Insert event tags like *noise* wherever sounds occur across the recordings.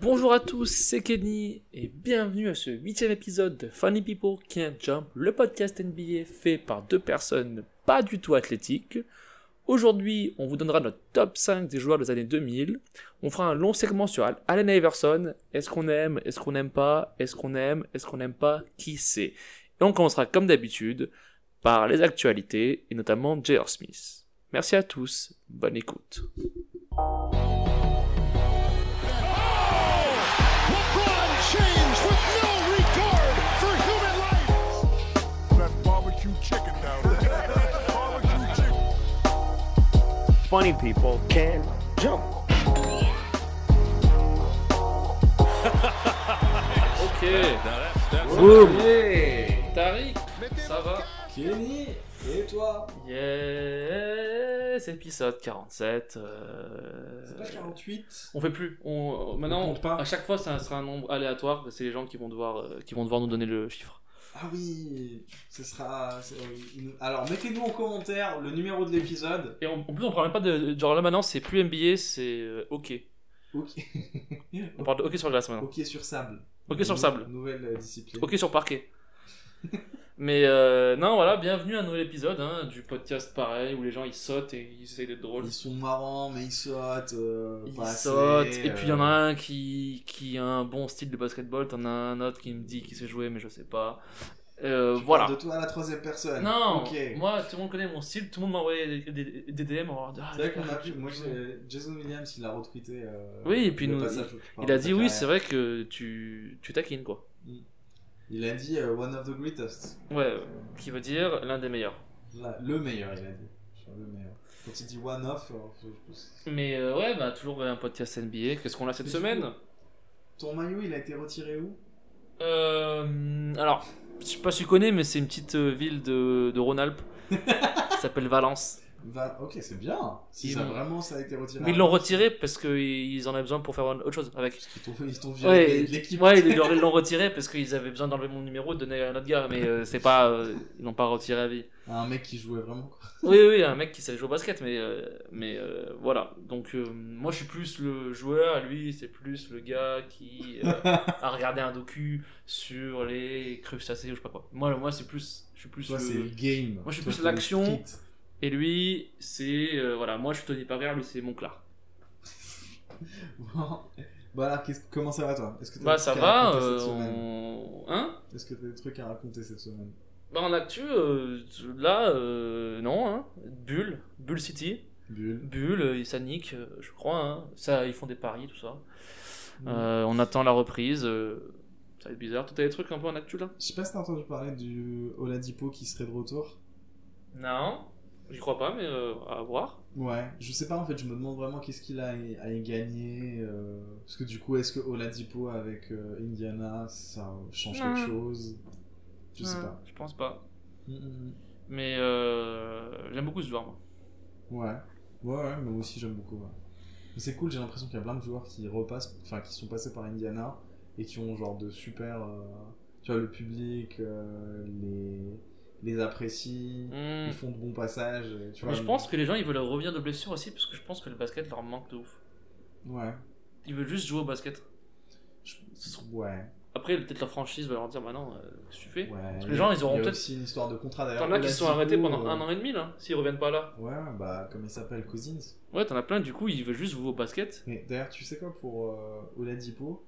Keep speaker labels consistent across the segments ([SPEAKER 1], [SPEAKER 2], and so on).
[SPEAKER 1] Bonjour à tous, c'est Kenny et bienvenue à ce huitième épisode de Funny People Can't Jump, le podcast NBA fait par deux personnes pas du tout athlétiques. Aujourd'hui, on vous donnera notre top 5 des joueurs des années 2000. On fera un long segment sur Al- Allen Iverson. Est-ce qu'on aime Est-ce qu'on n'aime pas Est-ce qu'on aime Est-ce qu'on n'aime pas Qui sait Et on commencera comme d'habitude par les actualités et notamment J.R. Smith. Merci à tous, bonne écoute.
[SPEAKER 2] LeBron James with no regard for human life.
[SPEAKER 3] That barbecue chicken down there. barbecue chicken.
[SPEAKER 4] funny people can jump.
[SPEAKER 1] Ok. Tariq, ça va
[SPEAKER 5] Kenny, et toi
[SPEAKER 1] Yes, épisode 47. euh,
[SPEAKER 5] C'est pas 48
[SPEAKER 1] On fait plus. On, euh, maintenant,
[SPEAKER 5] On compte pas.
[SPEAKER 1] à chaque fois, ça sera un nombre aléatoire. C'est les gens qui vont devoir, euh, qui vont devoir nous donner le chiffre.
[SPEAKER 5] Ah oui, ce sera... c'est- une- Alors mettez-nous en commentaire le numéro de l'épisode.
[SPEAKER 1] Et en, en plus, on parle même pas de genre là maintenant. C'est plus NBA, c'est euh, hockey.
[SPEAKER 5] Ok.
[SPEAKER 1] On parle de hockey sur glace maintenant.
[SPEAKER 5] *laughs* ok sur sable.
[SPEAKER 1] Hockey sur
[SPEAKER 5] Nou-
[SPEAKER 1] sable.
[SPEAKER 5] Nouvelle euh, discipline.
[SPEAKER 1] Hockey sur
[SPEAKER 5] *laughs*
[SPEAKER 1] parquet. Mais euh, non, voilà, bienvenue à un nouvel épisode hein, du podcast pareil où les gens ils sautent et ils essayent d'être drôles.
[SPEAKER 5] Ils sont marrants, mais ils sautent. euh,
[SPEAKER 1] Il
[SPEAKER 5] pas assez,
[SPEAKER 1] saute, et puis il y en a
[SPEAKER 5] euh,
[SPEAKER 1] un qui, qui a un bon style de basketball, t'en as un autre qui me dit qu'il sait jouer, mais je sais pas. Euh,
[SPEAKER 5] tu
[SPEAKER 1] voilà.
[SPEAKER 5] parles De toi à la troisième personne.
[SPEAKER 1] Non,
[SPEAKER 5] Ok.
[SPEAKER 1] moi tout le monde connaît mon style, tout le monde m'a envoyé des, des- des DM. en mode, Ah,
[SPEAKER 5] C'est vrai qu'on a
[SPEAKER 1] tu-
[SPEAKER 5] pu. Moi, j'ai- Jason Williams, il a retweeté. euh,
[SPEAKER 1] Oui, et puis
[SPEAKER 5] le
[SPEAKER 1] nous-
[SPEAKER 5] passage où tu parles
[SPEAKER 1] Il a
[SPEAKER 5] de ta
[SPEAKER 1] dit oui,
[SPEAKER 5] carrière.
[SPEAKER 1] c'est vrai que tu, tu taquines quoi.
[SPEAKER 5] Il a dit euh, One of the greatest.
[SPEAKER 1] Ouais, euh, qui veut dire l'un des meilleurs.
[SPEAKER 5] La- le meilleur, il a dit. Genre, Le meilleur. Quand il dit one of, euh, je pense.
[SPEAKER 1] Mais euh, ouais, bah toujours un podcast NBA. Qu'est-ce qu'on a cette
[SPEAKER 5] Mais
[SPEAKER 1] semaine
[SPEAKER 5] du coup- Ton maillot, il a été retiré où
[SPEAKER 1] Euh, Alors, je sais pas si tu connais, mais c'est une petite euh, ville de, de
[SPEAKER 5] *laughs*
[SPEAKER 1] Rhône-Alpes. Ça s'appelle Valence.
[SPEAKER 5] Va- Ok, c'est bien. Si
[SPEAKER 1] Ils
[SPEAKER 5] ça
[SPEAKER 1] l'ont-
[SPEAKER 5] vraiment ça a été retiré.
[SPEAKER 1] Mais ils l'ont retiré parce qu'ils en avaient besoin pour faire autre chose avec.
[SPEAKER 5] Ils t'ont ils t'ont viré
[SPEAKER 1] Ouais,
[SPEAKER 5] de l'équipe.
[SPEAKER 1] ouais, ils
[SPEAKER 5] *laughs*
[SPEAKER 1] l'ont- ils l'ont retiré parce qu'ils avaient besoin d'enlever mon numéro et de donner à un autre gars, mais euh, c'est pas, euh, ils l'ont pas retiré à vie.
[SPEAKER 5] Un mec qui jouait vraiment. quoi.
[SPEAKER 1] Oui, oui, un mec qui savait jouer au basket, mais, euh, mais euh, voilà. Donc euh, moi je suis plus le joueur, lui c'est plus le gars qui euh, a regardé un docu sur les crustacés ou je sais pas quoi. Moi, moi c'est plus, je suis plus
[SPEAKER 5] Toi,
[SPEAKER 1] le-
[SPEAKER 5] c'est le game.
[SPEAKER 1] Moi, je suis
[SPEAKER 5] Toi,
[SPEAKER 1] plus
[SPEAKER 5] t'es le
[SPEAKER 1] l'action.
[SPEAKER 5] street.
[SPEAKER 1] et lui c'est euh, voilà, moi je suis Tony Parker, lui c'est Monclar.
[SPEAKER 5] Bon, Bon, alors, qu'est-ce- comment ça va, toi Est-ce que t'as
[SPEAKER 1] Bah
[SPEAKER 5] des
[SPEAKER 1] ça
[SPEAKER 5] trucs à
[SPEAKER 1] va,
[SPEAKER 5] raconter
[SPEAKER 1] euh,
[SPEAKER 5] cette semaine
[SPEAKER 1] on- hein?
[SPEAKER 5] Est-ce que t'as des trucs à raconter cette semaine
[SPEAKER 1] Bah en actu, euh, là, euh, non, hein. Bulle, Bulle City,
[SPEAKER 5] Bulle.
[SPEAKER 1] Bulle, euh, ça nique, euh, je crois, hein. ça, ils font des paris, tout ça. Euh, on attend la reprise, euh, ça va être bizarre, tout a des trucs un peu en actu là
[SPEAKER 5] Je sais pas si t'as entendu parler du Oladipo qui serait de retour.
[SPEAKER 1] Non, j'y crois pas, mais euh, à voir.
[SPEAKER 5] Ouais, je sais pas en fait, je me demande vraiment qu'est-ce qu'il a à y- à y gagner. euh, Parce que du coup, est-ce que Oladipo avec euh, Indiana, ça change
[SPEAKER 1] Non.
[SPEAKER 5] quelque chose Je sais
[SPEAKER 1] Euh,
[SPEAKER 5] pas.
[SPEAKER 1] Je pense pas,
[SPEAKER 5] Mm, mm, mm.
[SPEAKER 1] mais euh, j'aime beaucoup ce joueur, moi.
[SPEAKER 5] Ouais. ouais, ouais, mais moi aussi j'aime beaucoup. ouais. Mais c'est cool, j'ai l'impression qu'il y a plein de joueurs qui repassent, enfin qui sont passés par Indiana et qui ont genre de super. euh, Tu vois, le public, euh, les, les apprécie,
[SPEAKER 1] Hmm.
[SPEAKER 5] ils font de bons passages. euh, Tu vois,
[SPEAKER 1] Mais je pense que les gens, ils veulent revenir de blessure aussi, parce que je pense que le basket leur manque de ouf.
[SPEAKER 5] Ouais.
[SPEAKER 1] Ils veulent juste jouer au basket.
[SPEAKER 5] Je- Ouais.
[SPEAKER 1] Après, peut-être leur franchise va leur dire, bah non, euh, qu'est-ce que tu fais
[SPEAKER 5] ouais.
[SPEAKER 1] que
[SPEAKER 5] Il
[SPEAKER 1] les
[SPEAKER 5] y a-
[SPEAKER 1] gens, ils auront
[SPEAKER 5] il y a
[SPEAKER 1] peut-être-
[SPEAKER 5] aussi une histoire de contrat d'ailleurs.
[SPEAKER 1] T'en as qui se sont
[SPEAKER 5] Oladipo,
[SPEAKER 1] arrêtés pendant
[SPEAKER 5] euh,
[SPEAKER 1] un an et demi là, s'ils reviennent pas là.
[SPEAKER 5] Ouais, bah comme il s'appelle Cousins.
[SPEAKER 1] Ouais, t'en as plein, du coup, ils veulent juste jouer au basket.
[SPEAKER 5] Mais d'ailleurs, tu sais quoi pour euh, Oladipo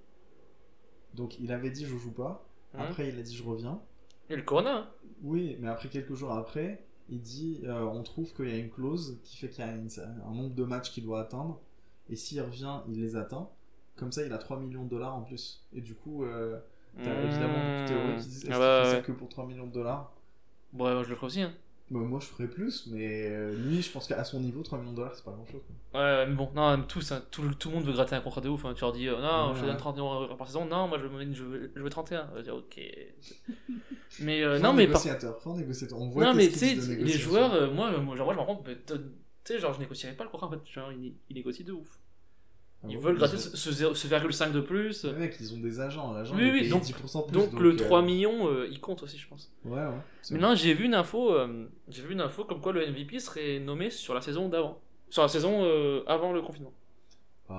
[SPEAKER 5] Donc il avait dit je joue pas.
[SPEAKER 1] Mhm.
[SPEAKER 5] Après il a dit je reviens.
[SPEAKER 1] Et le Corona, hein.
[SPEAKER 5] Oui, mais après quelques jours après, il dit euh, on trouve qu'il y a une clause qui fait qu'il y a une- un nombre de matchs qu'il doit atteindre. Et s'il revient, il les atteint. Comme ça, il a 3 millions de dollars en plus. Et du coup, euh, t'as évidemment
[SPEAKER 1] Mmh.
[SPEAKER 5] beaucoup de théories qui disent est-ce
[SPEAKER 1] Ah
[SPEAKER 5] qu'il
[SPEAKER 1] bah,
[SPEAKER 5] fait ça
[SPEAKER 1] ouais.
[SPEAKER 5] que pour 3 millions de dollars
[SPEAKER 1] Ouais, moi, je le ferai aussi. Hein.
[SPEAKER 5] Bah, Moi, je ferais plus, mais euh, lui, je pense qu'à son niveau, 3 millions de dollars, c'est pas grand-chose. quoi.
[SPEAKER 1] Ouais, Ouais, mais bon, non, mais tous, hein, tout, le- tout le monde veut gratter un contrat de ouf. hein. Tu leur dis, euh, non, je te
[SPEAKER 5] Ouais.
[SPEAKER 1] donne 31 euros par saison. Non, moi, je veux, je veux, je veux 31. On va dire,
[SPEAKER 5] *laughs*
[SPEAKER 1] ok. mais euh,
[SPEAKER 5] Fin
[SPEAKER 1] non, mais par
[SPEAKER 5] négociateur, fin négociateur. On voit
[SPEAKER 1] Non, mais tu
[SPEAKER 5] qu'est-ce qu'ils
[SPEAKER 1] sais,
[SPEAKER 5] disent de
[SPEAKER 1] les
[SPEAKER 5] négociation.
[SPEAKER 1] joueurs, euh, moi, moi, genre, moi, je me rends compte, mais, tu sais, genre, je négocierais pas le contrat en fait. Genre, ils, ils négocient de ouf.
[SPEAKER 5] Ah
[SPEAKER 1] Ils
[SPEAKER 5] bon,
[SPEAKER 1] veulent gratter
[SPEAKER 5] ont-
[SPEAKER 1] ce, ce 0 ce 0,5 de plus.
[SPEAKER 5] Les mecs, ils ont des agents. L'agent,
[SPEAKER 1] Oui,
[SPEAKER 5] il est
[SPEAKER 1] oui,
[SPEAKER 5] payé
[SPEAKER 1] donc-
[SPEAKER 5] 10% plus.
[SPEAKER 1] Donc, le
[SPEAKER 5] euh,
[SPEAKER 1] 3 millions, euh, il compte aussi, je pense.
[SPEAKER 5] Ouais, ouais. c'est
[SPEAKER 1] Mais
[SPEAKER 5] vrai.
[SPEAKER 1] non, j'ai vu une info, euh, j'ai vu une info comme quoi le MVP serait nommé sur la saison d'avant, sur la saison euh, avant le confinement.
[SPEAKER 5] Enfin,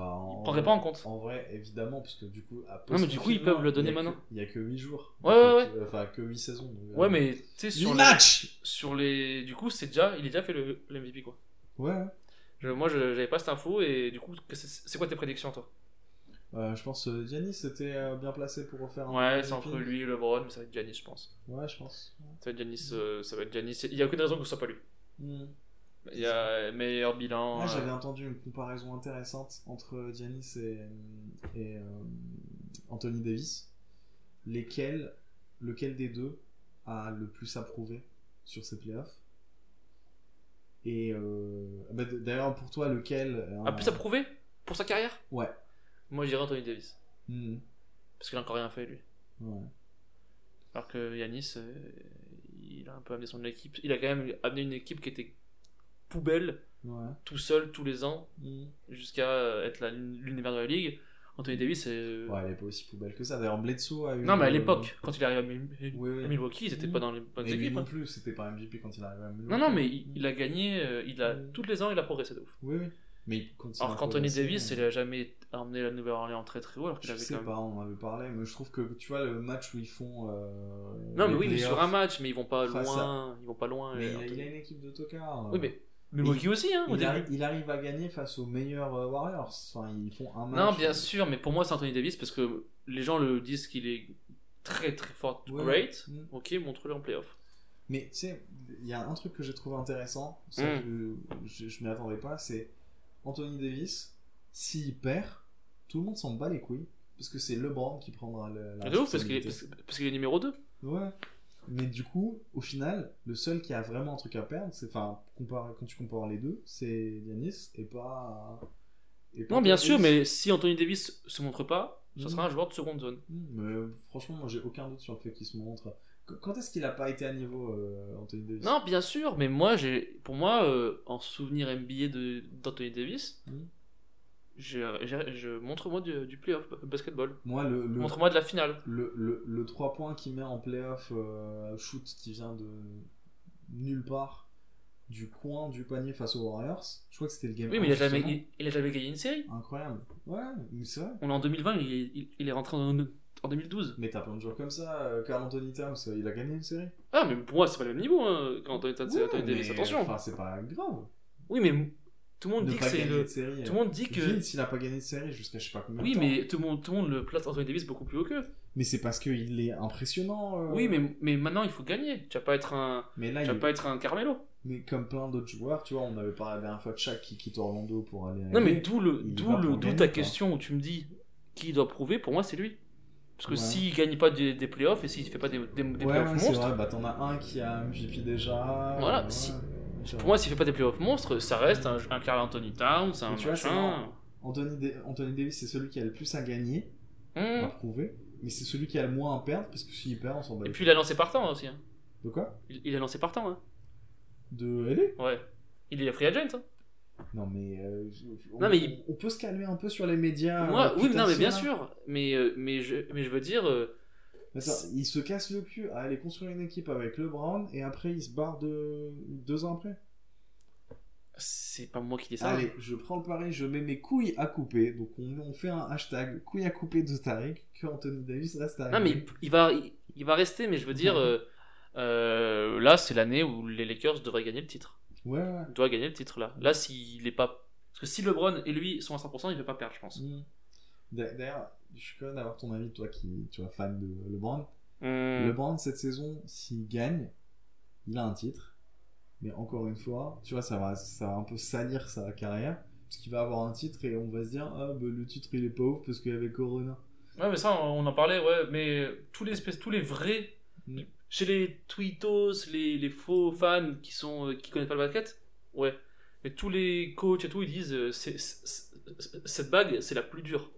[SPEAKER 1] Ils
[SPEAKER 5] Bah, en,
[SPEAKER 1] ne prendraient pas en compte.
[SPEAKER 5] En vrai, évidemment, parce que du coup, à
[SPEAKER 1] Non, mais du coup, ils
[SPEAKER 5] post-confinement,
[SPEAKER 1] peuvent le donner
[SPEAKER 5] il y a que-
[SPEAKER 1] maintenant.
[SPEAKER 5] Il y a que 8 jours.
[SPEAKER 1] Ouais, ouais,
[SPEAKER 5] Donc, euh, Enfin, que 8 saisons. donc,
[SPEAKER 1] Ouais,
[SPEAKER 5] euh,
[SPEAKER 1] mais tu sais,
[SPEAKER 5] huit
[SPEAKER 1] sur les,
[SPEAKER 5] matchs
[SPEAKER 1] sur les. Du coup, c'est déjà, il est déjà fait le, le MVP, quoi.
[SPEAKER 5] Ouais, ouais.
[SPEAKER 1] Je- moi, je j'avais pas cette info, et du coup, que c'est c'est quoi tes prédictions, toi
[SPEAKER 5] Euh, je pense que Giannis était euh, bien placé pour refaire un
[SPEAKER 1] Ouais,
[SPEAKER 5] MVP.
[SPEAKER 1] c'est entre lui et LeBron, mais ça va être Giannis, je pense.
[SPEAKER 5] Ouais, je pense.
[SPEAKER 1] Ça va être Giannis,
[SPEAKER 5] Mm.
[SPEAKER 1] euh, ça va être Giannis. Il y a aucune raison que ce soit pas lui.
[SPEAKER 5] Hmm.
[SPEAKER 1] Il y a meilleur bilan.
[SPEAKER 5] Moi, j'avais
[SPEAKER 1] euh,
[SPEAKER 5] entendu une comparaison intéressante entre Giannis et, et, euh, Anthony Davis, lesquels, lequel des deux a le plus approuvé sur ces playoffs. Et euh, bah, d- d'ailleurs, pour toi, lequel euh,
[SPEAKER 1] A Ah, plus à prouver pour sa carrière
[SPEAKER 5] Ouais.
[SPEAKER 1] Moi, je dirais Anthony Davis.
[SPEAKER 5] Hmm.
[SPEAKER 1] Parce qu'il a encore rien fait, lui.
[SPEAKER 5] Ouais.
[SPEAKER 1] Alors que Yanis, euh, il a un peu amené son équipe. Il a quand même amené une équipe qui était poubelle,
[SPEAKER 5] Ouais.
[SPEAKER 1] tout seul, tous les ans,
[SPEAKER 5] Hmm.
[SPEAKER 1] jusqu'à euh, être la- l'univers de la ligue. Anthony Davis, euh,
[SPEAKER 5] Mm. Ouais, elle est pas aussi poubelle que ça. D'ailleurs, Bledsoe a eu.
[SPEAKER 1] Non, mais à
[SPEAKER 5] euh,
[SPEAKER 1] l'époque, quand il est arrivé à, Mil-
[SPEAKER 5] Oui, oui.
[SPEAKER 1] à Milwaukee, ils étaient
[SPEAKER 5] Mm.
[SPEAKER 1] pas dans les bonnes
[SPEAKER 5] Mais lui
[SPEAKER 1] équipes.
[SPEAKER 5] non
[SPEAKER 1] hein.
[SPEAKER 5] plus, c'était pas MVP quand il arrive à Milwaukee.
[SPEAKER 1] Non, non, mais il, il a gagné, euh, il a,
[SPEAKER 5] Mm.
[SPEAKER 1] tous les ans, il a progressé de ouf.
[SPEAKER 5] Oui, oui. Mais il continue
[SPEAKER 1] Alors
[SPEAKER 5] à
[SPEAKER 1] qu'Anthony
[SPEAKER 5] progresser,
[SPEAKER 1] Davis,
[SPEAKER 5] hein.
[SPEAKER 1] il a jamais emmené la Nouvelle-Orléans très très haut, alors qu'il
[SPEAKER 5] Je
[SPEAKER 1] avait
[SPEAKER 5] sais
[SPEAKER 1] quand même.
[SPEAKER 5] pas, on en avait parlé, mais je trouve que tu vois le match où ils font. euh,
[SPEAKER 1] Non, mais
[SPEAKER 5] les
[SPEAKER 1] oui, mais sur
[SPEAKER 5] playoffs,
[SPEAKER 1] un match, mais ils vont pas
[SPEAKER 5] face à-
[SPEAKER 1] loin. Ils vont pas loin.
[SPEAKER 5] mais
[SPEAKER 1] euh,
[SPEAKER 5] il, a,
[SPEAKER 1] Anthony.
[SPEAKER 5] il a une équipe de tocards. euh,
[SPEAKER 1] Oui, mais Milwaukee aussi, hein, au
[SPEAKER 5] Il,
[SPEAKER 1] début.
[SPEAKER 5] arri- il arrive à gagner face aux meilleurs euh, Warriors. Enfin, ils font un match.
[SPEAKER 1] Non, bien
[SPEAKER 5] euh,
[SPEAKER 1] sûr, mais pour moi, c'est Anthony Davis parce que les gens le disent qu'il est très très fort,
[SPEAKER 5] Ouais.
[SPEAKER 1] great.
[SPEAKER 5] Mm.
[SPEAKER 1] Ok, montre-le en playoff.
[SPEAKER 5] Mais tu sais, il y a un truc que j'ai trouvé intéressant, ça,
[SPEAKER 1] Mm.
[SPEAKER 5] je, je, je m'y attendais pas, c'est Anthony Davis, s'il perd, tout le monde s'en bat les couilles, parce que c'est LeBron qui prendra le- la
[SPEAKER 1] C'est ouf parce qu'il est,
[SPEAKER 5] responsabilité.
[SPEAKER 1] parce, parce qu'il est numéro 2.
[SPEAKER 5] Ouais. Mais du coup, au final, le seul qui a vraiment un truc à perdre, c'est enfin compare- quand tu compares les deux, c'est Yanis et pas. et pas
[SPEAKER 1] Non, bien
[SPEAKER 5] Davis.
[SPEAKER 1] sûr, mais si Anthony Davis se montre pas, ça
[SPEAKER 5] Mm.
[SPEAKER 1] sera un joueur de seconde zone.
[SPEAKER 5] Hmm, Mais euh, franchement, moi j'ai aucun doute sur le fait qu'il se montre. Qu- Quand est-ce qu'il a pas été à niveau, euh, Anthony Davis
[SPEAKER 1] Non, bien sûr, mais moi, j'ai, pour moi, euh, en souvenir NBA de, d'Anthony Davis,
[SPEAKER 5] Mm.
[SPEAKER 1] j'ai- j'ai- je montre-moi du, du playoff basketball.
[SPEAKER 5] Moi, le, le,
[SPEAKER 1] Montre-moi de la finale.
[SPEAKER 5] le, le, 3 points qu'il met en playoff euh, shoot qui vient de nulle part du coin du panier face aux Warriors, je crois que c'était le game.
[SPEAKER 1] Oui, mais il a,
[SPEAKER 5] un,
[SPEAKER 1] jamais,
[SPEAKER 5] justement.
[SPEAKER 1] il, il a jamais gagné une série.
[SPEAKER 5] Incroyable. Ouais, mais c'est vrai.
[SPEAKER 1] On est en 2020, il est, il- il est rentré en, en 2012.
[SPEAKER 5] Mais t'as plein de joueurs comme ça, euh, Carl Anthony Towns, euh, il a gagné une série.
[SPEAKER 1] Ah, mais pour moi, c'est pas le même niveau hein, quand Anthony Towns et
[SPEAKER 5] Ouais,
[SPEAKER 1] Anthony Davis,
[SPEAKER 5] mais,
[SPEAKER 1] attention.
[SPEAKER 5] Enfin, c'est pas grave.
[SPEAKER 1] Oui, mais m- tout le monde
[SPEAKER 5] Ne
[SPEAKER 1] dit que
[SPEAKER 5] pas
[SPEAKER 1] c'est
[SPEAKER 5] gagner
[SPEAKER 1] le.
[SPEAKER 5] de série. euh,
[SPEAKER 1] Tout le monde dit que.
[SPEAKER 5] Vince, il a pas gagné de série jusqu'à je sais pas combien de
[SPEAKER 1] oui,
[SPEAKER 5] temps.
[SPEAKER 1] mais tout le monde, tout le monde le place Anthony Davis beaucoup plus haut qu'eux.
[SPEAKER 5] Mais c'est parce qu'il est impressionnant. euh,
[SPEAKER 1] Oui, mais, mais maintenant, il faut gagner. Tu vas pas être un,
[SPEAKER 5] Mais là,
[SPEAKER 1] tu
[SPEAKER 5] il
[SPEAKER 1] vas
[SPEAKER 5] est-
[SPEAKER 1] pas être un Carmelo.
[SPEAKER 5] mais comme plein d'autres joueurs, tu vois, on avait parlé la dernière fois de Shaq qui quitte Orlando pour aller. à
[SPEAKER 1] Non, mais
[SPEAKER 5] LA.
[SPEAKER 1] d'où le,
[SPEAKER 5] il
[SPEAKER 1] d'où
[SPEAKER 5] va
[SPEAKER 1] le,
[SPEAKER 5] pour
[SPEAKER 1] d'où
[SPEAKER 5] gagner,
[SPEAKER 1] ta
[SPEAKER 5] quoi.
[SPEAKER 1] question où tu me dis qui doit prouver. Pour moi, c'est lui. Parce que
[SPEAKER 5] Ouais.
[SPEAKER 1] s'il gagne pas des, des playoffs et s'il fait pas des, des, des
[SPEAKER 5] Ouais,
[SPEAKER 1] playoffs
[SPEAKER 5] ouais, c'est
[SPEAKER 1] monstres,
[SPEAKER 5] vrai, bah t'en as un qui a MVP déjà.
[SPEAKER 1] Voilà,
[SPEAKER 5] ouais.
[SPEAKER 1] si-
[SPEAKER 5] Tu
[SPEAKER 1] pour
[SPEAKER 5] vois.
[SPEAKER 1] moi, s'il fait pas des playoffs monstres, ça reste un, un Carl Anthony Towns, un
[SPEAKER 5] Mais tu vois, c'est
[SPEAKER 1] machin.
[SPEAKER 5] marrant. Anthony, Da- Anthony Davis, c'est celui qui a le plus à gagner,
[SPEAKER 1] Hmm.
[SPEAKER 5] à prouver, mais c'est celui qui a le moins à perdre, parce que s'il perd, on s'en bat
[SPEAKER 1] Et
[SPEAKER 5] les
[SPEAKER 1] puis, il a lancé partant hein, aussi. hein.
[SPEAKER 5] couilles. De quoi
[SPEAKER 1] Il, il a lancé partant. Hein.
[SPEAKER 5] De LA
[SPEAKER 1] Ouais. Il est free agent. hein.
[SPEAKER 5] Non mais, euh, on,
[SPEAKER 1] Non, mais il-
[SPEAKER 5] on peut se calmer un peu sur les médias.
[SPEAKER 1] Moi,
[SPEAKER 5] euh,
[SPEAKER 1] oui,
[SPEAKER 5] putain,
[SPEAKER 1] non, mais
[SPEAKER 5] ça,
[SPEAKER 1] bien
[SPEAKER 5] là.
[SPEAKER 1] sûr. Mais, euh, mais, je, mais je veux dire, euh,
[SPEAKER 5] Attends, il se casse le cul à aller construire une équipe avec LeBron et après il se barre de... deux ans après.
[SPEAKER 1] c'est pas moi qui dis ça.
[SPEAKER 5] Allez, je prends le pari, je mets mes couilles à couper. Donc on, on fait un hashtag couilles à couper de Tariq que Anthony Davis reste à
[SPEAKER 1] hein. Non, mais il, il va, il, il va rester, mais je veux dire, euh, euh, là, c'est l'année où les Lakers devraient gagner le titre.
[SPEAKER 5] Ouais, ouais.
[SPEAKER 1] Il doit gagner le titre là. Là, s'il est pas. Parce que si LeBron et lui sont à 100%, il peut pas perdre, je pense.
[SPEAKER 5] Mm. D'a- D'ailleurs, je suis curieux d'avoir ton avis, toi qui tu vois, fan de LeBron.
[SPEAKER 1] Hmm.
[SPEAKER 5] LeBron, cette saison, s'il gagne, il a un titre. Mais encore une fois, tu vois, ça va, ça va un peu salir sa carrière. Parce qu'il va avoir un titre et on va se dire, ah, bah, le titre, il est pas ouf parce qu'il y avait Corona.
[SPEAKER 1] Ouais, mais ça, on en parlait, ouais. Mais tous les, espèces, tous les vrais.
[SPEAKER 5] Mm.
[SPEAKER 1] Chez les tweetos, les, les faux fans qui, sont, euh, qui connaissent pas le basket, ouais. Mais tous les coachs et tout, ils disent euh, c'est- c'est- c'est- cette bague, c'est la plus dure.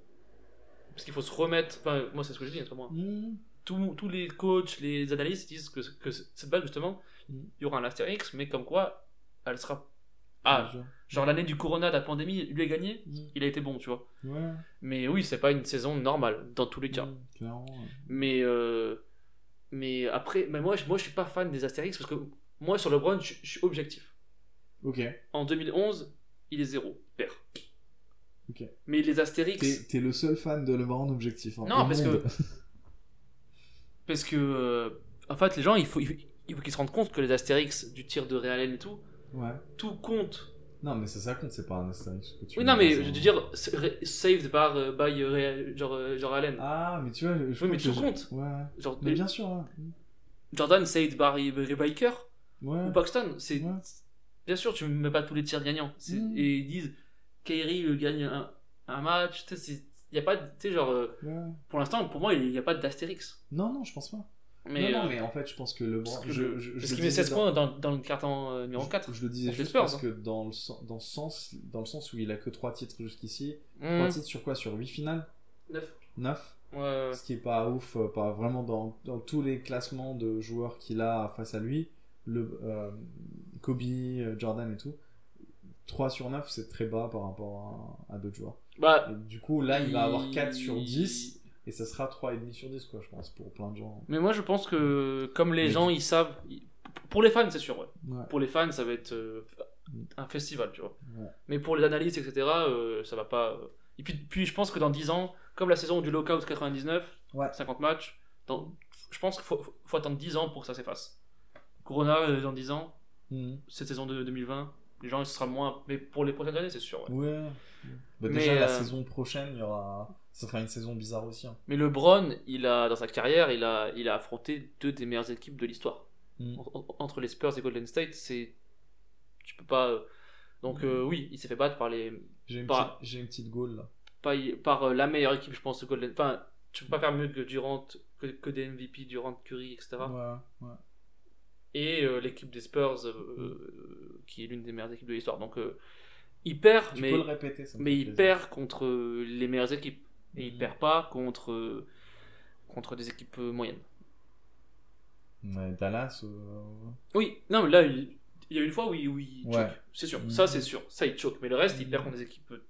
[SPEAKER 1] Parce qu'il faut se remettre. Enfin, moi, c'est ce que je dis, c'est pas moi.
[SPEAKER 5] Hmm.
[SPEAKER 1] Tous- tous les coachs, les analystes disent que, que cette bague, justement, il
[SPEAKER 5] Mm.
[SPEAKER 1] y aura un astérix, mais comme quoi, elle sera. Ah,
[SPEAKER 5] Genre.
[SPEAKER 1] genre l'année du corona, la pandémie, lui a gagné,
[SPEAKER 5] Hmm.
[SPEAKER 1] il a été bon, tu vois.
[SPEAKER 5] Ouais.
[SPEAKER 1] Mais oui, c'est pas une saison normale, dans tous les cas.
[SPEAKER 5] Hmm. Clairement. ouais.
[SPEAKER 1] Mais, euh, mais après, mais moi, je- moi je suis pas fan des Astérix parce que moi sur LeBron, je, je suis objectif.
[SPEAKER 5] Ok.
[SPEAKER 1] En 2011, il est zéro, père.
[SPEAKER 5] Ok.
[SPEAKER 1] Mais les Astérix.
[SPEAKER 5] T'es t'es le seul fan de LeBron objectif. hein,
[SPEAKER 1] Non,
[SPEAKER 5] au
[SPEAKER 1] parce que.
[SPEAKER 5] monde.
[SPEAKER 1] Parce que. euh, En fait, les gens, il faut, il il faut qu'ils se rendent compte que les Astérix du tir de Realen et tout,
[SPEAKER 5] *laughs* Ouais.
[SPEAKER 1] tout compte.
[SPEAKER 5] Non, mais ça, ça compte, c'est pas un Astérix que tu hein.
[SPEAKER 1] Oui,
[SPEAKER 5] mets
[SPEAKER 1] non, mais
[SPEAKER 5] dans
[SPEAKER 1] je
[SPEAKER 5] un-
[SPEAKER 1] veux dire, c'est- ré- saved par, euh, by euh, Real- genre, euh, genre Allen.
[SPEAKER 5] Ah, mais tu vois, je- je
[SPEAKER 1] Oui, mais
[SPEAKER 5] crois
[SPEAKER 1] tu
[SPEAKER 5] que je-
[SPEAKER 1] comptes.
[SPEAKER 5] Ouais, ouais.
[SPEAKER 1] Genre,
[SPEAKER 5] Mais
[SPEAKER 1] les-
[SPEAKER 5] bien sûr, hein.
[SPEAKER 1] Jordan saved par by, by Biker
[SPEAKER 5] ouais.
[SPEAKER 1] ou Paxton. C'est...
[SPEAKER 5] Ouais.
[SPEAKER 1] Bien sûr, tu ne mets pas tous les tirs gagnants. C'est-
[SPEAKER 5] Mm.
[SPEAKER 1] Et ils disent, Kyrie euh, gagne un, un match. tu sais, c'est- Il y a pas, de- tu sais, genre, euh,
[SPEAKER 5] ouais.
[SPEAKER 1] pour l'instant, pour moi, il n'y a pas d'Astérix.
[SPEAKER 5] Non, non, je pense pas.
[SPEAKER 1] Mais,
[SPEAKER 5] non, non,
[SPEAKER 1] euh,
[SPEAKER 5] mais en fait, je pense que LeBron.
[SPEAKER 1] parce que
[SPEAKER 5] je,
[SPEAKER 1] le-
[SPEAKER 5] je, je
[SPEAKER 1] parce
[SPEAKER 5] le
[SPEAKER 1] qu'il met
[SPEAKER 5] disais
[SPEAKER 1] 16
[SPEAKER 5] dans-
[SPEAKER 1] points dans, dans le carton euh, numéro
[SPEAKER 5] je-
[SPEAKER 1] 4.
[SPEAKER 5] Je, le disais
[SPEAKER 1] Avec les
[SPEAKER 5] juste
[SPEAKER 1] Spurs,
[SPEAKER 5] parce
[SPEAKER 1] hein.
[SPEAKER 5] que dans le, sen- dans, le sens, dans le sens où il a que 3 titres jusqu'ici, 3
[SPEAKER 1] Mmh.
[SPEAKER 5] titres sur quoi Sur 8 finales
[SPEAKER 1] 9.
[SPEAKER 5] 9
[SPEAKER 1] Ouais, ouais.
[SPEAKER 5] Ce qui est pas ouf, euh, pas vraiment dans, dans tous les classements de joueurs qu'il a face à lui, le, euh, Kobe, euh, Jordan et tout. 3 sur 9, c'est très bas par rapport à, à d'autres joueurs.
[SPEAKER 1] Bah,
[SPEAKER 5] Et du coup, là, il va avoir 4 sur 10, et ça sera 3,5 sur 10, quoi, je pense, pour plein de gens.
[SPEAKER 1] Mais moi, je pense que, comme les
[SPEAKER 5] Mais-
[SPEAKER 1] gens, ils savent. ils- Pour les fans, c'est sûr, ouais.
[SPEAKER 5] Ouais.
[SPEAKER 1] Pour les fans, ça va être euh, un festival, tu vois.
[SPEAKER 5] Ouais.
[SPEAKER 1] Mais pour les analystes, etc., euh, ça va pas. euh. Et puis, puis, je pense que dans 10 ans, comme la saison du lockout 99,
[SPEAKER 5] Ouais.
[SPEAKER 1] 50 matchs, dans- je pense qu'il faut, faut- faut attendre 10 ans pour que ça s'efface. Corona, euh, dans 10 ans,
[SPEAKER 5] Mhm.
[SPEAKER 1] cette saison de 2020, les gens, ce sera moins. Mais pour les prochaines années, c'est sûr, ouais.
[SPEAKER 5] Ouais. Bah,
[SPEAKER 1] Mais,
[SPEAKER 5] déjà, la
[SPEAKER 1] euh,
[SPEAKER 5] saison prochaine, il y aura. Ça fera une saison bizarre aussi. hein.
[SPEAKER 1] Mais LeBron, il a, dans sa carrière, il a, il a affronté deux des meilleures équipes de l'histoire.
[SPEAKER 5] Mm.
[SPEAKER 1] En- en- Entre les Spurs et Golden State, c'est. Tu peux pas. euh, Donc, euh, oui, il s'est fait battre par, les...
[SPEAKER 5] J'ai une,
[SPEAKER 1] Bah.
[SPEAKER 5] petite- j'ai une petite goal là.
[SPEAKER 1] par, par, euh, la meilleure équipe, je pense, de Golden Enfin, tu peux pas faire mieux que Durant, que, que des MVP, Durant, Curry, etc.
[SPEAKER 5] Ouais, ouais.
[SPEAKER 1] Et euh, l'équipe des Spurs, euh, euh, qui est l'une des meilleures équipes de l'histoire. Donc, euh, il perd,
[SPEAKER 5] Tu
[SPEAKER 1] mais,
[SPEAKER 5] peux le répéter, ça me
[SPEAKER 1] mais
[SPEAKER 5] fait
[SPEAKER 1] il
[SPEAKER 5] plaisir.
[SPEAKER 1] perd contre euh, les meilleures équipes. Et il
[SPEAKER 5] Mhm.
[SPEAKER 1] perd pas contre, euh, contre des équipes euh, moyennes.
[SPEAKER 5] Ouais, Dallas. euh,
[SPEAKER 1] Oui, non, mais là, il, il y a une fois où il, où il
[SPEAKER 5] Ouais.
[SPEAKER 1] choke. C'est sûr,
[SPEAKER 5] Mhm.
[SPEAKER 1] ça c'est sûr. Ça il choke, mais le reste, il perd
[SPEAKER 5] Mhm.
[SPEAKER 1] contre des équipes de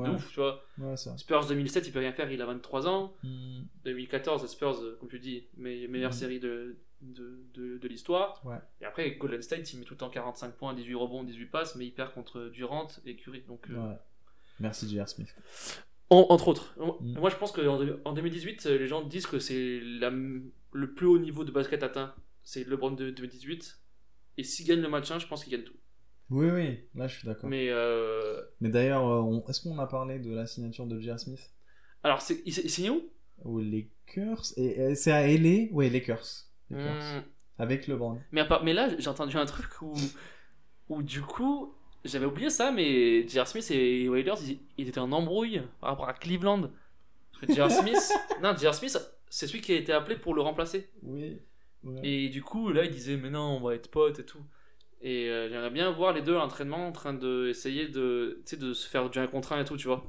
[SPEAKER 5] Ouais,
[SPEAKER 1] ouf, tu vois.
[SPEAKER 5] ouais, ça.
[SPEAKER 1] Spurs 2007, il peut rien faire, il a 23 ans.
[SPEAKER 5] Mm.
[SPEAKER 1] 2014, les Spurs, euh, comme tu dis, me- meilleure
[SPEAKER 5] Mhm.
[SPEAKER 1] série de, de, de- de l'histoire.
[SPEAKER 5] Ouais.
[SPEAKER 1] Et après, Golden State, il met tout le temps 45 points, 18 rebonds, 18 passes, mais il perd contre euh, Durant et Curry. Donc, euh,
[SPEAKER 5] Ouais. Merci J.R. Smith.
[SPEAKER 1] en- entre autres.
[SPEAKER 5] Mhm.
[SPEAKER 1] Moi, je pense qu'en en 2018, euh, les gens disent que c'est la m- le plus haut niveau de basket atteint. C'est LeBron de 2018. Et s'il gagne le match 1, je pense qu'il gagne tout.
[SPEAKER 5] Oui, oui, là je suis d'accord. Mais,
[SPEAKER 1] Mais euh,
[SPEAKER 5] d'ailleurs, euh, on- est-ce qu'on a parlé de la signature de J.R. Smith
[SPEAKER 1] alors, c'est il s'est- il signe où
[SPEAKER 5] Aux Lakers et, et C'est à L.A. Ouais, Lakers. Lakers.
[SPEAKER 1] Hmm.
[SPEAKER 5] Avec LeBron.
[SPEAKER 1] mais, à part- mais là, j'ai entendu un truc où, où du coup, j'avais oublié ça, mais J.R. Smith et Wailers, ils, ils étaient en embrouille par rapport à Cleveland. Parce que J.R.
[SPEAKER 5] *laughs*
[SPEAKER 1] Smith, non, J.R. Smith, c'est celui qui a été appelé pour le remplacer.
[SPEAKER 5] Oui. Ouais.
[SPEAKER 1] Et du coup, là, il disait, mais non, on va être potes et tout. Et euh, j'aimerais bien voir les deux à l'entraînement en train de essayer de, tu sais, de se faire du 1 contre 1 et tout, tu vois.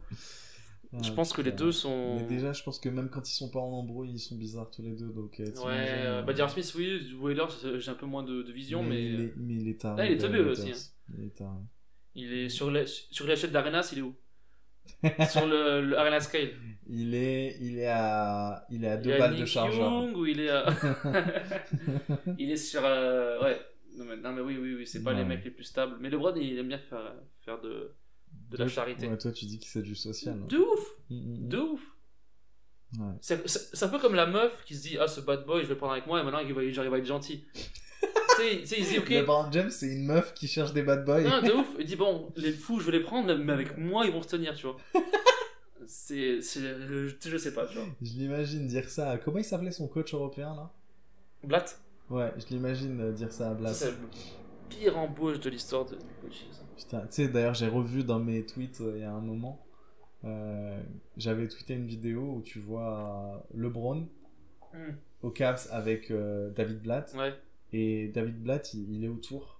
[SPEAKER 5] Ah,
[SPEAKER 1] je pense que les
[SPEAKER 5] putain.
[SPEAKER 1] deux sont.
[SPEAKER 5] Mais déjà, je pense que même quand ils sont pas en embrouille, ils sont bizarres tous les deux. Donc, euh, t'imagines,
[SPEAKER 1] Ouais, euh,
[SPEAKER 5] euh,
[SPEAKER 1] bah, J.R. Smith, oui, Wailers, euh, j'ai un peu moins de, de vision, mais.
[SPEAKER 5] Il est, mais il est taré.
[SPEAKER 1] Là, il est
[SPEAKER 5] de
[SPEAKER 1] teubé
[SPEAKER 5] Lakers.
[SPEAKER 1] aussi, hein.
[SPEAKER 5] Il est taré.
[SPEAKER 1] Il est sur la- sur l'échelle d'Arenas, il est où
[SPEAKER 5] *laughs*
[SPEAKER 1] Sur le, le Arena Scale.
[SPEAKER 5] Il est, il est à, il est à
[SPEAKER 1] Il
[SPEAKER 5] deux
[SPEAKER 1] est à
[SPEAKER 5] balles de
[SPEAKER 1] Nick
[SPEAKER 5] chargeur.
[SPEAKER 1] Young ou il est
[SPEAKER 5] *laughs*
[SPEAKER 1] à... Il est sur... euh, Ouais. Non mais, non, mais oui, oui, oui, c'est pas les
[SPEAKER 5] Ouais.
[SPEAKER 1] mecs les plus stables. Mais LeBron, il aime bien faire, faire de... de la
[SPEAKER 5] Toi-
[SPEAKER 1] charité.
[SPEAKER 5] ouais, toi, tu dis que c'est du social. hein.
[SPEAKER 1] De ouf
[SPEAKER 5] Mm, mm,
[SPEAKER 1] De ouf
[SPEAKER 5] mm. Ouais.
[SPEAKER 1] C'est c'est- c'est un peu comme la meuf qui se dit « Ah, ce bad boy, je vais le prendre avec moi et maintenant, il va, genre, il va être
[SPEAKER 5] *laughs*
[SPEAKER 1] gentil. » Tu sais, tu sais, il se dit « Ok,
[SPEAKER 5] LeBron James, c'est une meuf qui cherche des bad boys.
[SPEAKER 1] Non, de ouf. Il dit bon, les fous, je vais les prendre, mais avec moi, ils vont se tenir,
[SPEAKER 5] *laughs*
[SPEAKER 1] tu vois. c'est, c'est, je, je sais pas, tu vois.
[SPEAKER 5] Je l'imagine dire ça. à- Comment il s'appelait son coach européen là
[SPEAKER 1] Blatt,
[SPEAKER 5] Ouais, je l'imagine euh, dire ça à Blas.
[SPEAKER 1] c'est la pire embauche de l'histoire de Gucci, ça.
[SPEAKER 5] Putain, tu sais, d'ailleurs, j'ai revu dans mes tweets euh, il y a un moment. euh, J'avais tweeté une vidéo où tu vois euh, LeBron
[SPEAKER 1] Mm.
[SPEAKER 5] au Cavs avec euh, David Blatt.
[SPEAKER 1] Ouais.
[SPEAKER 5] Et David Blatt, il, il est autour.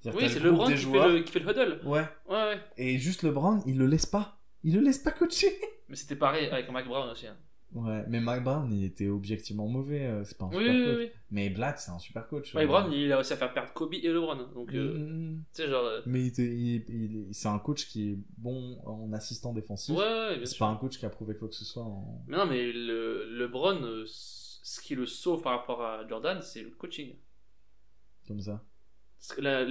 [SPEAKER 5] C'est-à-dire,
[SPEAKER 1] Oui,
[SPEAKER 5] t'as
[SPEAKER 1] c'est
[SPEAKER 5] le
[SPEAKER 1] LeBron
[SPEAKER 5] groupe des
[SPEAKER 1] qui fait,
[SPEAKER 5] joueurs.
[SPEAKER 1] le, qui fait le huddle.
[SPEAKER 5] Ouais.
[SPEAKER 1] Ouais, ouais.
[SPEAKER 5] Et juste LeBron, il le laisse pas. Il le laisse pas coacher. *laughs*
[SPEAKER 1] Mais c'était pareil avec Mike Brown aussi. hein.
[SPEAKER 5] Ouais, mais Mike Brown, il était objectivement mauvais. euh, c'est pas un
[SPEAKER 1] Oui,
[SPEAKER 5] super
[SPEAKER 1] oui,
[SPEAKER 5] coach.
[SPEAKER 1] oui.
[SPEAKER 5] Mais Blatt, c'est un super coach.
[SPEAKER 1] Mike
[SPEAKER 5] euh.
[SPEAKER 1] Brown, il a réussi à faire perdre Kobe et LeBron. hein. Donc, euh,
[SPEAKER 5] Mm, mm, mm.
[SPEAKER 1] tu sais, genre. euh,
[SPEAKER 5] Mais il était- il- il- c'est un coach qui est bon en assistant
[SPEAKER 1] Ouais,
[SPEAKER 5] défensif.
[SPEAKER 1] ouais, bien
[SPEAKER 5] c'est
[SPEAKER 1] sûr.
[SPEAKER 5] pas un coach qui a prouvé quoi que ce soit. En...
[SPEAKER 1] Mais non, mais le, LeBron, euh, c- ce qui le sauve par rapport à Jordan, c'est le coaching.
[SPEAKER 5] Comme ça.
[SPEAKER 1] Parce que la-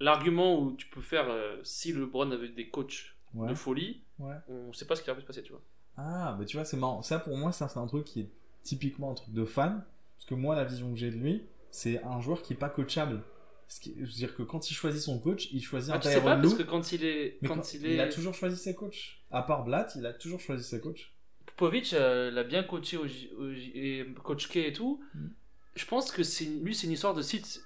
[SPEAKER 1] l'argument où tu peux faire euh, si LeBron avait des coachs
[SPEAKER 5] Ouais.
[SPEAKER 1] de folie,
[SPEAKER 5] Ouais.
[SPEAKER 1] on sait pas ce qui va se passer, tu vois.
[SPEAKER 5] Ah, bah tu vois, c'est marrant. Ça, pour moi, ça, c'est un truc qui est typiquement un truc de fan. Parce que moi, la vision que j'ai de lui, c'est un joueur qui est pas coachable. Ce qui- C'est-à-dire que quand il choisit son coach, il choisit
[SPEAKER 1] Ah,
[SPEAKER 5] un
[SPEAKER 1] tu sais pas,
[SPEAKER 5] Tyronn
[SPEAKER 1] parce
[SPEAKER 5] Lou.
[SPEAKER 1] que quand il est.
[SPEAKER 5] Mais
[SPEAKER 1] Quand,
[SPEAKER 5] quand-
[SPEAKER 1] il est.
[SPEAKER 5] a toujours choisi ses coachs. À part Blatt, il a toujours choisi ses coachs.
[SPEAKER 1] Popovic euh, l'a bien coaché au, J- au J- et euh, coach K et tout.
[SPEAKER 5] Mm.
[SPEAKER 1] Je pense que c'est une- lui, c'est une histoire de site.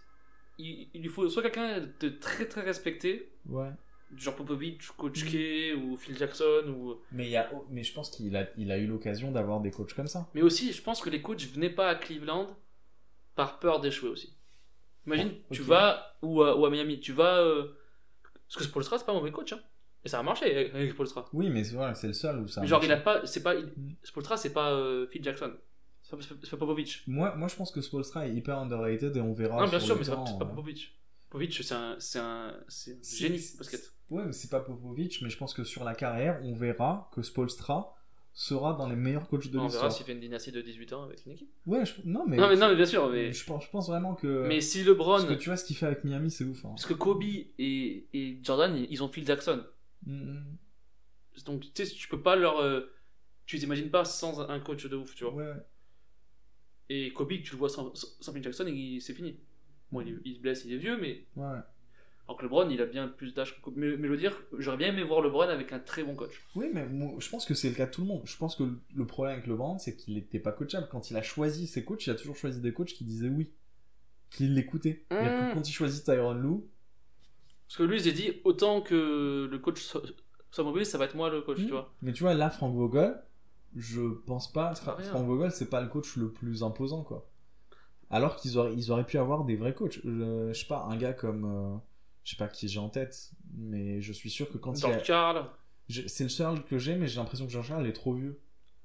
[SPEAKER 1] Il, il lui faut soit quelqu'un de très très respecté,
[SPEAKER 5] Ouais.
[SPEAKER 1] du genre Popovic,
[SPEAKER 5] Mm.
[SPEAKER 1] coach K ou Phil Jackson, ou...
[SPEAKER 5] Mais, il y a... mais je pense qu'il a... Il a eu l'occasion d'avoir des coachs comme ça.
[SPEAKER 1] mais aussi je pense que les coachs venaient pas à Cleveland par peur d'échouer aussi. Imagine,
[SPEAKER 5] Oh,
[SPEAKER 1] tu
[SPEAKER 5] ok.
[SPEAKER 1] vas, ou à, ou à Miami, tu vas... euh, Parce que Spolstra, c'est pas un mauvais coach, hein. Et ça a marché avec avec Spolstra.
[SPEAKER 5] Oui, mais c'est- voilà, c'est le seul où ça.
[SPEAKER 1] Mais genre,
[SPEAKER 5] marche.
[SPEAKER 1] il a pas... C'est pas il-
[SPEAKER 5] Mm.
[SPEAKER 1] Spoelstra, c'est pas euh, Phil Jackson. C'est pas, c'est pas Popovic.
[SPEAKER 5] Moi, moi, je pense que Spolstra est hyper underrated et on verra.
[SPEAKER 1] Non, bien
[SPEAKER 5] sur
[SPEAKER 1] sûr,
[SPEAKER 5] le
[SPEAKER 1] mais c'est pas,
[SPEAKER 5] temps,
[SPEAKER 1] c'est pas
[SPEAKER 5] euh.
[SPEAKER 1] Popovic. Popovic, c'est un, c'est un, c'est un
[SPEAKER 5] Si,
[SPEAKER 1] génie
[SPEAKER 5] si,
[SPEAKER 1] basket.
[SPEAKER 5] Ouais, mais c'est pas Popovic, mais je pense que sur la carrière, on verra que Spolstra sera dans les meilleurs coachs de
[SPEAKER 1] on verra
[SPEAKER 5] l'histoire.
[SPEAKER 1] s'il fait une dynastie de 18 ans avec une équipe.
[SPEAKER 5] Ouais, je- non, mais...
[SPEAKER 1] non, mais, non, mais bien sûr, mais,
[SPEAKER 5] Je, pense, je pense vraiment que.
[SPEAKER 1] mais si
[SPEAKER 5] Parce
[SPEAKER 1] LeBron.
[SPEAKER 5] que tu vois ce qu'il fait avec Miami, c'est ouf. hein.
[SPEAKER 1] Parce que Kobe et, et Jordan, ils- ils ont Phil Jackson.
[SPEAKER 5] Mm,
[SPEAKER 1] Donc, tu sais, tu peux pas leur. euh, tu les imagines pas sans un coach de ouf, tu
[SPEAKER 5] mm.
[SPEAKER 1] vois.
[SPEAKER 5] Ouais, ouais.
[SPEAKER 1] Et Kobe, tu le vois sans, sans sans Phil Jackson, il- c'est fini. Bon, il, il se blesse, il est vieux, mais.
[SPEAKER 5] ouais, ouais.
[SPEAKER 1] Alors que LeBron, il a bien plus d'âge que Kobe. Mais, mais je veux dire, j'aurais bien aimé voir LeBron avec un très bon coach.
[SPEAKER 5] Oui, mais moi, je pense que c'est le cas de tout le monde. Je pense que le problème avec LeBron, c'est qu'il n'était pas coachable. Quand il a choisi ses coachs, il a toujours choisi des coachs qui disaient oui, qui l'écoutaient. C'est-à-dire que
[SPEAKER 1] Mm.
[SPEAKER 5] Quand il choisit Tyronn Lou,
[SPEAKER 1] Parce que lui, il s'est dit, autant que le coach so- soit mauvais, ça va être moi le coach,
[SPEAKER 5] Mm.
[SPEAKER 1] tu vois.
[SPEAKER 5] mais tu vois, là, Frank Vogel, je pense pas. Fra-
[SPEAKER 1] rien.
[SPEAKER 5] Frank Vogel, c'est pas le coach le plus imposant, quoi. Alors qu'ils auraient, ils auraient pu avoir des vrais coachs. Le- je sais pas, un gars comme. euh, je sais pas qui j'ai en tête, mais je suis sûr que quand il a-
[SPEAKER 1] George Karl.
[SPEAKER 5] Je- C'est le seul que j'ai, mais j'ai l'impression que Jean-Charles est trop vieux.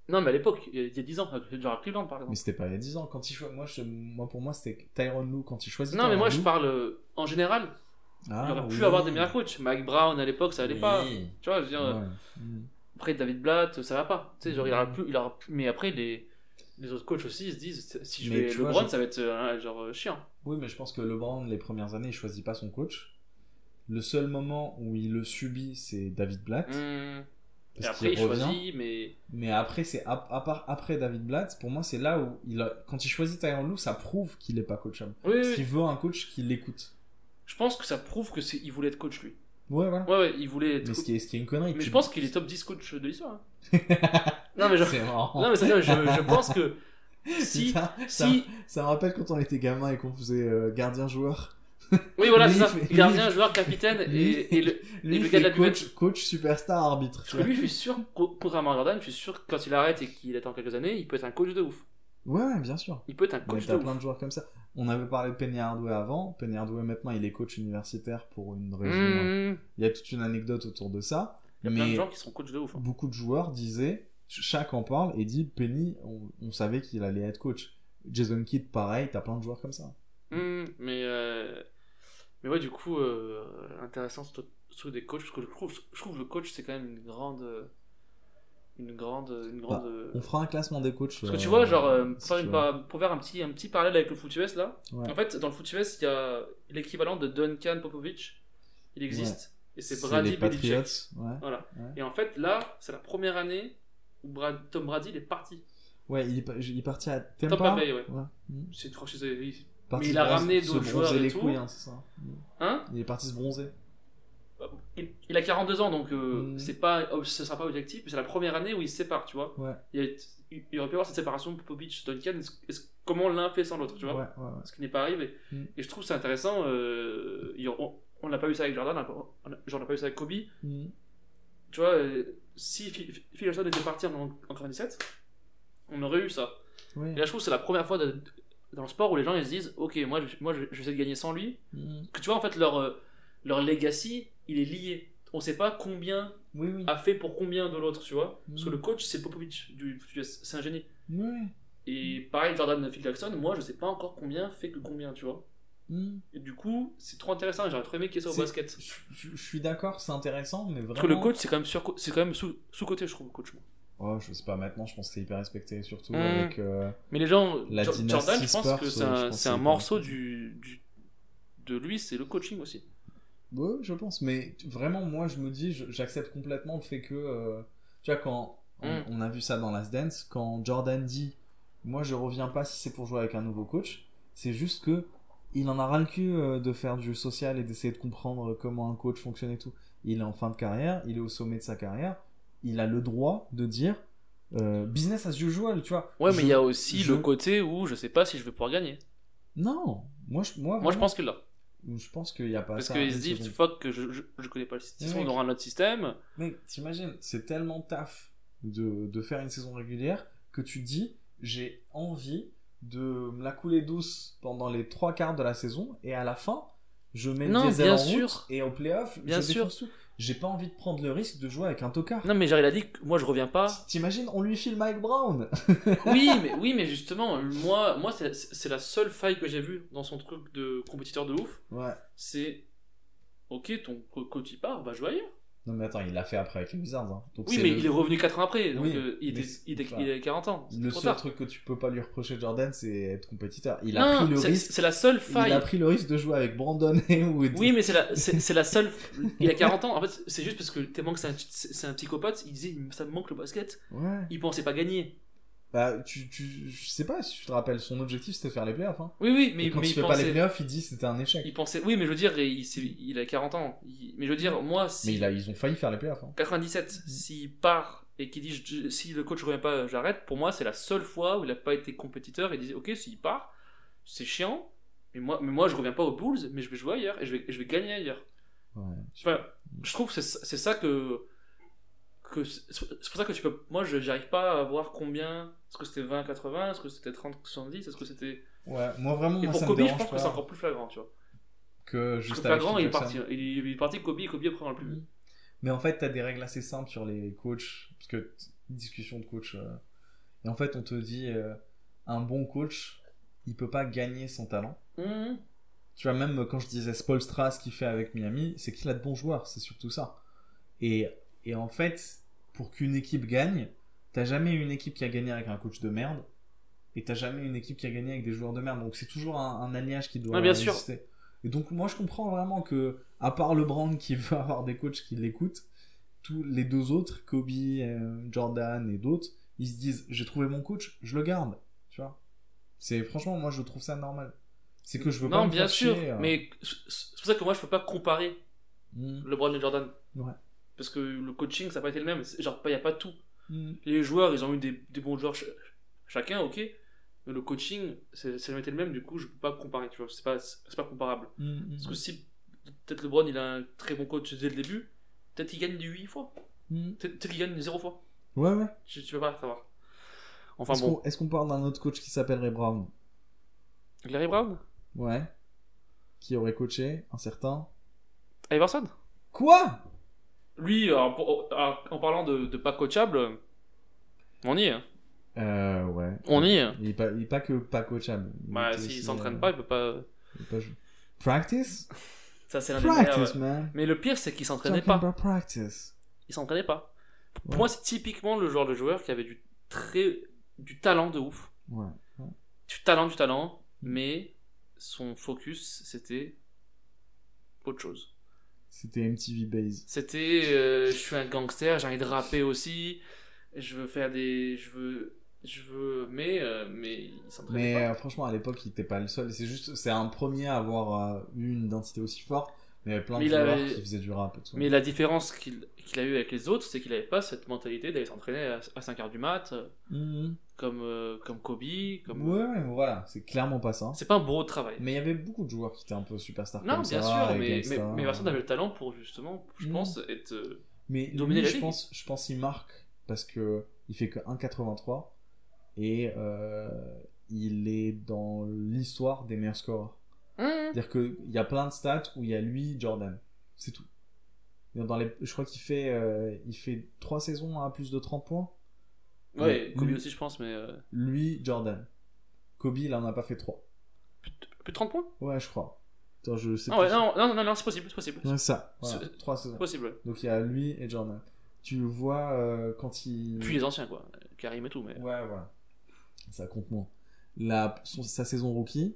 [SPEAKER 1] Non, mais à l'époque, il y a 10 ans, genre à Cleveland par
[SPEAKER 5] Mais
[SPEAKER 1] exemple.
[SPEAKER 5] c'était pas il y a 10 ans. Quand il cho- moi, je- moi, pour moi, c'était Tyrone Lou quand il choisit. Ah
[SPEAKER 1] Non, mais moi je
[SPEAKER 5] parle.
[SPEAKER 1] parle euh, en général. Il aurait pu avoir des meilleurs coachs. Mike Brown à l'époque, ça allait pas. Tu vois, je veux dire, euh,
[SPEAKER 5] Mm.
[SPEAKER 1] après David Blatt, ça va pas. Tu sais, genre, il aura plus, il aura plus- Mais après, les, les autres coachs aussi, ils se disent, si je
[SPEAKER 5] Mais
[SPEAKER 1] vais
[SPEAKER 5] tu vois,
[SPEAKER 1] LeBron,
[SPEAKER 5] je-
[SPEAKER 1] ça va être euh, hein, genre euh, chiant.
[SPEAKER 5] Oui, mais je pense que LeBron, les premières années, il choisit pas son coach. Le seul moment où il le subit, c'est David Blatt.
[SPEAKER 1] Hmm. Et
[SPEAKER 5] parce
[SPEAKER 1] après,
[SPEAKER 5] qu'il
[SPEAKER 1] il
[SPEAKER 5] revient.
[SPEAKER 1] choisit, mais.
[SPEAKER 5] Mais après, c'est à, à part après David Blatt, pour moi, c'est là où il a- quand il choisit Tyrone Lou, ça prouve qu'il est pas coachable.
[SPEAKER 1] Oui, oui,
[SPEAKER 5] Parce
[SPEAKER 1] oui.
[SPEAKER 5] qu'il veut un coach qui l'écoute.
[SPEAKER 1] Je pense que ça prouve que c'est, il voulait être coach lui.
[SPEAKER 5] Ouais, voilà.
[SPEAKER 1] Ouais, ouais, il voulait être.
[SPEAKER 5] Mais ce qui est, ce qui est une connerie.
[SPEAKER 1] mais
[SPEAKER 5] tu-
[SPEAKER 1] je pense qu'il est top 10 coach de l'histoire. hein.
[SPEAKER 5] *laughs*
[SPEAKER 1] non, mais genre.
[SPEAKER 5] C'est marrant. *laughs*
[SPEAKER 1] Non, mais sérieux, je, je pense que. Si,
[SPEAKER 5] Putain, ça-
[SPEAKER 1] si,
[SPEAKER 5] Ça me rappelle quand on était gamin et qu'on faisait euh, gardien-joueur.
[SPEAKER 1] Oui, voilà,
[SPEAKER 5] Lui,
[SPEAKER 1] c'est ça.
[SPEAKER 5] il fait-
[SPEAKER 1] Gardien, joueur, capitaine
[SPEAKER 5] Lui,
[SPEAKER 1] et, et le.
[SPEAKER 5] Lui,
[SPEAKER 1] le
[SPEAKER 5] il
[SPEAKER 1] gars de la
[SPEAKER 5] fait coach, coach, superstar, arbitre.
[SPEAKER 1] Parce
[SPEAKER 5] tu
[SPEAKER 1] que
[SPEAKER 5] vois.
[SPEAKER 1] lui, je suis sûr, co- contrairement à Jordan, je suis sûr que quand il arrête et qu'il attend quelques années, il peut être un coach de ouf.
[SPEAKER 5] Ouais, ouais, bien sûr.
[SPEAKER 1] Il peut être un
[SPEAKER 5] Mais
[SPEAKER 1] coach de
[SPEAKER 5] t'as plein
[SPEAKER 1] ouf.
[SPEAKER 5] de joueurs comme ça. On avait parlé de Penny Hardaway avant. Penny Hardaway, maintenant, il est coach universitaire pour une raison.
[SPEAKER 1] Mmh.
[SPEAKER 5] Il y a toute une anecdote autour de ça.
[SPEAKER 1] Il y a plein de
[SPEAKER 5] Mais
[SPEAKER 1] gens qui sont coachs de ouf. hein.
[SPEAKER 5] beaucoup de joueurs disaient, chaque en parle et dit Penny, on, on savait qu'il allait être coach. Jason Kidd, pareil, t'as plein de joueurs comme ça.
[SPEAKER 1] Mmh. Mais, euh, mais ouais, du coup, euh, intéressant ce truc- ce truc des coachs, parce que je trouve, je trouve le coach, c'est quand même une grande. euh, Une grande. Une grande euh,
[SPEAKER 5] Bah, On fera un classement des coachs.
[SPEAKER 1] Parce que tu
[SPEAKER 5] euh,
[SPEAKER 1] vois, genre, euh,
[SPEAKER 5] si
[SPEAKER 1] faire
[SPEAKER 5] tu
[SPEAKER 1] une
[SPEAKER 5] veux.
[SPEAKER 1] par- pour faire un petit, un petit parallèle avec le foot US, là,
[SPEAKER 5] Ouais.
[SPEAKER 1] en fait, dans le foot US, il y a l'équivalent de Duncan Popovic, il existe, et c'est Brady
[SPEAKER 5] les Patriots.
[SPEAKER 1] Belichick.
[SPEAKER 5] Ouais.
[SPEAKER 1] Voilà.
[SPEAKER 5] Ouais.
[SPEAKER 1] Et en fait, là, c'est la première année où Bra- Tom Brady il est parti.
[SPEAKER 5] ouais, il est, pa- il est parti à Tampa.
[SPEAKER 1] Tampa Bay, ouais.
[SPEAKER 5] Mm.
[SPEAKER 1] C'est une franchise. euh, il-
[SPEAKER 5] Parti
[SPEAKER 1] Mais il a
[SPEAKER 5] se
[SPEAKER 1] ramené
[SPEAKER 5] se
[SPEAKER 1] d'autres
[SPEAKER 5] bronzer
[SPEAKER 1] joueurs et
[SPEAKER 5] les
[SPEAKER 1] tout.
[SPEAKER 5] couilles, hein, c'est ça.
[SPEAKER 1] Hein
[SPEAKER 5] Il est parti se bronzer.
[SPEAKER 1] il, il a 42 ans, donc euh,
[SPEAKER 5] Mm.
[SPEAKER 1] c'est pas, oh, ce sera pas objectif, mais c'est la première année où ils se séparent, tu vois.
[SPEAKER 5] Ouais.
[SPEAKER 1] Il, y a- il- il aurait pu y avoir cette séparation Popovic, Duncan, est-ce- est-ce- comment l'un fait sans l'autre, tu vois.
[SPEAKER 5] Ouais, ouais, ouais.
[SPEAKER 1] ce qui n'est pas arrivé.
[SPEAKER 5] Mm.
[SPEAKER 1] Et je trouve ça intéressant. euh, il y a- on- on n'a pas eu ça avec Jordan, on n'a pas eu ça avec Kobe.
[SPEAKER 5] Mhm.
[SPEAKER 1] Tu vois, euh, si Phil Phil Jackson était parti en, en 97, on aurait eu ça.
[SPEAKER 5] Ouais.
[SPEAKER 1] Et là, je trouve que c'est la première fois de- dans le sport où les gens ils se disent Ok, moi, je, moi, je, je vais essayer de gagner sans lui.
[SPEAKER 5] Mhm.
[SPEAKER 1] Que tu vois, en fait, leur, euh, leur legacy, il est lié. On sait pas combien
[SPEAKER 5] Oui, oui.
[SPEAKER 1] a fait pour combien de l'autre, tu vois. Parce que
[SPEAKER 5] Mm.
[SPEAKER 1] le coach, c'est Popovic, du, du- c'est un génie.
[SPEAKER 5] Ouais.
[SPEAKER 1] Et pareil, Jordan Phil Jackson, moi, je sais pas encore combien fait que combien, tu vois.
[SPEAKER 5] Mhm.
[SPEAKER 1] Et du coup, c'est trop intéressant. J'aurais trop aimé qu'il y ait ça au
[SPEAKER 5] C'est-
[SPEAKER 1] basket.
[SPEAKER 5] Je, je- je suis d'accord, c'est intéressant, mais vraiment.
[SPEAKER 1] Parce que le coach, c'est quand même, sur... c'est quand même sous... sous-côté, je trouve, le coach. moi.
[SPEAKER 5] Oh, je sais pas, maintenant, je pense que c'est hyper respecté, surtout
[SPEAKER 1] Mm.
[SPEAKER 5] avec. euh,
[SPEAKER 1] Mais les gens,
[SPEAKER 5] La
[SPEAKER 1] Jo-
[SPEAKER 5] dynastie
[SPEAKER 1] Jordan, je pense
[SPEAKER 5] Spurs,
[SPEAKER 1] que c'est
[SPEAKER 5] euh, je
[SPEAKER 1] un,
[SPEAKER 5] pense
[SPEAKER 1] c'est
[SPEAKER 5] que
[SPEAKER 1] un
[SPEAKER 5] c'est
[SPEAKER 1] morceau
[SPEAKER 5] hyper
[SPEAKER 1] du... du- de lui, c'est le coaching aussi.
[SPEAKER 5] Ouais, je pense. Mais t- vraiment, moi, je me dis, je- j'accepte complètement le fait que. euh, tu vois, quand on,
[SPEAKER 1] Mm.
[SPEAKER 5] on a vu ça dans Last Dance, quand Jordan dit Moi, je reviens pas si c'est pour jouer avec un nouveau coach, c'est juste que. Il en a ras le cul euh, de faire du social et d'essayer de comprendre comment un coach fonctionne et tout. Il est en fin de carrière, il est au sommet de sa carrière, il a le droit de dire euh, business as usual, tu vois.
[SPEAKER 1] Ouais, mais
[SPEAKER 5] Je-
[SPEAKER 1] il y a aussi
[SPEAKER 5] je-
[SPEAKER 1] le côté où je sais pas si je vais pouvoir gagner.
[SPEAKER 5] Non, moi je, moi,
[SPEAKER 1] Moi, je
[SPEAKER 5] Ah, vraiment,
[SPEAKER 1] pense que là.
[SPEAKER 5] je pense qu'il n'y a pas
[SPEAKER 1] Parce
[SPEAKER 5] ça.
[SPEAKER 1] qu'ils se
[SPEAKER 5] une
[SPEAKER 1] disent,
[SPEAKER 5] seconde.
[SPEAKER 1] fuck, que je, je, je connais pas le système,
[SPEAKER 5] Ouais,
[SPEAKER 1] on aura un autre système.
[SPEAKER 5] Mec, t'imagines, c'est tellement taf de, de faire une saison régulière que tu dis j'ai envie de me la couler douce pendant les trois quarts de la saison et à la fin je mets
[SPEAKER 1] Non,
[SPEAKER 5] des ailes
[SPEAKER 1] bien
[SPEAKER 5] en
[SPEAKER 1] sûr.
[SPEAKER 5] route et au playoff
[SPEAKER 1] Bien
[SPEAKER 5] je
[SPEAKER 1] sûr.
[SPEAKER 5] défonce tout. J'ai pas envie de prendre le risque de jouer avec un tocard.
[SPEAKER 1] Non, mais genre, il a dit que moi, je reviens pas.
[SPEAKER 5] *laughs* T'imagines, on lui file Mike Brown.
[SPEAKER 1] Oui, mais, oui, mais justement, moi, moi c'est c'est la seule faille que j'ai vue dans son truc de compétiteur de ouf.
[SPEAKER 5] ouais.
[SPEAKER 1] C'est. Ok, ton co- coach il part, va jouer ailleurs.
[SPEAKER 5] Non mais attends, il l'a fait après avec les Wizards. hein. Donc
[SPEAKER 1] Oui,
[SPEAKER 5] c'est
[SPEAKER 1] mais
[SPEAKER 5] le-
[SPEAKER 1] il est revenu 4 ans après, donc
[SPEAKER 5] Oui,
[SPEAKER 1] euh, il,
[SPEAKER 5] mais
[SPEAKER 1] était,
[SPEAKER 5] c'est-
[SPEAKER 1] il, était-
[SPEAKER 5] enfin,
[SPEAKER 1] il avait 40 ans.
[SPEAKER 5] le
[SPEAKER 1] c'est trop
[SPEAKER 5] seul
[SPEAKER 1] tard.
[SPEAKER 5] truc que tu peux pas lui reprocher Jordan, c'est être compétiteur. Il a
[SPEAKER 1] Non,
[SPEAKER 5] pris le
[SPEAKER 1] c'est-
[SPEAKER 5] risque.
[SPEAKER 1] c'est la seule
[SPEAKER 5] Il a
[SPEAKER 1] faille.
[SPEAKER 5] pris le risque de jouer avec Brandon Haywood.
[SPEAKER 1] Oui, mais c'est la, c'est c'est la
[SPEAKER 5] *laughs*
[SPEAKER 1] seule. Il a 40 ans. En fait, c'est juste parce que tellement que c'est un, c'est c'est un psychopathe, il disait ça me manque le basket.
[SPEAKER 5] Ouais.
[SPEAKER 1] Il pensait pas gagner.
[SPEAKER 5] Bah, tu, tu, je sais pas si tu te rappelles, son objectif c'était de faire les playoffs. Hein.
[SPEAKER 1] Oui, oui, mais,
[SPEAKER 5] Mais, quand
[SPEAKER 1] mais
[SPEAKER 5] il
[SPEAKER 1] il
[SPEAKER 5] fait pas les
[SPEAKER 1] pensait.
[SPEAKER 5] playoffs, il dit c'était un échec.
[SPEAKER 1] Il pensait. Oui, mais je veux dire, il, s'est- il a 40 ans. Il- mais je veux dire, moi, si.
[SPEAKER 5] Mais il a, ils ont failli faire les playoffs. Hein.
[SPEAKER 1] 97, s'il part et qu'il dit je- si le coach revient pas, j'arrête, pour moi, c'est la seule fois où il n'a pas été compétiteur et dit ok, s'il part, c'est chiant, mais moi, mais moi je reviens pas aux Bulls, mais je vais jouer ailleurs et je vais, et je vais gagner ailleurs.
[SPEAKER 5] Ouais.
[SPEAKER 1] Enfin,
[SPEAKER 5] Mhm.
[SPEAKER 1] je trouve que c'est c'est ça que. que c'est c'est pour ça que tu peux. Moi, je j'arrive pas à voir combien. Est-ce que c'était 20-80 Est-ce que c'était 30-70 Est-ce que c'était.
[SPEAKER 5] Ouais, moi vraiment,
[SPEAKER 1] Et
[SPEAKER 5] moi,
[SPEAKER 1] pour
[SPEAKER 5] Ah, ça
[SPEAKER 1] Kobe,
[SPEAKER 5] me
[SPEAKER 1] je
[SPEAKER 5] dérange
[SPEAKER 1] pense que
[SPEAKER 5] pas
[SPEAKER 1] c'est encore plus flagrant, tu vois.
[SPEAKER 5] que
[SPEAKER 1] Parce
[SPEAKER 5] juste
[SPEAKER 1] que
[SPEAKER 5] avec Mhm.
[SPEAKER 1] flagrant,
[SPEAKER 5] Phil
[SPEAKER 1] il est parti.
[SPEAKER 5] Jackson.
[SPEAKER 1] Il est, il est parti Kobe, Kobe après dans le plus.
[SPEAKER 5] Mais en fait, t'as des règles assez simples sur les coachs, parce que t- discussion de coach. euh, et en fait, on te dit euh, un bon coach, il peut pas gagner son talent.
[SPEAKER 1] Hum,
[SPEAKER 5] Tu vois, même quand je disais Spolstra, ce qu'il fait avec Miami, c'est qu'il a de bons joueurs, c'est surtout ça. Et, et en fait, pour qu'une équipe gagne, t'as jamais une équipe qui a gagné avec un coach de merde, et t'as jamais une équipe qui a gagné avec des joueurs de merde. Donc c'est toujours un, un alliage qui doit
[SPEAKER 1] Ouais, bien sûr.
[SPEAKER 5] exister. Et donc moi je comprends vraiment que, à part LeBron qui *laughs* veut avoir des coachs qui l'écoutent, tous les deux autres, Kobe, euh, Jordan et d'autres, ils se disent j'ai trouvé mon coach, je le garde. Tu vois C'est franchement moi je trouve ça normal. C'est que je veux pas
[SPEAKER 1] Non,
[SPEAKER 5] me
[SPEAKER 1] bien
[SPEAKER 5] faire
[SPEAKER 1] sûr,
[SPEAKER 5] chier, euh.
[SPEAKER 1] mais c'est c'est pour ça que moi je peux pas comparer
[SPEAKER 5] Mm,
[SPEAKER 1] LeBron et Jordan.
[SPEAKER 5] Ouais.
[SPEAKER 1] Parce que le coaching, ça n'a pas été le même. C'est- Genre, il n'y a pas tout.
[SPEAKER 5] mm.
[SPEAKER 1] Les joueurs, ils ont eu des, des bons joueurs ch- chacun, ok. Mais le coaching, c'est- ça n'a pas été le même. Du coup, je peux pas comparer, tu vois. C'est pas, c'est pas comparable.
[SPEAKER 5] Mm,
[SPEAKER 1] Parce que si peut-être LeBron, il a un très bon coach dès le début, peut-être qu'il gagne 8 fois.
[SPEAKER 5] mm.
[SPEAKER 1] Peut-être peut-être qu'il gagne 0 fois.
[SPEAKER 5] Ouais, ouais.
[SPEAKER 1] Tu, tu peux pas savoir. Enfin
[SPEAKER 5] Est-ce
[SPEAKER 1] bon.
[SPEAKER 5] qu'on- Est-ce qu'on parle d'un autre coach qui s'appellerait Brown
[SPEAKER 1] Larry Brown
[SPEAKER 5] Ouais. Qui aurait coaché un certain.
[SPEAKER 1] Iverson
[SPEAKER 5] Quoi
[SPEAKER 1] Lui, alors, pour- alors, en parlant de, de pas coachable, on y est. hein.
[SPEAKER 5] Euh, ouais.
[SPEAKER 1] On y est. hein.
[SPEAKER 5] Il est pas, il est pas que pas coachable. Il
[SPEAKER 1] Bah,
[SPEAKER 5] était
[SPEAKER 1] s'il
[SPEAKER 5] aussi,
[SPEAKER 1] s'entraîne
[SPEAKER 5] euh,
[SPEAKER 1] pas, il peut pas.
[SPEAKER 5] il est pas jou- Practice
[SPEAKER 1] Ça, c'est l'un des meilleurs,
[SPEAKER 5] Practice,
[SPEAKER 1] ouais.
[SPEAKER 5] man.
[SPEAKER 1] Mais le pire, c'est qu'il s'entraînait
[SPEAKER 5] Talking
[SPEAKER 1] pas.
[SPEAKER 5] about practice.
[SPEAKER 1] Il s'entraînait pas. Pour
[SPEAKER 5] Ouais.
[SPEAKER 1] moi, c'est typiquement le genre de joueur qui avait du très. du talent de ouf.
[SPEAKER 5] Ouais.
[SPEAKER 1] Du talent, du talent. Mais son focus, c'était. autre chose.
[SPEAKER 5] C'était MTV Base.
[SPEAKER 1] C'était. euh, je suis un gangster, j'ai envie de rapper aussi. Je veux faire des. Je veux. Je veux. Mais. euh, mais il s'entraînait
[SPEAKER 5] Mais
[SPEAKER 1] pas.
[SPEAKER 5] euh, franchement, à l'époque, il était pas le seul. C'est juste, c'est un premier à avoir euh, eu une identité aussi forte. Mais il y avait plein
[SPEAKER 1] Mais
[SPEAKER 5] de
[SPEAKER 1] il
[SPEAKER 5] joueurs
[SPEAKER 1] avait-
[SPEAKER 5] qui faisaient du rap et tout.
[SPEAKER 1] Mais la différence qu'il qu'il a eu avec les autres, c'est qu'il avait pas cette mentalité d'aller s'entraîner à, 5h du mat, euh,
[SPEAKER 5] Mhm.
[SPEAKER 1] comme, euh, comme Kobe, comme.
[SPEAKER 5] Ouais, ouais, voilà. C'est clairement pas ça.
[SPEAKER 1] C'est pas un gros travail.
[SPEAKER 5] Mais il y avait beaucoup de joueurs qui étaient un peu superstars
[SPEAKER 1] Non,
[SPEAKER 5] comme
[SPEAKER 1] bien
[SPEAKER 5] ça, euh.
[SPEAKER 1] sûr,
[SPEAKER 5] et
[SPEAKER 1] mais, mais,
[SPEAKER 5] gangsters.
[SPEAKER 1] mais Vincent avait le talent pour justement, je
[SPEAKER 5] Mm.
[SPEAKER 1] pense, être. euh,
[SPEAKER 5] Mais
[SPEAKER 1] dominer
[SPEAKER 5] lui,
[SPEAKER 1] la
[SPEAKER 5] je
[SPEAKER 1] ligue.
[SPEAKER 5] pense, je pense qu'il marque parce que il fait que 1,83 et euh, il est dans l'histoire des meilleurs scoreurs. C'est-à-dire qu'il y a plein de stats où il y a lui, Jordan. C'est tout. Dans les, je crois qu'il fait, euh, il fait 3 saisons à plus de 30 points.
[SPEAKER 1] Ouais,
[SPEAKER 5] Mm.
[SPEAKER 1] Kobe
[SPEAKER 5] Mm.
[SPEAKER 1] aussi, je pense, mais. euh,
[SPEAKER 5] Lui, Jordan. Kobe, il en a pas fait 3.
[SPEAKER 1] Plus de plus de 30 points
[SPEAKER 5] Ouais, je crois. Attends, je sais
[SPEAKER 1] Ah ouais, non, non, non, non, c'est possible, c'est possible.
[SPEAKER 5] Ouais, ça.
[SPEAKER 1] C'est-
[SPEAKER 5] 3 saisons.
[SPEAKER 1] C'est possible, ouais.
[SPEAKER 5] Donc il y a lui et Jordan. Tu vois euh, quand il.
[SPEAKER 1] Puis les anciens, quoi. Karim et tout, mais. euh.
[SPEAKER 5] Ouais, voilà. Ça compte moins. La, son- sa saison rookie,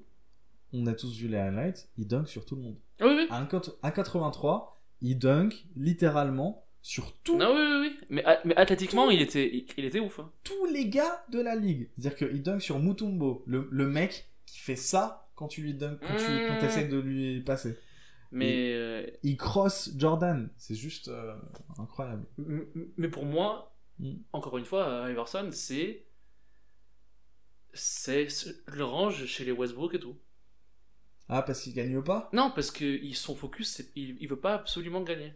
[SPEAKER 5] on a tous vu les highlights, il dunk sur tout le monde.
[SPEAKER 1] Ah oui, oui.
[SPEAKER 5] À un quat- à 83, il dunk littéralement sur tout-
[SPEAKER 1] Ah oui, oui, oui. Mais, a- mais athlétiquement, il était, il, il était ouf. hein.
[SPEAKER 5] tous les gars de la ligue. C'est-à-dire qu'il dunk sur Mutombo, le, le mec qui fait ça quand tu lui dunk, quand tu quand
[SPEAKER 1] Mm.
[SPEAKER 5] t'essaies de lui passer.
[SPEAKER 1] Mais, euh,
[SPEAKER 5] Il cross Jordan, c'est juste euh, incroyable.
[SPEAKER 1] m- m- mais pour moi,
[SPEAKER 5] Mm.
[SPEAKER 1] encore une fois, euh, Iverson, c'est. C'est. c'est- Je le range chez les Westbrook et tout.
[SPEAKER 5] Ah, parce qu'il gagne pas
[SPEAKER 1] Non, parce que ils- son focus, c'est- il, il veut pas absolument gagner.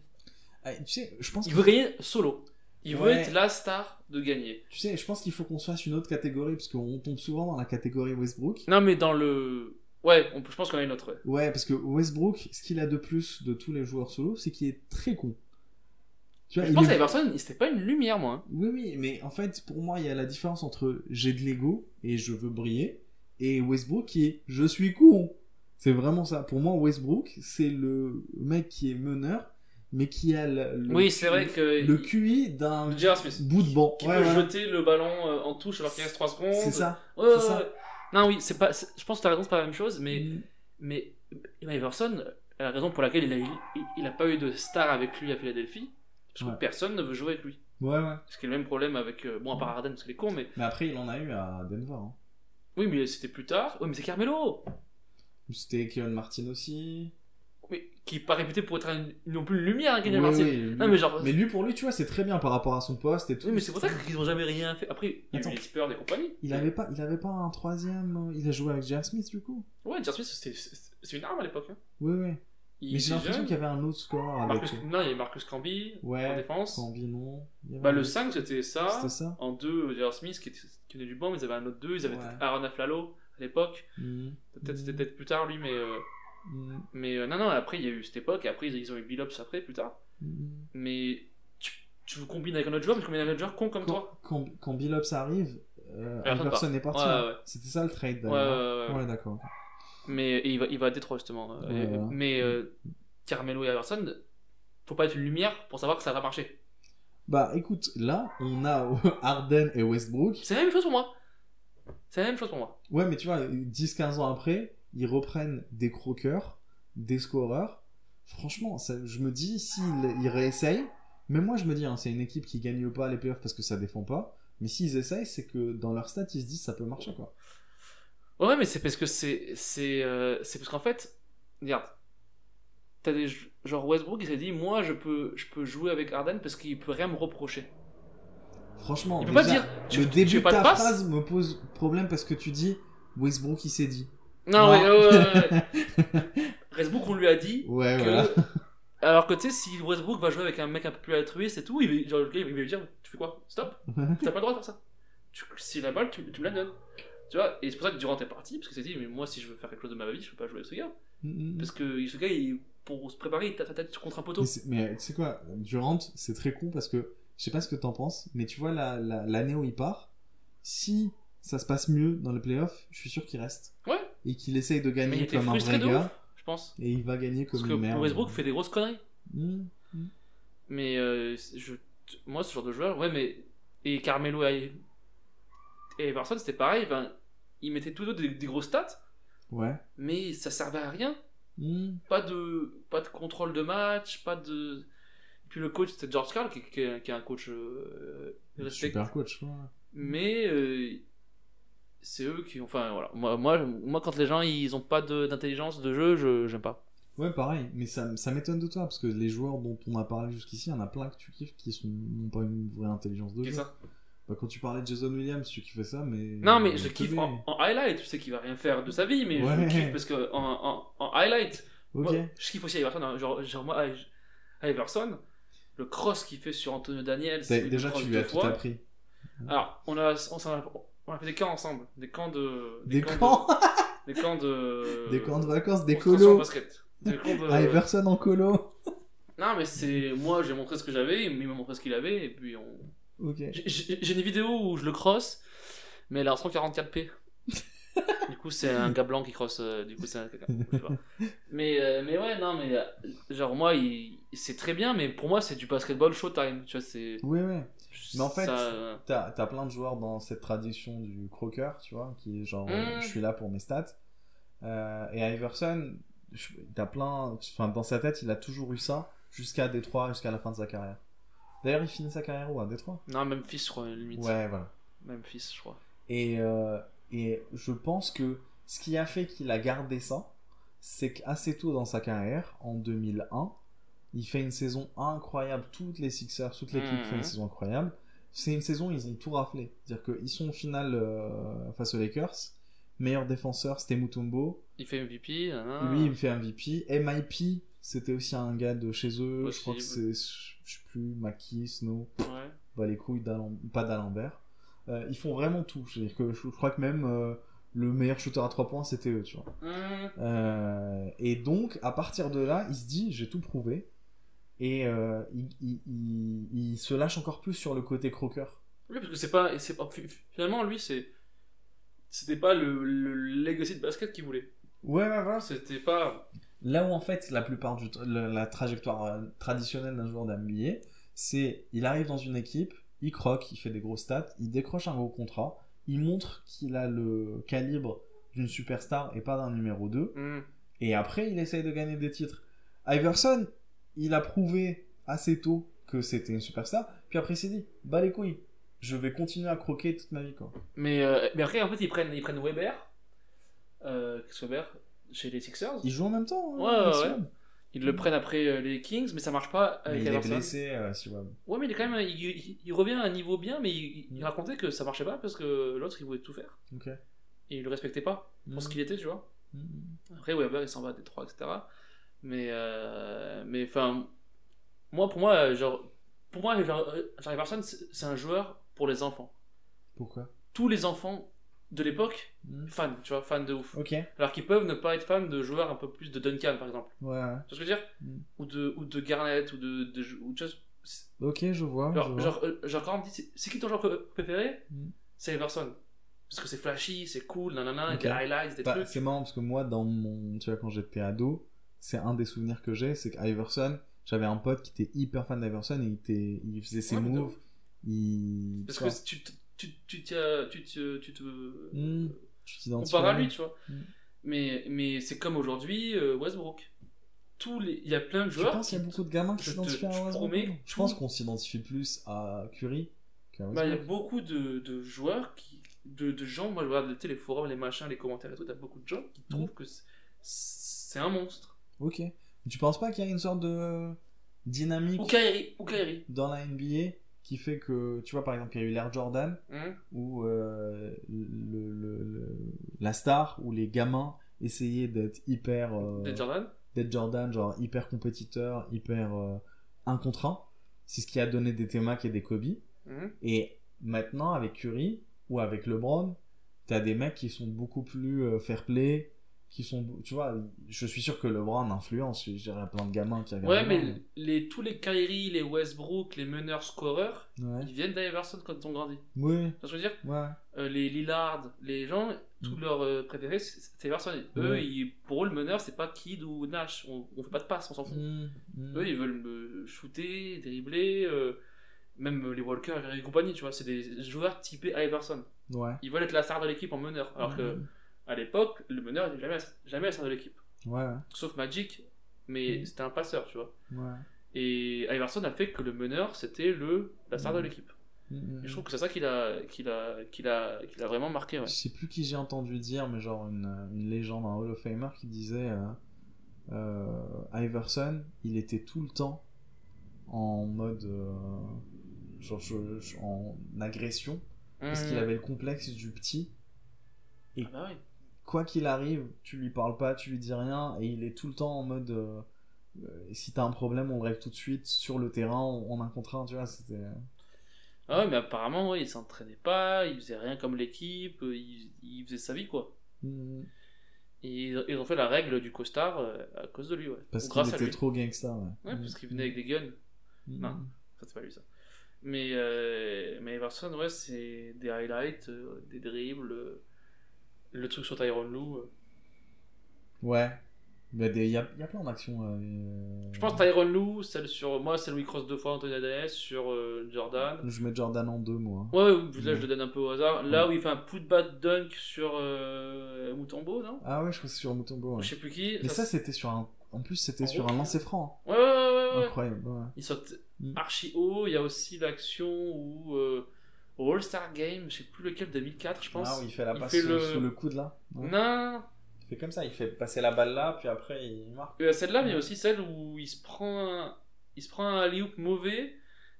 [SPEAKER 5] Ah, Tu sais, je pense
[SPEAKER 1] Il
[SPEAKER 5] que-
[SPEAKER 1] veut gagner solo. Il veut
[SPEAKER 5] Ouais.
[SPEAKER 1] être la star de gagner.
[SPEAKER 5] Tu sais, je pense qu'il faut qu'on se fasse une autre catégorie, parce qu'on tombe souvent dans la catégorie Westbrook.
[SPEAKER 1] Non, mais dans le. Ouais, on, peut- je pense qu'on a une autre. ouais.
[SPEAKER 5] Ouais, parce que Westbrook, ce qu'il a de plus de tous les joueurs solo, c'est qu'il est très con. Tu vois,
[SPEAKER 1] Je
[SPEAKER 5] Bah, il
[SPEAKER 1] pense
[SPEAKER 5] est-
[SPEAKER 1] à Iverson, c'était pas une lumière, moi. hein.
[SPEAKER 5] Oui, oui, mais en fait, pour moi, il y a la différence entre j'ai de l'ego et je veux briller, et Westbrook qui est je suis con. C'est vraiment ça. Pour moi, Westbrook, c'est le mec qui est meneur, mais qui a le, le-
[SPEAKER 1] Oui, c'est vrai que.
[SPEAKER 5] le QI d'un
[SPEAKER 1] Le J.R. Smith.
[SPEAKER 5] bout de banc.
[SPEAKER 1] Qui
[SPEAKER 5] Ouais,
[SPEAKER 1] peut
[SPEAKER 5] ouais.
[SPEAKER 1] jeter le ballon euh, en touche alors qu'il reste 3 secondes.
[SPEAKER 5] C'est ça.
[SPEAKER 1] Ouais,
[SPEAKER 5] c'est
[SPEAKER 1] ouais,
[SPEAKER 5] ça. Mm.
[SPEAKER 1] ouais. Non, oui, c'est pas. c'est- Je pense que t'as raison, c'est pas la même chose, mais. Mais Iverson, la raison pour laquelle il a, eu- il a pas eu de star avec lui à Philadelphie, parce que
[SPEAKER 5] Ouais.
[SPEAKER 1] personne ne veut jouer avec lui.
[SPEAKER 5] Ouais, ouais.
[SPEAKER 1] Ce qui est le même problème avec. euh, bon, à part Harden, parce qu'il est con, mais.
[SPEAKER 5] Mais après, il en a eu à Denver. hein.
[SPEAKER 1] Oui, mais c'était plus tard. Oui, mais c'est Carmelo
[SPEAKER 5] C'était Kevin Martin aussi.
[SPEAKER 1] mais, Qui est pas réputé pour être un- non plus une lumière, hein, Kenny
[SPEAKER 5] Oui,
[SPEAKER 1] Martin.
[SPEAKER 5] oui, lui-
[SPEAKER 1] Non, mais genre.
[SPEAKER 5] Mais lui, pour lui, tu vois, c'est très bien par rapport à son poste et tout.
[SPEAKER 1] Oui, mais c'est pour ça qu'ils ont jamais rien fait. Après, il y a
[SPEAKER 5] Attends.
[SPEAKER 1] eu les Spurs et compagnie.
[SPEAKER 5] Il avait pas, il avait pas un troisième. euh, Il a joué avec J.R. Smith du coup.
[SPEAKER 1] Ouais, Jar Smith, c'était- c'est c'est une arme à l'époque. hein.
[SPEAKER 5] Oui, oui.
[SPEAKER 1] Il
[SPEAKER 5] Mais j'ai
[SPEAKER 1] était
[SPEAKER 5] l'impression
[SPEAKER 1] jeune.
[SPEAKER 5] qu'il y avait un autre score avec.
[SPEAKER 1] Marcus... Non, il y a Marcus Camby en
[SPEAKER 5] Ouais.
[SPEAKER 1] défense.
[SPEAKER 5] Cambi, non. Il y avait
[SPEAKER 1] Bah,
[SPEAKER 5] un
[SPEAKER 1] le
[SPEAKER 5] autre-
[SPEAKER 1] 5, c'était ça.
[SPEAKER 5] C'était ça.
[SPEAKER 1] En 2, Jar Smith qui, était... qui venait du banc, mais ils avaient un autre 2. Ils avaient
[SPEAKER 5] Ouais.
[SPEAKER 1] peut-être Aaron Aflalo à l'époque.
[SPEAKER 5] Mhm.
[SPEAKER 1] Peut-être c'était
[SPEAKER 5] Mhm.
[SPEAKER 1] peut-être plus tard, lui, mais. euh,
[SPEAKER 5] Mhm.
[SPEAKER 1] Mais euh, non, non, après, il y a eu cette époque. Et après, ils- ils ont eu Bill Ops après, plus tard.
[SPEAKER 5] Mhm.
[SPEAKER 1] Mais tu, tu vous combines avec un autre joueur, mais tu combines avec un autre joueur con comme
[SPEAKER 5] Quand,
[SPEAKER 1] toi.
[SPEAKER 5] quand, quand Bill Ops arrive, euh,
[SPEAKER 1] Personne
[SPEAKER 5] Iverson est parti.
[SPEAKER 1] Ouais,
[SPEAKER 5] hein.
[SPEAKER 1] ouais.
[SPEAKER 5] C'était ça le trade
[SPEAKER 1] Ouais,
[SPEAKER 5] d'ailleurs.
[SPEAKER 1] ouais, ouais, ouais.
[SPEAKER 5] Ouais, d'accord.
[SPEAKER 1] Mais et il, va, il va à Détroit, justement. euh,
[SPEAKER 5] Ouais,
[SPEAKER 1] et-
[SPEAKER 5] voilà.
[SPEAKER 1] Mais euh, Carmelo et Iverson, faut pas être une lumière pour savoir que ça va marcher.
[SPEAKER 5] Bah écoute, là, on a *laughs* Harden et Westbrook.
[SPEAKER 1] C'est la même chose pour moi. C'est la même chose pour moi.
[SPEAKER 5] Ouais, mais tu vois, 10-15 ans après, ils reprennent des croqueurs, des scoreurs. Franchement, ça- je me dis, s'ils ils réessayent, mais moi je me dis, hein, c'est une équipe qui gagne pas les playoffs parce que ça défend pas. Mais s'ils essayent, c'est que dans leur stats, ils se disent ça peut marcher quoi.
[SPEAKER 1] Ouais, mais c'est parce que c'est. C'est euh, c'est parce qu'en fait, regarde. T'as des. jou- Genre Westbrook, il s'est dit Moi, je peux, je peux jouer avec Harden parce qu'il peut rien me reprocher.
[SPEAKER 5] Franchement,
[SPEAKER 1] Il peut
[SPEAKER 5] déjà,
[SPEAKER 1] pas dire Tu,
[SPEAKER 5] le
[SPEAKER 1] tu- tu
[SPEAKER 5] début
[SPEAKER 1] fais
[SPEAKER 5] de
[SPEAKER 1] pas
[SPEAKER 5] ta
[SPEAKER 1] de passe
[SPEAKER 5] phrase me pose problème parce que tu dis Westbrook il s'est dit.
[SPEAKER 1] Non,
[SPEAKER 5] Non.
[SPEAKER 1] ouais, ouais, ouais,
[SPEAKER 5] *laughs*
[SPEAKER 1] ouais. Westbrook, on lui a dit
[SPEAKER 5] Ouais,
[SPEAKER 1] que-
[SPEAKER 5] voilà.
[SPEAKER 1] *laughs* Alors que tu sais, si Westbrook va jouer avec un mec un peu plus altruiste et tout, il va, genre, le gars, il va lui dire Tu fais quoi Stop T'as pas le droit de faire ça. Tu, si la balle, tu, tu me la donnes. Tu vois Et c'est pour ça que Durant est parti, parce que s'est dit Mais moi, si je veux faire quelque chose de ma vie, je peux pas jouer avec ce gars.
[SPEAKER 5] Mm, mm.
[SPEAKER 1] Parce que ce gars, il- pour se préparer, il tape sa tête contre un poteau.
[SPEAKER 5] Mais c'est- Mais euh, tu sais quoi, Durant, c'est très con parce que je sais pas ce que t'en penses, mais tu vois la- la- l'année où il part, si ça se passe mieux dans les playoffs, je suis sûr qu'il reste.
[SPEAKER 1] Ouais.
[SPEAKER 5] Et qu'il essaye de
[SPEAKER 1] Mais il
[SPEAKER 5] gagner
[SPEAKER 1] était
[SPEAKER 5] comme un
[SPEAKER 1] frustré
[SPEAKER 5] vrai
[SPEAKER 1] de ouf,
[SPEAKER 5] gars,
[SPEAKER 1] je pense.
[SPEAKER 5] et il va gagner comme
[SPEAKER 1] Parce que
[SPEAKER 5] une merde.
[SPEAKER 1] Westbrook fait des grosses conneries.
[SPEAKER 5] Mm.
[SPEAKER 1] Mais euh, je, moi, ce genre de joueur, ouais, mais. Et Carmelo et, et Everson, c'était pareil. Ben, ils mettaient tous deux des, des grosses stats,
[SPEAKER 5] Ouais.
[SPEAKER 1] mais ça servait à rien.
[SPEAKER 5] Mm.
[SPEAKER 1] Pas de, pas de contrôle de match, pas de. Et puis le coach, c'était George Karl, qui, qui est qui est un coach euh, respect-
[SPEAKER 5] Super coach, ouais.
[SPEAKER 1] Mais euh, c'est eux qui. ont- Enfin, voilà. Moi, moi, moi, quand les gens, ils ont pas de- d'intelligence de, jeu, je j'aime pas.
[SPEAKER 5] Ouais, pareil, mais ça, ça m'étonne de toi, parce que les joueurs dont on a parlé jusqu'ici, il y en a plein que tu kiffes qui sont- n'ont pas une vraie intelligence de jeu. Bah, quand tu parlais de Jason Williams, tu kiffais ça, mais.
[SPEAKER 1] Non, mais je
[SPEAKER 5] teubé.
[SPEAKER 1] kiffe en, en highlight. Je sais qu'il va rien faire de sa vie, mais je
[SPEAKER 5] Ouais.
[SPEAKER 1] kiffe parce que en, en, en highlight,
[SPEAKER 5] Ok.
[SPEAKER 1] moi, je kiffe aussi Iverson. hein. Genre, genre moi, I- Iverson, le cross qu'il fait sur Antonio Daniels.
[SPEAKER 5] T'as-
[SPEAKER 1] il
[SPEAKER 5] Bah, Déjà,
[SPEAKER 1] cross
[SPEAKER 5] tu lui
[SPEAKER 1] deux
[SPEAKER 5] as tout
[SPEAKER 1] fois.
[SPEAKER 5] appris.
[SPEAKER 1] Alors, on a, on, s'en a, on a fait des camps ensemble. Des camps de.
[SPEAKER 5] Des
[SPEAKER 1] de-
[SPEAKER 5] camps *laughs*
[SPEAKER 1] Des camps de.
[SPEAKER 5] Des camps de vacances, des
[SPEAKER 1] on se transforme en
[SPEAKER 5] colos. Ah,
[SPEAKER 1] basket. Des camps de.
[SPEAKER 5] Iverson en colo.
[SPEAKER 1] Non, mais c'est. Moi, j'ai montré ce que j'avais, il m'a montré ce qu'il avait, et puis on.
[SPEAKER 5] Ok.
[SPEAKER 1] J'ai- J'ai j'ai une vidéo où je le cross, mais elle est en
[SPEAKER 5] *laughs*
[SPEAKER 1] 144p. du coup, c'est un gars blanc qui cross. euh, du coup, c'est un caca, je sais pas. Mais, euh, mais ouais, non, mais. euh, Genre, moi, il- c'est très bien, mais pour moi, c'est du basketball showtime. Tu vois, c'est.
[SPEAKER 5] Oui, oui. Mais en fait,
[SPEAKER 1] ça, euh,
[SPEAKER 5] T'as t'as plein de joueurs dans cette tradition du croqueur, tu vois, qui est genre euh,
[SPEAKER 1] Mm.
[SPEAKER 5] je suis là pour mes stats. Euh, et Iverson, je- t'as plein. Enfin, dans sa tête, il a toujours eu ça jusqu'à Détroit, jusqu'à la fin de sa carrière. D'ailleurs, il finit sa carrière où À Détroit
[SPEAKER 1] Non, Memphis, je crois, limite.
[SPEAKER 5] Ouais, voilà.
[SPEAKER 1] Memphis, je crois.
[SPEAKER 5] Et, euh, et je pense que ce qui a fait qu'il a gardé ça, c'est qu'assez tôt dans sa carrière, en 2001, il fait une saison incroyable. Toutes les Sixers, toute l'équipe
[SPEAKER 1] Mhm.
[SPEAKER 5] fait une saison incroyable. C'est une saison, ils ont tout raflé. C'est-à-dire qu'ils sont en finale euh, face aux Lakers. Meilleur défenseur, c'était Mutombo.
[SPEAKER 1] Il fait MVP. hein.
[SPEAKER 5] Lui, il me fait MVP. MIP, c'était aussi un gars de chez eux. Je crois que c'est,
[SPEAKER 1] Possible.
[SPEAKER 5] je sais plus, Maki, Snow
[SPEAKER 1] Ouais.
[SPEAKER 5] bah, les couilles d'Alem- pas d'Alembert. Euh, ils font vraiment tout. C'est-à-dire que je, je crois que même euh, le meilleur shooter à 3 points, c'était eux, tu vois.
[SPEAKER 1] Mmh.
[SPEAKER 5] Euh, et donc, à partir de là, il se dit, j'ai tout prouvé. Et euh, il, il- il- il se lâche encore plus sur le côté croqueur.
[SPEAKER 1] Oui, parce que c'est pas, et c'est pas. Finalement, lui, c'est. C'était pas le, le legacy de basket qu'il voulait.
[SPEAKER 5] Ouais, ouais, voilà.
[SPEAKER 1] C'était pas.
[SPEAKER 5] Là où en fait la plupart du t- la, la trajectoire euh, traditionnelle d'un joueur d'NBA, c'est il arrive dans une équipe, il croque, il fait des gros stats, il décroche un gros contrat, il montre qu'il a le calibre d'une superstar et pas d'un numéro 2,
[SPEAKER 1] Mmh.
[SPEAKER 5] et après il essaye de gagner des titres. Iverson, il a prouvé assez tôt que c'était une superstar, puis après il s'est dit, bah les couilles, je vais continuer à croquer toute ma vie quoi.
[SPEAKER 1] Mais, euh, mais après, en fait, ils prennent, ils prennent Weber. Euh, Chris Weber, chez les Sixers.
[SPEAKER 5] Ils jouent en même temps. hein,
[SPEAKER 1] Ouais, ouais,
[SPEAKER 5] Siwam.
[SPEAKER 1] Ils le prennent après euh, les Kings, mais ça marche pas
[SPEAKER 5] Mais
[SPEAKER 1] avec
[SPEAKER 5] il est
[SPEAKER 1] Iverson.
[SPEAKER 5] blessé, euh, Siwam.
[SPEAKER 1] Ouais, mais il est quand même. Il, il- il revient à un niveau bien, mais il, il racontait que ça marchait pas parce que l'autre, il voulait tout faire.
[SPEAKER 5] Ok.
[SPEAKER 1] Et il le respectait pas
[SPEAKER 5] Hum.
[SPEAKER 1] pour ce qu'il était, tu vois.
[SPEAKER 5] Mhm.
[SPEAKER 1] Après, Weber, il s'en va à Détroit, etc. Mais, euh, mais enfin, moi, pour moi, euh, genre, pour moi, genre, euh, Jerry Parsons, c'est c'est un joueur pour les enfants.
[SPEAKER 5] Pourquoi
[SPEAKER 1] Tous les enfants de l'époque,
[SPEAKER 5] Mhm.
[SPEAKER 1] fans, tu vois, fans de ouf.
[SPEAKER 5] Ok. Ouais,
[SPEAKER 1] Alors qu'ils peuvent ne pas être fans de joueurs un peu plus de Duncan, par exemple.
[SPEAKER 5] ouais.
[SPEAKER 1] Tu vois ce que je veux dire
[SPEAKER 5] Mhm.
[SPEAKER 1] ou, de, ou de Garnett, ou de, de, ou de choses. C'est-
[SPEAKER 5] Ok, je vois. je
[SPEAKER 1] Genre,
[SPEAKER 5] vois.
[SPEAKER 1] genre, euh, genre, quand on me dit, c'est- c'est qui ton joueur pr- préféré
[SPEAKER 5] Mhm.
[SPEAKER 1] C'est Everson. Parce que c'est flashy, c'est cool, nanana, il y a
[SPEAKER 5] Ok.
[SPEAKER 1] des highlights, des
[SPEAKER 5] Bah,
[SPEAKER 1] trucs.
[SPEAKER 5] c'est marrant parce que moi, dans mon, tu vois, quand j'étais ado, c'est un des souvenirs que j'ai, c'est qu'Iverson, j'avais un pote qui était hyper fan d'Iverson et il, était... il faisait ses
[SPEAKER 1] Ouais, mais de
[SPEAKER 5] moves. Il...
[SPEAKER 1] Parce
[SPEAKER 5] tu vois,
[SPEAKER 1] que tu, te- tu, tu, te- tu, te- tu te
[SPEAKER 5] Hmm, tu t'identifies.
[SPEAKER 1] compares à lui, tu vois.
[SPEAKER 5] Mm.
[SPEAKER 1] Mais, mais c'est comme aujourd'hui euh, Westbrook. Tous les... Il y a plein de
[SPEAKER 5] Je
[SPEAKER 1] joueurs.
[SPEAKER 5] pense qu'il y a
[SPEAKER 1] qui-
[SPEAKER 5] beaucoup de gamins qui
[SPEAKER 1] je te-
[SPEAKER 5] s'identifient
[SPEAKER 1] je
[SPEAKER 5] à Westbrook.
[SPEAKER 1] promets
[SPEAKER 5] Je
[SPEAKER 1] tout-
[SPEAKER 5] pense qu'on s'identifie plus à Curry qu'à Westbrook.
[SPEAKER 1] Bah, il y a beaucoup de, de joueurs, qui, de, de gens, moi je regarde tu sais, les forums, les machins, les commentaires et tout, t'as beaucoup de gens qui trouvent
[SPEAKER 5] Mm.
[SPEAKER 1] que c'est- c'est un monstre.
[SPEAKER 5] Ok. Tu penses pas qu'il y a une sorte de dynamique
[SPEAKER 1] Ou Kyrie, ou Kyrie.
[SPEAKER 5] dans la NBA qui fait que, tu vois, par exemple, il y a eu l'ère Jordan.
[SPEAKER 1] Hein
[SPEAKER 5] où euh, le, le- le- la star ou les gamins essayaient d'être hyper euh,
[SPEAKER 1] Des Jordan.
[SPEAKER 5] d'être Jordan genre hyper compétiteur hyper euh, un contre un c'est ce qui a donné des Temac et des Kobe
[SPEAKER 1] Hein
[SPEAKER 5] et maintenant avec Curry ou avec LeBron t'as des mecs qui sont beaucoup plus euh, fair play qui sont tu vois je suis sûr que LeBron influence je dirais plein de gamins qui regardent
[SPEAKER 1] Ouais,
[SPEAKER 5] LeBron,
[SPEAKER 1] mais les, tous les Kyrie, les Westbrook, les meneurs scoreurs,
[SPEAKER 5] mais- ouais
[SPEAKER 1] ils viennent d'Iverson quand ils ont grandi. Tu
[SPEAKER 5] oui
[SPEAKER 1] vois ce que je veux dire
[SPEAKER 5] ouais
[SPEAKER 1] Euh, les Lillard, les gens, tous
[SPEAKER 5] Mm.
[SPEAKER 1] leurs euh, préférés, c'est c'est Everson. Eux,
[SPEAKER 5] Ouais.
[SPEAKER 1] ils- pour eux, le meneur, c'est pas Kidd ou Nash. On, on fait pas de passe, on s'en fout.
[SPEAKER 5] Mm, mm.
[SPEAKER 1] Eux, ils veulent euh, shooter, dribbler, euh, même euh, les Walker et compagnie, tu vois. C'est des joueurs typés Iverson.
[SPEAKER 5] ouais
[SPEAKER 1] Ils veulent être la star de l'équipe en meneur. Alors que
[SPEAKER 5] Mm.
[SPEAKER 1] à l'époque, le meneur, il n'est jamais, la- jamais la star de l'équipe.
[SPEAKER 5] ouais ouais,
[SPEAKER 1] Sauf Magic, mais
[SPEAKER 5] Mm.
[SPEAKER 1] c'était un passeur, tu vois.
[SPEAKER 5] ouais
[SPEAKER 1] Et Iverson a fait que le meneur, c'était le la star de
[SPEAKER 5] Mm.
[SPEAKER 1] l'équipe.
[SPEAKER 5] Mm, mm,
[SPEAKER 1] Et je
[SPEAKER 5] mm.
[SPEAKER 1] trouve que c'est ça qu'il a, qu'il a, qu'il a, qu'il a vraiment marqué, ouais.
[SPEAKER 5] Je sais plus qui j'ai entendu dire, mais genre une, euh, une légende, un Hall of Famer qui disait euh, euh, Iverson, il était tout le temps en mode euh, genre je- je- en agression parce qu'il
[SPEAKER 1] Mm.
[SPEAKER 5] avait le complexe du petit.
[SPEAKER 1] Ah bah oui.
[SPEAKER 5] Quoi qu'il arrive, tu lui parles pas, tu lui dis rien, et il est tout le temps en mode euh, euh, si t'as un problème, on le règle tout de suite sur le terrain, on, on un contre un, tu vois. C'était
[SPEAKER 1] Ah ouais, mais apparemment, ouais, il s'entraînait pas, il faisait rien comme l'équipe, euh, il, il faisait sa vie, quoi.
[SPEAKER 5] Mm.
[SPEAKER 1] Et ils, ils ont fait la règle du costard euh, à cause de lui, ouais.
[SPEAKER 5] parce
[SPEAKER 1] Ou
[SPEAKER 5] qu'il
[SPEAKER 1] grâce à
[SPEAKER 5] était
[SPEAKER 1] lui.
[SPEAKER 5] trop Mm. gangsta. Ouais,
[SPEAKER 1] Ouais, parce qu'il venait avec des guns.
[SPEAKER 5] Mm.
[SPEAKER 1] Non. Ça, c'est pas lui, ça. Mais, euh, mais Everson, ouais, c'est des highlights, euh, des dribbles, euh, le truc sur Tyrone Lou. euh.
[SPEAKER 5] Ouais. Il y, a, y a plein d'actions. euh,
[SPEAKER 1] Je pense Tyrone Lou, celle sur. Moi, c'est Louis Cross deux fois, Anthony Adams, sur euh, Jordan.
[SPEAKER 5] Je mets Jordan en deux, moi. hein.
[SPEAKER 1] Ouais, ouais, là
[SPEAKER 5] Mm.
[SPEAKER 1] je le donne un peu au hasard. Là où il fait un put-back dunk sur euh, Moutombo, non
[SPEAKER 5] Ah ouais, je crois que c'est sur Mutombo. ouais.
[SPEAKER 1] Je sais plus qui.
[SPEAKER 5] Mais ça, c'était sur un. En plus, c'était
[SPEAKER 1] En
[SPEAKER 5] sur
[SPEAKER 1] route.
[SPEAKER 5] un lancer franc. hein.
[SPEAKER 1] Ouais, ouais, ouais, ouais, ouais.
[SPEAKER 5] Incroyable. ouais.
[SPEAKER 1] Ils sortent
[SPEAKER 5] Mm.
[SPEAKER 1] archi haut. Il y a aussi l'action où euh, au All-Star Game, je sais plus lequel, 2004, je pense.
[SPEAKER 5] Ah, où il fait la
[SPEAKER 1] il
[SPEAKER 5] passe
[SPEAKER 1] fait
[SPEAKER 5] sous,
[SPEAKER 1] le-
[SPEAKER 5] sous le coude là. Ouais.
[SPEAKER 1] Non,
[SPEAKER 5] Il fait comme ça, il fait passer la balle là, puis après il marque.
[SPEAKER 1] Euh, celle-là, mais il y a aussi celle où il se prend un, il se prend un alley-oop mauvais,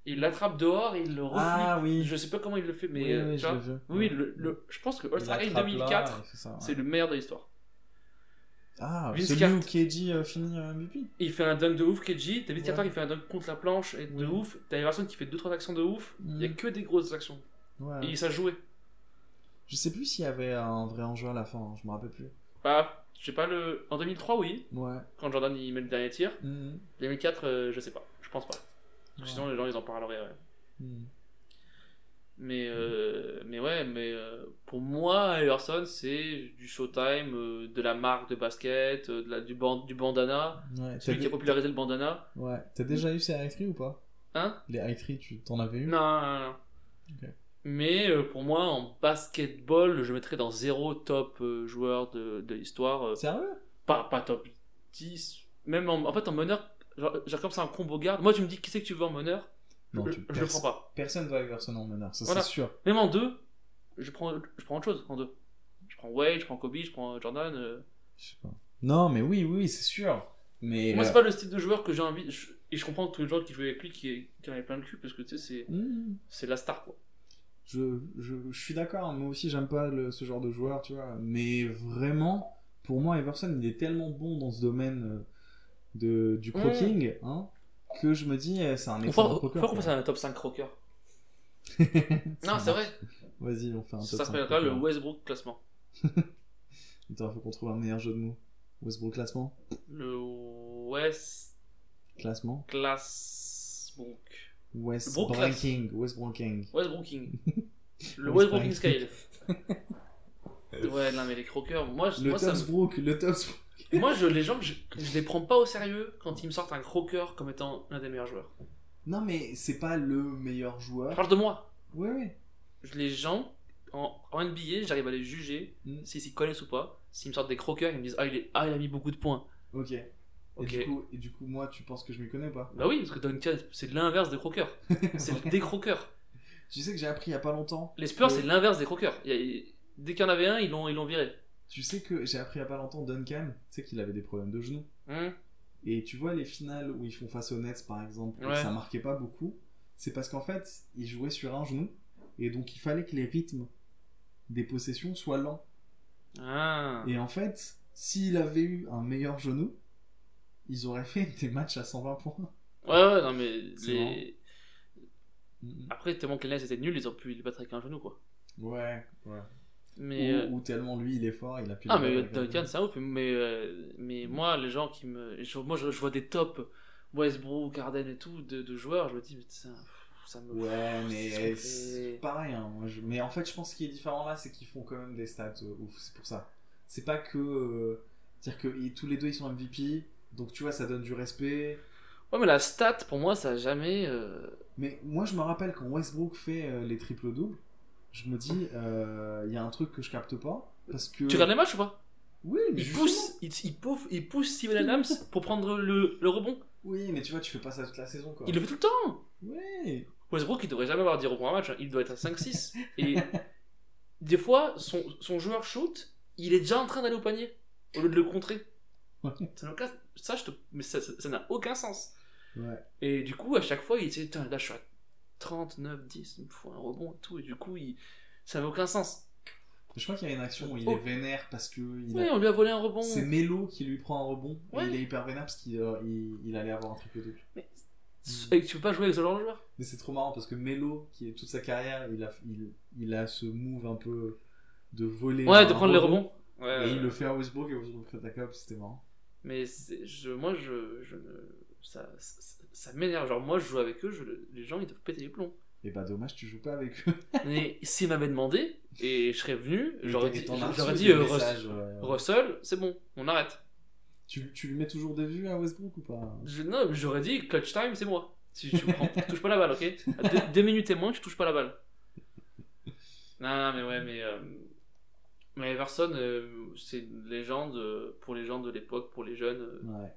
[SPEAKER 1] il l'attrape dehors et il le reflète.
[SPEAKER 5] Ah oui,
[SPEAKER 1] Je sais pas comment il le fait, mais
[SPEAKER 5] oui,
[SPEAKER 1] euh,
[SPEAKER 5] oui,
[SPEAKER 1] tu
[SPEAKER 5] je
[SPEAKER 1] vois.
[SPEAKER 5] le veux.
[SPEAKER 1] Oui, le, le- je pense que
[SPEAKER 5] Il
[SPEAKER 1] All-Star Game
[SPEAKER 5] l'attrape là,
[SPEAKER 1] 2004,
[SPEAKER 5] et c'est ça, ouais.
[SPEAKER 1] c'est le meilleur de l'histoire.
[SPEAKER 5] Ah,
[SPEAKER 1] Vince
[SPEAKER 5] celui
[SPEAKER 1] Carter.
[SPEAKER 5] où KG euh, finit euh, MVP.
[SPEAKER 1] Il fait un dunk de ouf, KG. T'as vu
[SPEAKER 5] Ouais.
[SPEAKER 1] Carter qui fait un dunk contre la planche et de
[SPEAKER 5] Oui.
[SPEAKER 1] ouf. T'as Everson qui fait 2-3 actions de ouf. Il y a
[SPEAKER 5] Mm.
[SPEAKER 1] que des grosses actions.
[SPEAKER 5] Ouais.
[SPEAKER 1] Et il sait jouer.
[SPEAKER 5] Je sais plus s'il y avait un vrai enjeu à la fin, hein, je me rappelle plus.
[SPEAKER 1] Bah, je sais pas, le... en 2003, oui,
[SPEAKER 5] Ouais.
[SPEAKER 1] quand Jordan il met le dernier tir.
[SPEAKER 5] Mhm.
[SPEAKER 1] 2004, euh, je sais pas. Je pense pas. Parce que
[SPEAKER 5] Ouais.
[SPEAKER 1] Sinon, les gens ils en parleraient, ouais.
[SPEAKER 5] Mhm.
[SPEAKER 1] Mais, euh, mais ouais, mais euh, pour moi, Everson, c'est du showtime, euh, de la marque de basket, euh, de la, du, ban- du bandana.
[SPEAKER 5] Ouais. T'as
[SPEAKER 1] Celui qui a
[SPEAKER 5] dé-
[SPEAKER 1] popularisé le bandana.
[SPEAKER 5] ouais. T'as déjà eu ces high three ou pas
[SPEAKER 1] Hein
[SPEAKER 5] Les high three, tu t'en avais eu
[SPEAKER 1] Non, non, non.
[SPEAKER 5] Ok.
[SPEAKER 1] Mais euh, pour moi, en basketball, je mettrais dans zéro top euh, joueur de, de l'histoire. euh,
[SPEAKER 5] Sérieux
[SPEAKER 1] pas, pas top 10. Même en, en fait, en meneur, genre, genre comme ça, un combo garde. Moi, tu me dis qui c'est que tu veux en meneur
[SPEAKER 5] Non,
[SPEAKER 1] je,
[SPEAKER 5] tu
[SPEAKER 1] je le
[SPEAKER 5] perces.
[SPEAKER 1] prends pas.
[SPEAKER 5] Personne va avoir ce nom meneur, ça
[SPEAKER 1] Voilà.
[SPEAKER 5] c'est sûr.
[SPEAKER 1] Même en deux, je prends, je prends autre chose en deux. Je prends Wade, je prends Kobe, je prends Jordan. euh,
[SPEAKER 5] Je sais pas. Non, mais oui, oui, c'est sûr. Mais.
[SPEAKER 1] Moi, c'est
[SPEAKER 5] euh,
[SPEAKER 1] pas le style de joueur que j'ai envie. je- Et je comprends tous les gens qui jouaient avec lui qui, qui en avaient plein le cul parce que tu sais, c'est,
[SPEAKER 5] mhm.
[SPEAKER 1] c'est la star quoi.
[SPEAKER 5] Je, je, je suis d'accord, moi aussi j'aime pas le- ce genre de joueur, tu vois. Mais vraiment, pour moi, Everson, il est tellement bon dans ce domaine euh, de, du croaking hein, que je me dis, eh, c'est un
[SPEAKER 1] Il
[SPEAKER 5] excellent
[SPEAKER 1] faut
[SPEAKER 5] croqueur,
[SPEAKER 1] qu'on
[SPEAKER 5] quoi.
[SPEAKER 1] fasse un top 5
[SPEAKER 5] *laughs*
[SPEAKER 1] croqueur. non, c'est vrai.
[SPEAKER 5] Vas-y, on fait un
[SPEAKER 1] Ça
[SPEAKER 5] top
[SPEAKER 1] s'appellera le
[SPEAKER 5] cinq.
[SPEAKER 1] Westbrook classement.
[SPEAKER 5] Attends, faut qu'on trouve un meilleur jeu de mots. Westbrook classement
[SPEAKER 1] Le West
[SPEAKER 5] Classement
[SPEAKER 1] Classbook.
[SPEAKER 5] Westbrook
[SPEAKER 1] Brook class.
[SPEAKER 5] ranking Westbrooking. *laughs*
[SPEAKER 1] Westbrooking. Le
[SPEAKER 5] Westbrook.
[SPEAKER 1] Westbrooking Scale.
[SPEAKER 5] *laughs*
[SPEAKER 1] Ouais, non, mais les croqueurs, moi, je-
[SPEAKER 5] Le
[SPEAKER 1] moi, ça me-
[SPEAKER 5] Topsbrook, le Tops.
[SPEAKER 1] moi je, les gens, je, je les prends pas au sérieux quand ils me sortent un croqueur comme étant l'un des meilleurs joueurs.
[SPEAKER 5] Non, mais c'est pas le meilleur
[SPEAKER 1] Je
[SPEAKER 5] joueur.
[SPEAKER 1] parle de moi.
[SPEAKER 5] Ouais, ouais.
[SPEAKER 1] Je- les gens en, en NBA, j'arrive à les juger
[SPEAKER 5] Mm.
[SPEAKER 1] s'ils s'y connaissent ou pas. S'ils me sortent des croqueurs, ils me disent ah il, est- ah, il a mis beaucoup de points.
[SPEAKER 5] Ok. Et,
[SPEAKER 1] Ok.
[SPEAKER 5] Du coup, et du coup, moi, tu penses que je m'y connais pas
[SPEAKER 1] Bah oui, parce que Duncan, c'est l'inverse des croqueurs. c'est le des croqueurs.
[SPEAKER 5] *laughs* Tu sais que j'ai appris il y a pas longtemps.
[SPEAKER 1] Les Spurs,
[SPEAKER 5] que-
[SPEAKER 1] c'est l'inverse des croqueurs. Il y a- dès qu'il y en avait un, ils l'ont ils l'ont viré.
[SPEAKER 5] Tu sais que j'ai appris il y a pas longtemps Duncan, tu sais qu'il avait des problèmes de genoux.
[SPEAKER 1] Hmm.
[SPEAKER 5] Et tu vois les finales où ils font face aux Nets par exemple, où
[SPEAKER 1] Ouais.
[SPEAKER 5] ça marquait pas beaucoup, c'est parce qu'en fait, il jouait sur un genou et donc il fallait que les rythmes des possessions soient lents.
[SPEAKER 1] Ah.
[SPEAKER 5] Et en fait, s'il avait eu un meilleur genou, ils auraient fait *laughs* des matchs à 120 points.
[SPEAKER 1] Ouais, ouais, non mais
[SPEAKER 5] C'est
[SPEAKER 1] les-
[SPEAKER 5] marrant. Mhm.
[SPEAKER 1] après tellement que les Nets étaient nuls, ils ont pu les battre avec un genou quoi.
[SPEAKER 5] Ouais, ouais.
[SPEAKER 1] Mais
[SPEAKER 5] ou,
[SPEAKER 1] euh,
[SPEAKER 5] ou tellement lui, il est fort, il a pu.
[SPEAKER 1] Ah
[SPEAKER 5] le
[SPEAKER 1] mais
[SPEAKER 5] battre avec un
[SPEAKER 1] Duncan c'est un ouf mais euh, mais moi les gens qui me je- moi je, je vois des tops Westbrook, Harden et tout de, de joueurs je me dis mais ça, ça me
[SPEAKER 5] genou. Ouais, mais
[SPEAKER 1] C'est-
[SPEAKER 5] c'est pareil. hein, moi, je- Mais en fait, je pense qu'il est différent là, c'est qu'ils font quand même des stats euh, ouf. C'est pour ça. C'est pas que. euh, C'est-à-dire que ils- tous les deux, ils sont MVP. Donc tu vois, ça donne du respect.
[SPEAKER 1] ouais mais la stat pour moi ça a jamais euh,
[SPEAKER 5] Mais moi, je me rappelle quand Westbrook fait euh, les triples doubles, je me dis, euh, il y a un truc que je capte pas. Parce que.
[SPEAKER 1] tu regardes les matchs ou pas
[SPEAKER 5] Oui, mais
[SPEAKER 1] il
[SPEAKER 5] justement.
[SPEAKER 1] pousse il, il pousse il pousse Steven Adams pour prendre le, le rebond
[SPEAKER 5] Oui, mais tu vois, tu fais pas ça toute la saison, quoi.
[SPEAKER 1] il le fait tout le temps
[SPEAKER 5] Ouais.
[SPEAKER 1] Westbrook il devrait jamais avoir 10 rebonds à match hein. il doit être à 5-6
[SPEAKER 5] *laughs*
[SPEAKER 1] et des fois son, son joueur shoot il est déjà en train d'aller au panier au lieu de le contrer
[SPEAKER 5] Ouais.
[SPEAKER 1] ça n'a aucun- ça, je te... mais ça- ça- ça n'a aucun sens
[SPEAKER 5] Ouais.
[SPEAKER 1] Et du coup, à chaque fois, il disait, Putain, là, je suis à 39, 10, il me faut un rebond et tout. Et du coup, il... ça n'a aucun sens.
[SPEAKER 5] Je crois qu'il y a une action où il
[SPEAKER 1] Oh.
[SPEAKER 5] est vénère parce que. Il a-
[SPEAKER 1] Ouais, on lui a volé un rebond.
[SPEAKER 5] C'est Melo qui lui prend un rebond. et
[SPEAKER 1] Ouais.
[SPEAKER 5] il est hyper vénère parce qu'il euh, il, il allait avoir un triple double.
[SPEAKER 1] Et que tu peux pas jouer avec ce genre de joueur.
[SPEAKER 5] Mais c'est trop marrant parce que Melo, qui est toute sa carrière, il a, il, il a ce move un peu de voler.
[SPEAKER 1] Ouais, de
[SPEAKER 5] un
[SPEAKER 1] prendre les
[SPEAKER 5] rebond,
[SPEAKER 1] rebonds. Ouais,
[SPEAKER 5] Et
[SPEAKER 1] ouais.
[SPEAKER 5] il le fait à Westbrook et Westbrook fait attaque up, c'était marrant.
[SPEAKER 1] Mais c'est- je... moi, je... je ne- Ça, ça, ça m'énerve. Genre, moi, je joue avec eux, je... les gens, ils doivent péter les plombs.
[SPEAKER 5] Et bah dommage, tu joues pas avec eux. *laughs*
[SPEAKER 1] Mais s'ils m'avaient demandé, et je serais venu, j'aurais
[SPEAKER 5] Et
[SPEAKER 1] dit,
[SPEAKER 5] t'en as reçu
[SPEAKER 1] j'aurais
[SPEAKER 5] des
[SPEAKER 1] dit euh,
[SPEAKER 5] messages,
[SPEAKER 1] Rus-
[SPEAKER 5] ouais.
[SPEAKER 1] Russell, c'est bon, on arrête.
[SPEAKER 5] Tu, tu lui mets toujours des vues à Westbrook ou pas
[SPEAKER 1] Je- non, j'aurais dit, clutch time, c'est moi. Si tu me prends, touche pas la balle, ok À deux, deux minutes et moins, tu touches pas la balle. Non, non, mais ouais, mais. euh, Mais Everson, euh, c'est une légende euh, pour les gens de l'époque, pour les jeunes. euh,
[SPEAKER 5] Ouais.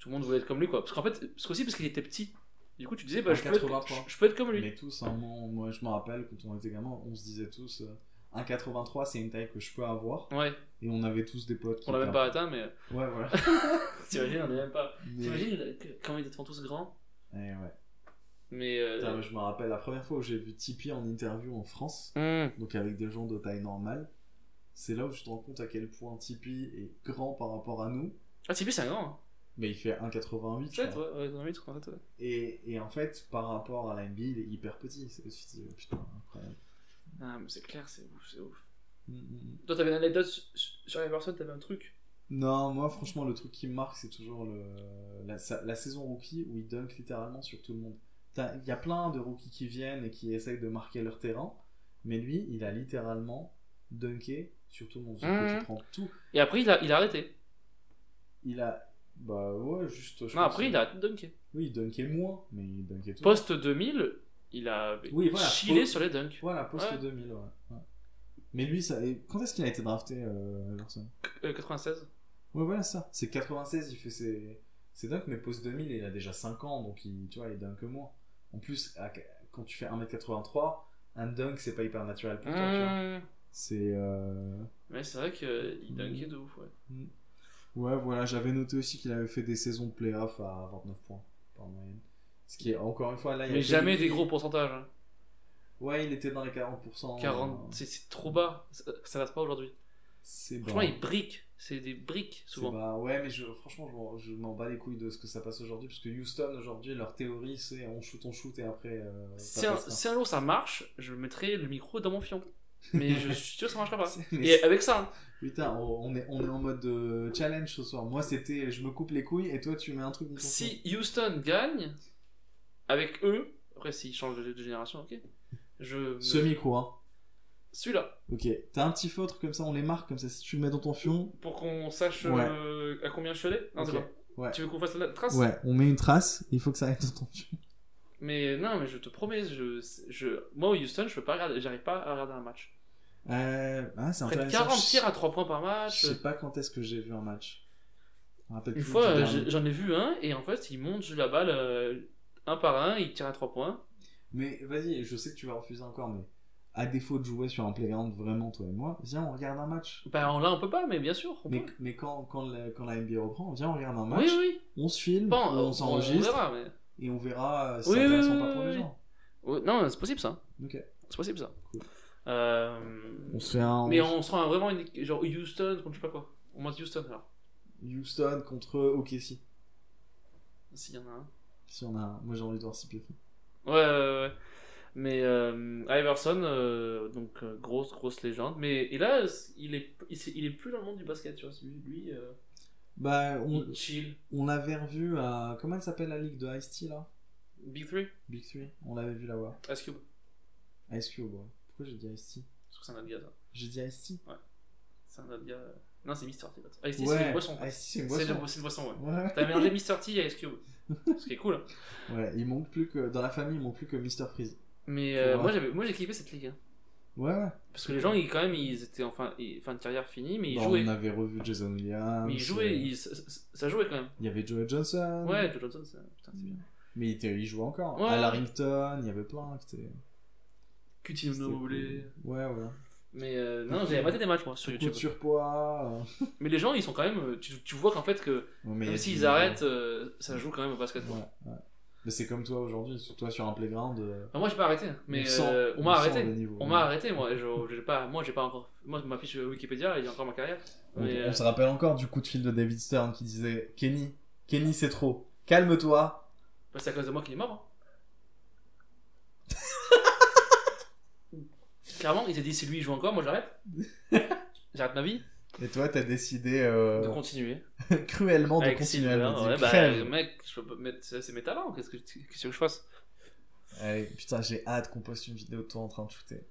[SPEAKER 1] tout le monde voulait être comme lui, quoi. Parce qu'en fait, parce qu'aussi parce qu'il était petit. Du coup, tu disais, bah,
[SPEAKER 5] En
[SPEAKER 1] je, peux être,
[SPEAKER 5] 83.
[SPEAKER 1] je- je peux être comme lui.
[SPEAKER 5] Mais tous, hein, moi, moi, je me rappelle quand on était gamin, on se disait tous euh, 1,83 c'est une taille que je peux avoir.
[SPEAKER 1] Ouais,
[SPEAKER 5] Et on avait tous des potes qui.
[SPEAKER 1] on l'a même pas
[SPEAKER 5] étaient-
[SPEAKER 1] atteint, mais euh,
[SPEAKER 5] Ouais, voilà.
[SPEAKER 1] t'imagines, on est même pas. *laughs*
[SPEAKER 5] Mais-
[SPEAKER 1] T'imagines que- comment ils étaient tous grands.
[SPEAKER 5] Eh ouais.
[SPEAKER 1] Mais. euh,
[SPEAKER 5] Putain, moi, je me rappelle la première fois où j'ai vu Tipeee en interview en France,
[SPEAKER 1] hmm,
[SPEAKER 5] donc avec des gens de taille normale, c'est là où je te rends compte à quel point Tipeee est grand par rapport à nous,
[SPEAKER 1] Ah, Tipeee, c'est un grand. hein.
[SPEAKER 5] mais il fait 1,88. je
[SPEAKER 1] Sept,
[SPEAKER 5] crois.
[SPEAKER 1] ouais, ouais, dans le huit, en fait. ouais.
[SPEAKER 5] Et, et en fait, par rapport à la NBA, il est hyper petit. C'est- Je dis, putain, incroyable.
[SPEAKER 1] Ah, mais c'est clair, c'est ouf, c'est ouf.
[SPEAKER 5] Mm, mm, mm.
[SPEAKER 1] Toi, t'avais une anecdote su- su- sur Everson, t'avais un truc.
[SPEAKER 5] Non, moi, franchement, le truc qui me marque, c'est toujours le, la, sa- la saison rookie où il dunk littéralement sur tout le monde. T'as- Il y a plein de rookies qui viennent et qui essayent de marquer leur terrain, mais lui, il a littéralement dunké sur tout le monde. Sauf que
[SPEAKER 1] Mhm.
[SPEAKER 5] tu prends tout.
[SPEAKER 1] Et après, il a, il a arrêté.
[SPEAKER 5] Il a. Bah ouais, juste. je
[SPEAKER 1] Non,
[SPEAKER 5] pense
[SPEAKER 1] après,
[SPEAKER 5] que-
[SPEAKER 1] il a arrêté de dunker.
[SPEAKER 5] Oui, il dunkait moins, mais il dunkait tout.
[SPEAKER 1] Post 2000, il a
[SPEAKER 5] Oui, voilà.
[SPEAKER 1] chillé
[SPEAKER 5] Post-
[SPEAKER 1] sur les dunks.
[SPEAKER 5] Voilà, post
[SPEAKER 1] Ouais.
[SPEAKER 5] 2000, ouais. ouais. Mais lui, ça... et quand est-ce qu'il a été drafté, euh, Everson
[SPEAKER 1] Euh, 96.
[SPEAKER 5] Ouais, voilà ça. C'est 96, il fait ses, ses dunks, mais post 2000, il a déjà 5 ans, donc il, tu vois, il dunk moins. En plus, à- quand tu fais 1m83, un dunk, c'est pas hyper naturel pour toi, tu vois.
[SPEAKER 1] Hmm.
[SPEAKER 5] C'est. euh,
[SPEAKER 1] Mais c'est vrai qu'il
[SPEAKER 5] Hmm.
[SPEAKER 1] dunkait de ouf, ouais.
[SPEAKER 5] Ouais, voilà, j'avais noté aussi qu'il avait fait des saisons playoff à 29 points par moyenne. Ce qui est encore une fois là. il y a
[SPEAKER 1] Mais
[SPEAKER 5] que
[SPEAKER 1] jamais
[SPEAKER 5] lui.
[SPEAKER 1] des gros pourcentages. hein.
[SPEAKER 5] Ouais, il était dans les 40%.
[SPEAKER 1] 40, c'est- c'est trop bas. Ça, ça passe pas aujourd'hui.
[SPEAKER 5] euh, C'est
[SPEAKER 1] Franchement,
[SPEAKER 5] bas.
[SPEAKER 1] ils briquent. C'est des briques,
[SPEAKER 5] C'est
[SPEAKER 1] souvent.
[SPEAKER 5] bas. Ouais, mais je, franchement, je m'en- je m'en bats les couilles de ce que ça passe aujourd'hui. Parce que Houston, aujourd'hui, leur théorie, c'est on shoot, on shoot et après. euh, ça
[SPEAKER 1] Si un,
[SPEAKER 5] *laughs* passe pas.
[SPEAKER 1] si un jour ça marche, je mettrai le micro dans mon
[SPEAKER 5] *laughs*
[SPEAKER 1] fion. Mais je suis sûr que ça marchera pas.
[SPEAKER 5] C'est- *laughs* mais
[SPEAKER 1] Et avec ça, hein.
[SPEAKER 5] Putain, on on est, on est en mode euh, challenge ce soir. Moi, c'était je me coupe les couilles et toi, tu mets un truc. dans ton
[SPEAKER 1] si Houston gagne, avec eux, après s'ils changent de, de génération, ok. Je. me-
[SPEAKER 5] fion. Ce micro, hein.
[SPEAKER 1] Celui-là,
[SPEAKER 5] Ok, t'as un petit feutre comme ça, on les marque comme ça. Si tu le mets dans ton fion,
[SPEAKER 1] pour qu'on sache
[SPEAKER 5] Ouais.
[SPEAKER 1] euh, à combien je suis allé. Non,
[SPEAKER 5] Ok.
[SPEAKER 1] c'est bon.
[SPEAKER 5] Ouais.
[SPEAKER 1] Tu veux qu'on fasse la trace
[SPEAKER 5] ouais, on met une trace. Il faut que ça aille dans ton fion.
[SPEAKER 1] Mais non, mais je te promets, je, je... moi au Houston, je peux pas regarder, j'arrive pas à regarder un match.
[SPEAKER 5] Euh, ah, c'est
[SPEAKER 1] Près de
[SPEAKER 5] intéressant.
[SPEAKER 1] 40 tirs
[SPEAKER 5] Je-
[SPEAKER 1] à 3 points par match.
[SPEAKER 5] Je sais pas quand est-ce que j'ai vu un match. Je me rappelle
[SPEAKER 1] Une
[SPEAKER 5] plus
[SPEAKER 1] fois,
[SPEAKER 5] du
[SPEAKER 1] euh,
[SPEAKER 5] dernier.
[SPEAKER 1] j'ai- j'en ai vu un, et en fait, il monte la balle euh, un par un, il tire à 3 points.
[SPEAKER 5] Mais vas-y, je sais que tu vas refuser encore, mais à défaut de jouer sur un playground vraiment, toi et moi, viens, on regarde un match.
[SPEAKER 1] Ben on- là, on peut pas, mais bien sûr. on
[SPEAKER 5] Mais,
[SPEAKER 1] peut.
[SPEAKER 5] mais quand, quand, la, quand la NBA reprend, viens, on regarde un match,
[SPEAKER 1] Oui, oui.
[SPEAKER 5] on se filme,
[SPEAKER 1] Bon,
[SPEAKER 5] on s'enregistre,
[SPEAKER 1] verra, mais-
[SPEAKER 5] et on verra euh, si
[SPEAKER 1] Oui,
[SPEAKER 5] c'est
[SPEAKER 1] oui,
[SPEAKER 5] intéressant ou
[SPEAKER 1] oui,
[SPEAKER 5] pas pour les
[SPEAKER 1] oui,
[SPEAKER 5] gens.
[SPEAKER 1] Oh, Non, c'est possible ça.
[SPEAKER 5] Ok.
[SPEAKER 1] C'est possible ça.
[SPEAKER 5] Cool.
[SPEAKER 1] Euh,
[SPEAKER 5] On se fait un
[SPEAKER 1] Mais on se rend à vraiment une... équipe- genre Houston contre je sais pas quoi. On monte Houston alors.
[SPEAKER 5] Houston contre OKC.
[SPEAKER 1] S'il y en a un.
[SPEAKER 5] Si on a un. Moi j'ai envie de voir si Pietri.
[SPEAKER 1] Ouais, ouais, ouais. Mais euh, Iverson, euh, donc euh, grosse, grosse légende. Mais et là, c- il est, il, s'est- il est plus dans le monde du basket, tu vois. Lui, lui euh,
[SPEAKER 5] Bah, on,
[SPEAKER 1] il chill.
[SPEAKER 5] on l'avait revu à. Comment elle s'appelle la ligue de Ice-T là
[SPEAKER 1] Big Three,
[SPEAKER 5] Big 3 On l'avait vu là-bas.
[SPEAKER 1] Ice Cube.
[SPEAKER 5] Ice Cube, ouais. Pourquoi j'ai dit Ice-T
[SPEAKER 1] Parce que c'est un autre gars, ça.
[SPEAKER 5] J'ai dit Ice-T
[SPEAKER 1] C'est un autre gars. euh. Non, c'est Mister T. l'autre. Ice T, c'est
[SPEAKER 5] Ouais,
[SPEAKER 1] une boisson.
[SPEAKER 5] Ice-T, c'est une
[SPEAKER 1] C'est
[SPEAKER 5] boisson.
[SPEAKER 1] une bo- c'est une boisson, ouais.
[SPEAKER 5] Ouais.
[SPEAKER 1] T'as mélangé Mister T et Ice Cube. Ce qui est cool. hein.
[SPEAKER 5] Ouais, il manque plus que. Dans la famille, il manque plus que Mr. Freeze.
[SPEAKER 1] Mais euh,
[SPEAKER 5] Ouais.
[SPEAKER 1] moi, j'avais- moi, j'ai kiffé cette ligue. hein.
[SPEAKER 5] Ouais, ouais.
[SPEAKER 1] Parce que les gens, ils, quand même, ils étaient en fin, ils- fin de carrière finie, mais ils
[SPEAKER 5] Bon,
[SPEAKER 1] jouaient.
[SPEAKER 5] On avait revu Jason Williams.
[SPEAKER 1] Mais ils jouaient,
[SPEAKER 5] euh,
[SPEAKER 1] ils- ça, ça- ça jouait quand même.
[SPEAKER 5] Il y avait Joey Johnson.
[SPEAKER 1] Ouais, Joe Johnson, c'est- putain, c'est bien.
[SPEAKER 5] Mais il, était- il jouait encore.
[SPEAKER 1] Ouais.
[SPEAKER 5] À Larrington, il y avait plein. C'était.
[SPEAKER 1] Coutinho Mobley.
[SPEAKER 5] Ouais, ouais.
[SPEAKER 1] Mais euh, non, j'avais maté des matchs moi sur
[SPEAKER 5] Coup de
[SPEAKER 1] YouTube.
[SPEAKER 5] surpoids. euh.
[SPEAKER 1] Mais les gens, ils sont quand même. euh, Tu, tu vois qu'en fait, que
[SPEAKER 5] Ouais, mais il y
[SPEAKER 1] même
[SPEAKER 5] a
[SPEAKER 1] s'ils
[SPEAKER 5] du-
[SPEAKER 1] arrêtent, euh, ça joue quand même au basket.
[SPEAKER 5] Ouais,
[SPEAKER 1] quoi.
[SPEAKER 5] ouais. Mais c'est comme toi aujourd'hui, sur- toi sur un playground. euh,
[SPEAKER 1] Enfin, moi, j'ai pas arrêté, mais
[SPEAKER 5] sent-
[SPEAKER 1] euh, on m'a
[SPEAKER 5] sent
[SPEAKER 1] arrêté.
[SPEAKER 5] le niveau.
[SPEAKER 1] On m'a arrêté, moi. Je- j'ai pas, moi, j'ai pas encore. Moi, ma fiche Wikipédia, il y a encore ma carrière.
[SPEAKER 5] On,
[SPEAKER 1] Mais,
[SPEAKER 5] on
[SPEAKER 1] euh,
[SPEAKER 5] se rappelle encore du coup de fil de David Stern qui disait Kenny, Kenny c'est trop, calme-toi.
[SPEAKER 1] bah, c'est à cause de moi qu'il est mort. hein. Clairement, il s'est dit si lui il joue encore, moi j'arrête. J'arrête ma vie.
[SPEAKER 5] Et toi t'as décidé euh,
[SPEAKER 1] De continuer.
[SPEAKER 5] *laughs* cruellement de
[SPEAKER 1] Avec
[SPEAKER 5] continuer
[SPEAKER 1] Sylvain,
[SPEAKER 5] à me dire,
[SPEAKER 1] ouais, bah,
[SPEAKER 5] crève.
[SPEAKER 1] mec, je peux pas mettre- ça, c'est mes talents. Qu'est-ce que, tu- qu'est-ce que je fasse
[SPEAKER 5] Allez, Eh, putain, j'ai hâte qu'on poste une vidéo de toi en train de shooter.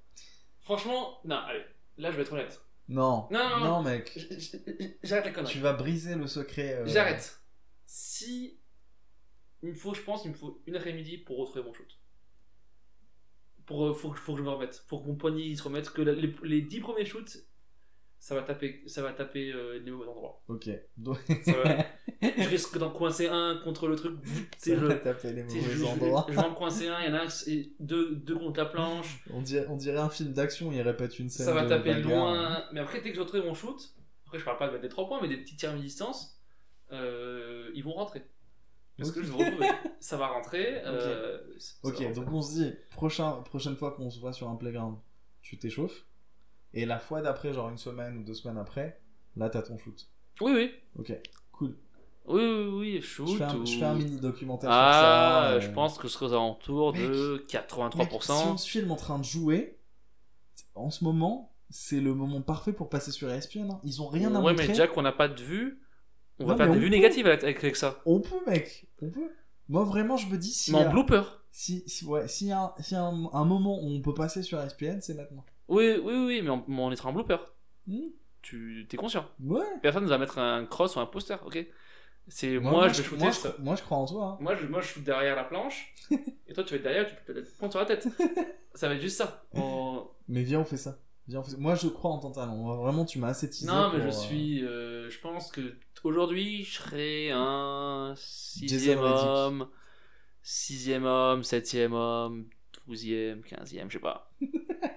[SPEAKER 1] Franchement, non, allez. Là, je vais être honnête.
[SPEAKER 5] Non,
[SPEAKER 1] Non, non, non.
[SPEAKER 5] mec,
[SPEAKER 1] J- j- j- J'arrête la
[SPEAKER 5] tu
[SPEAKER 1] connerie.
[SPEAKER 5] vas briser le secret. euh,
[SPEAKER 1] J'arrête. Si. Il me faut, je pense, il me faut une après-midi pour retrouver mon shoot. Pour, euh, faut, que- faut que je me remette. Faut que mon poignet il se remette. Que la- les, les 10 premiers shoots, ça va taper, ça va taper euh, les mauvais endroits.
[SPEAKER 5] Ok. Donc,
[SPEAKER 1] Ça
[SPEAKER 5] *laughs*
[SPEAKER 1] va- je risque d'en coincer un contre le truc. C'est
[SPEAKER 5] ça *laughs*
[SPEAKER 1] je,
[SPEAKER 5] va taper les
[SPEAKER 1] tu sais, je,
[SPEAKER 5] mauvais endroits.
[SPEAKER 1] je, je vais en coincer un, il y en a un, et deux, deux contre la planche.
[SPEAKER 5] On dirait, on dirait un film d'action, il répète une scène.
[SPEAKER 1] ça va
[SPEAKER 5] de
[SPEAKER 1] taper
[SPEAKER 5] bagarre. hein.
[SPEAKER 1] loin. Mais après, dès que j'entrerai mon shoot, après, je parle pas de mettre des 3 points, mais des petits tirs à mi-distance, euh, ils vont rentrer. Parce que je vais retrouver. *laughs* ça va rentrer. euh, ça va
[SPEAKER 5] Ok,
[SPEAKER 1] rentrer.
[SPEAKER 5] donc on se dit, prochain, prochaine fois qu'on se voit sur un playground, tu t'échauffes. Et la fois d'après, genre une semaine ou deux semaines après, là t'as ton shoot.
[SPEAKER 1] Oui, oui.
[SPEAKER 5] Cool.
[SPEAKER 1] Oui, oui, oui, shoot.
[SPEAKER 5] Je fais, un, je fais un mini documentaire
[SPEAKER 1] Ah,
[SPEAKER 5] sur ça. euh,
[SPEAKER 1] je pense que je serai aux alentours de
[SPEAKER 5] Mec,
[SPEAKER 1] 83%.
[SPEAKER 5] si on se filme en train de jouer, en ce moment, c'est le moment parfait pour passer sur ESPN. hein. Ils ont rien à
[SPEAKER 1] ouais,
[SPEAKER 5] montrer.
[SPEAKER 1] mais Jack, on n'a pas de vue. On va
[SPEAKER 5] Non,
[SPEAKER 1] faire
[SPEAKER 5] mais
[SPEAKER 1] des
[SPEAKER 5] on
[SPEAKER 1] vues
[SPEAKER 5] peut.
[SPEAKER 1] négatives avec, avec ça.
[SPEAKER 5] On peut, mec. On peut. Moi, vraiment, je me dis si. hein.
[SPEAKER 1] mais en blooper.
[SPEAKER 5] si, si, ouais, s'il y a, un, s'il y a un- un moment où on peut passer sur E ESPN, c'est maintenant.
[SPEAKER 1] Oui, oui, oui, mais on, mais on mettra un blooper.
[SPEAKER 5] Hmm.
[SPEAKER 1] Tu t'es conscient.
[SPEAKER 5] Ouais.
[SPEAKER 1] Personne ne va mettre un cross ou un poster, ok C'est moi, je vais shooter
[SPEAKER 5] moi,
[SPEAKER 1] ça.
[SPEAKER 5] je, moi, je crois en toi. hein.
[SPEAKER 1] Moi je, moi, je shoot derrière la
[SPEAKER 5] *laughs*
[SPEAKER 1] planche. et toi, tu vas être derrière, tu peux peut-être te prendre sur la tête. ça va être juste ça. En-
[SPEAKER 5] Mais viens, on fait ça. Viens, on fait ça. Moi, je crois en ton talent. Moi, Vraiment, tu m'as assez teasé.
[SPEAKER 1] Non, mais
[SPEAKER 5] pour,
[SPEAKER 1] je
[SPEAKER 5] euh,
[SPEAKER 1] suis. euh, je pense que aujourd'hui, je serai un sixième
[SPEAKER 5] Jason Reddick.
[SPEAKER 1] homme, sixième homme, septième homme, douzième, quinzième, je sais
[SPEAKER 5] *laughs*
[SPEAKER 1] pas.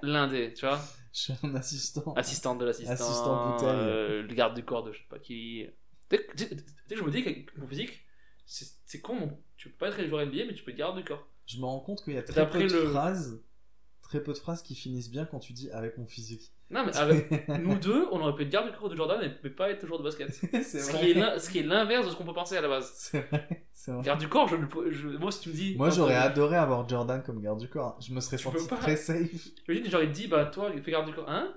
[SPEAKER 1] L'un des, tu vois,
[SPEAKER 5] *laughs* Je suis un assistant.
[SPEAKER 1] assistante de l'assistant,
[SPEAKER 5] Assistant bouteille.
[SPEAKER 1] euh, le garde du corps de je sais pas qui. Dès que, dès- dès que je me dis qu'avec mon physique, c'est c'est con, non tu peux pas être joueur NBA, mais tu peux être garde du corps.
[SPEAKER 5] Je me rends compte qu'il y a
[SPEAKER 1] T'as
[SPEAKER 5] très peu
[SPEAKER 1] pris
[SPEAKER 5] de
[SPEAKER 1] le-
[SPEAKER 5] phrases. Très peu de phrases qui finissent bien quand tu dis avec mon physique. *laughs*
[SPEAKER 1] Non, mais avec nous deux, on aurait pu être garde du corps de Jordan et mais pas être joueur de basket.
[SPEAKER 5] c'est
[SPEAKER 1] Ce
[SPEAKER 5] *laughs*
[SPEAKER 1] qui est l'in- ce qui est l'inverse de ce qu'on peut penser à la base.
[SPEAKER 5] C'est vrai. c'est vrai.
[SPEAKER 1] Garde du corps, je ne peux- je- moi si tu me dis.
[SPEAKER 5] Moi,
[SPEAKER 1] non,
[SPEAKER 5] j'aurais
[SPEAKER 1] t'as-
[SPEAKER 5] adoré avoir Jordan comme garde du corps. Je me serais
[SPEAKER 1] Tu
[SPEAKER 5] senti
[SPEAKER 1] peux pas. *laughs*
[SPEAKER 5] très safe.
[SPEAKER 1] Imagine, genre, il te dit, bah, toi, fais garde du corps. Hein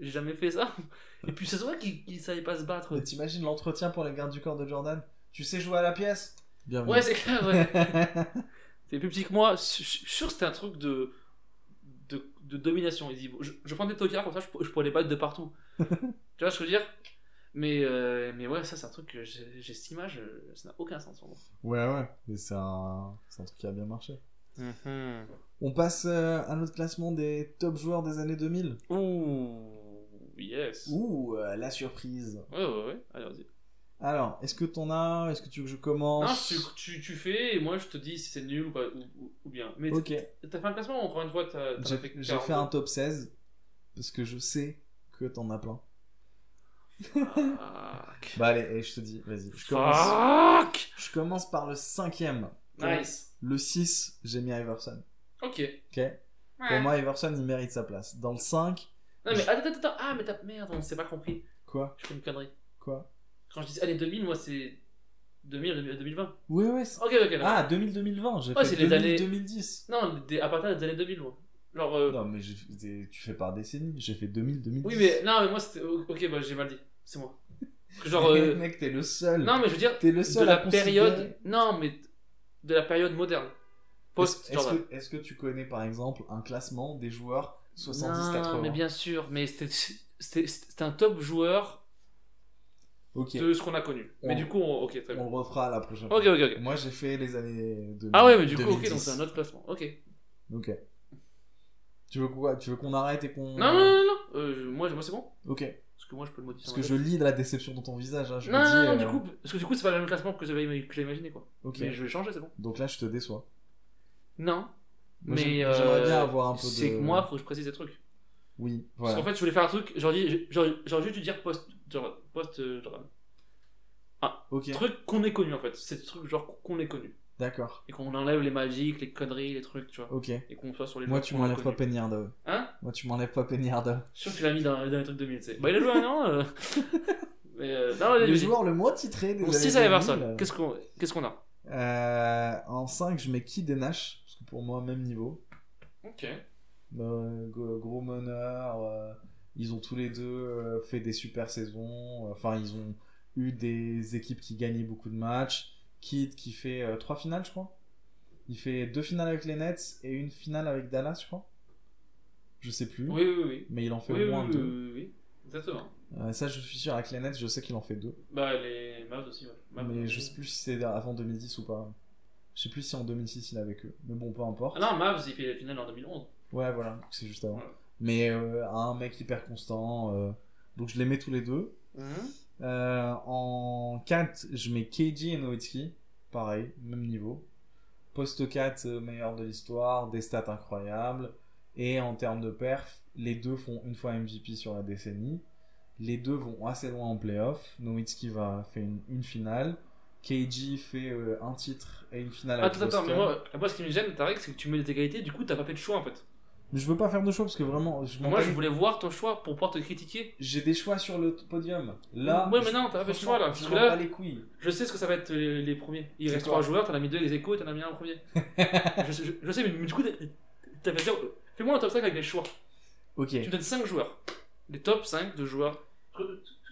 [SPEAKER 1] J'ai jamais fait ça. Et puis, c'est vrai qu'il qu'il savait pas se battre.
[SPEAKER 5] Mais T'imagines l'entretien pour les gardes du corps de Jordan Tu sais jouer à la pièce Bienvenue.
[SPEAKER 1] Ouais, c'est clair, ouais. T'es plus petit que moi. Je suis sûr que c'était un truc de, de, de domination. Il dit, bon, je, je prends des tocards, comme ça, je, pour- je pourrais les battre de
[SPEAKER 5] *laughs*
[SPEAKER 1] partout. tu vois ce que je veux dire mais, euh, mais ouais, ça, c'est un truc que j'ai j'ai cette image, euh, ça n'a aucun sens pour moi.
[SPEAKER 5] *laughs* ouais, ouais. Mais c'est un... c'est un truc qui a bien marché. On passe euh, à notre classement des top joueurs des années 2000.
[SPEAKER 1] Ouh, yes.
[SPEAKER 5] Ouh, euh, la surprise.
[SPEAKER 1] Ouais, ouais, ouais. Allez, vas-y.
[SPEAKER 5] Alors, est-ce que t'en as Est-ce que tu veux que je commence
[SPEAKER 1] Non, tu, tu, tu fais et moi je te dis si c'est nul ou, pas- ou, ou- ou bien. Mais
[SPEAKER 5] Ok,
[SPEAKER 1] t'as- t'as fait un classement encore une fois t'as t'as
[SPEAKER 5] j'ai
[SPEAKER 1] fait
[SPEAKER 5] j'ai fait un
[SPEAKER 1] 42.
[SPEAKER 5] top 16 parce que je sais que t'en as plein.
[SPEAKER 1] Fuck.
[SPEAKER 5] Bah allez, allez, je te dis, vas-y. Je
[SPEAKER 1] Ah.
[SPEAKER 5] commence,
[SPEAKER 1] Fuck
[SPEAKER 5] je commence par le cinquième.
[SPEAKER 1] Nice.
[SPEAKER 5] Le 6, j'ai mis Iverson.
[SPEAKER 1] Ok.
[SPEAKER 5] Ok Pour moi, Iverson, il mérite sa place. Dans le 5,
[SPEAKER 1] Non mais attends, attends, attends. Ah mais t'as. Merde, on s'est pas compris.
[SPEAKER 5] quoi
[SPEAKER 1] Je fais une connerie.
[SPEAKER 5] Quoi
[SPEAKER 1] Quand je dis années 2000, moi c'est. 2000, 2020.
[SPEAKER 5] Ouais, ouais. c'est-
[SPEAKER 1] Ok, ok. non.
[SPEAKER 5] Ah, 2000-2020, j'ai
[SPEAKER 1] Ouais, c'est
[SPEAKER 5] fait
[SPEAKER 1] les années-
[SPEAKER 5] 2000-2010.
[SPEAKER 1] Non, des- à partir des années 2000, moi. Genre. euh,
[SPEAKER 5] Non, mais j'ai- c'est- tu fais par décennie, j'ai fait 2000-2010.
[SPEAKER 1] Oui, mais. Non, mais moi c'était. Ok, bah j'ai mal dit. C'est moi. Parce que Genre. euh,
[SPEAKER 5] Mec, t'es le seul.
[SPEAKER 1] Non, mais je veux dire.
[SPEAKER 5] T'es le
[SPEAKER 1] De
[SPEAKER 5] seul
[SPEAKER 1] la
[SPEAKER 5] à considérer-
[SPEAKER 1] période. Non, mais. De la période moderne.
[SPEAKER 5] Est-ce
[SPEAKER 1] Post-Jordan.
[SPEAKER 5] est-ce que, est-ce que tu connais par exemple un classement des joueurs 70-80
[SPEAKER 1] Non, mais bien sûr, mais c'était- c'était c'était un top joueur
[SPEAKER 5] Ok,
[SPEAKER 1] de ce qu'on a connu. Mais
[SPEAKER 5] On-
[SPEAKER 1] du coup, on- ok, très
[SPEAKER 5] on
[SPEAKER 1] bien.
[SPEAKER 5] le refera la prochaine
[SPEAKER 1] Ok,
[SPEAKER 5] fois.
[SPEAKER 1] ok, ok.
[SPEAKER 5] Moi j'ai fait les années 2000.
[SPEAKER 1] Ah ouais, mais du coup, ok,
[SPEAKER 5] 2010.
[SPEAKER 1] donc c'est un autre classement. Ok.
[SPEAKER 5] Ok. Tu veux quoi Tu veux qu'on arrête et qu'on.
[SPEAKER 1] Non, non, non, non, non. Euh, je- moi, moi c'est bon.
[SPEAKER 5] Ok.
[SPEAKER 1] Parce que moi, je peux le modifier.
[SPEAKER 5] Parce
[SPEAKER 1] en
[SPEAKER 5] que je
[SPEAKER 1] direct.
[SPEAKER 5] lis de la déception dans ton visage. hein, je
[SPEAKER 1] Non,
[SPEAKER 5] me
[SPEAKER 1] non,
[SPEAKER 5] dis,
[SPEAKER 1] non,
[SPEAKER 5] euh,
[SPEAKER 1] du coup, parce que du coup, c'est pas le même classement que j'avais que j'avais imaginé, quoi.
[SPEAKER 5] Ok.
[SPEAKER 1] Mais je vais changer, c'est bon.
[SPEAKER 5] Donc là je te déçois.
[SPEAKER 1] Non.
[SPEAKER 5] Moi,
[SPEAKER 1] mais
[SPEAKER 5] j'aime- j'aimerais
[SPEAKER 1] euh,
[SPEAKER 5] bien avoir un peu de.
[SPEAKER 1] C'est que moi, faut que je précise des trucs.
[SPEAKER 5] Oui,
[SPEAKER 1] Parce
[SPEAKER 5] voilà.
[SPEAKER 1] qu'en fait, je voulais faire un truc, genre, dis- genre, genre juste dire post, genre, post, euh, genre,
[SPEAKER 5] Ok,
[SPEAKER 1] truc qu'on ait connu en fait. C'est des trucs genre qu'on ait connu.
[SPEAKER 5] d'accord.
[SPEAKER 1] Et qu'on enlève les magiques, les conneries, les trucs, tu vois.
[SPEAKER 5] Ok.
[SPEAKER 1] et qu'on soit sur les
[SPEAKER 5] Moi
[SPEAKER 1] joueurs
[SPEAKER 5] tu
[SPEAKER 1] qu'on a
[SPEAKER 5] m'enlèves pas
[SPEAKER 1] connus.
[SPEAKER 5] Peignardo.
[SPEAKER 1] Hein Ah,
[SPEAKER 5] Moi tu m'enlèves pas Peignardo.
[SPEAKER 1] Je suis sûr que tu l'as mis dans, dans les trucs 2000, tu sais. Bah, il a joué un an. euh. *laughs* Mais euh, non,
[SPEAKER 5] Le
[SPEAKER 1] vas-y,
[SPEAKER 5] joueur le moins titré des
[SPEAKER 1] On
[SPEAKER 5] années
[SPEAKER 1] sait
[SPEAKER 5] 2000,
[SPEAKER 1] ça, personne.
[SPEAKER 5] euh,
[SPEAKER 1] Qu'est-ce qu'on qu'est-ce qu'on a
[SPEAKER 5] Euh, en 5, je mets qui des Nash, parce que pour moi, même niveau.
[SPEAKER 1] Ok.
[SPEAKER 5] Euh, go- gros meneur, euh, ils ont tous les deux euh, fait des super saisons, enfin, ils ont eu des équipes qui gagnaient beaucoup de matchs. Kidd qui fait 3 finales, je crois. Il fait 2 finales avec les Nets et une finale avec Dallas, je crois. Je sais plus,
[SPEAKER 1] Oui, oui, oui.
[SPEAKER 5] mais il en fait
[SPEAKER 1] Oui, oui,
[SPEAKER 5] au moins
[SPEAKER 1] oui, oui,
[SPEAKER 5] 2.
[SPEAKER 1] oui, oui. Exactement.
[SPEAKER 5] ça, je suis sûr, avec les Nets, je sais qu'il en fait 2.
[SPEAKER 1] Bah, les Mavs aussi, ouais. Mavs.
[SPEAKER 5] Mais je sais plus si c'est avant 2010 ou pas. Je sais plus si en 2006 il est avec eux. Mais bon, peu importe.
[SPEAKER 1] Ah non, Mavs, il fait la finale en 2011.
[SPEAKER 5] Ouais, voilà, c'est juste avant.
[SPEAKER 1] Ouais.
[SPEAKER 5] Mais euh, un mec hyper constant, euh, Donc je les mets tous les deux. Euh, en 4, je mets Keiji et Nowitzki. Pareil, même niveau. Poste 4, euh, meilleur de l'histoire, des stats incroyables. Et en termes de perf, les deux font une fois MVP sur la décennie. Les deux vont assez loin en playoff. Nowitzki va fait une, une finale. Keiji fait euh, un titre et une finale avec
[SPEAKER 6] Ah, Attends, attends, mais
[SPEAKER 5] Boston.
[SPEAKER 6] moi, moi, ce qui me gêne, Tarek, c'est que tu mets les égalités, du coup, t'as pas fait de choix en fait.
[SPEAKER 5] Mais je veux pas faire de choix parce que vraiment, je m'en
[SPEAKER 6] Moi,
[SPEAKER 5] tape.
[SPEAKER 6] je voulais voir ton choix pour pouvoir te critiquer.
[SPEAKER 5] j'ai des choix sur le podium. Là,
[SPEAKER 6] Ouais, mais
[SPEAKER 5] je-
[SPEAKER 6] non, t'as pas fait de
[SPEAKER 5] franchement,
[SPEAKER 6] choix, là,
[SPEAKER 5] Je
[SPEAKER 6] parce
[SPEAKER 5] m'en
[SPEAKER 6] que là-
[SPEAKER 5] bats les couilles.
[SPEAKER 6] Je sais ce que ça va être euh, les premiers. Il
[SPEAKER 5] C'est
[SPEAKER 6] reste
[SPEAKER 5] quoi
[SPEAKER 6] trois joueurs, t'en as mis deux les échos et t'en as mis un
[SPEAKER 5] *laughs*
[SPEAKER 6] en premier. je, sais- je- je sais, mais, mais du coup, t'as fait dire. Fais-moi un top 5 avec les choix.
[SPEAKER 5] Ok.
[SPEAKER 6] Tu me donnes 5 joueurs. Les top 5 de joueurs.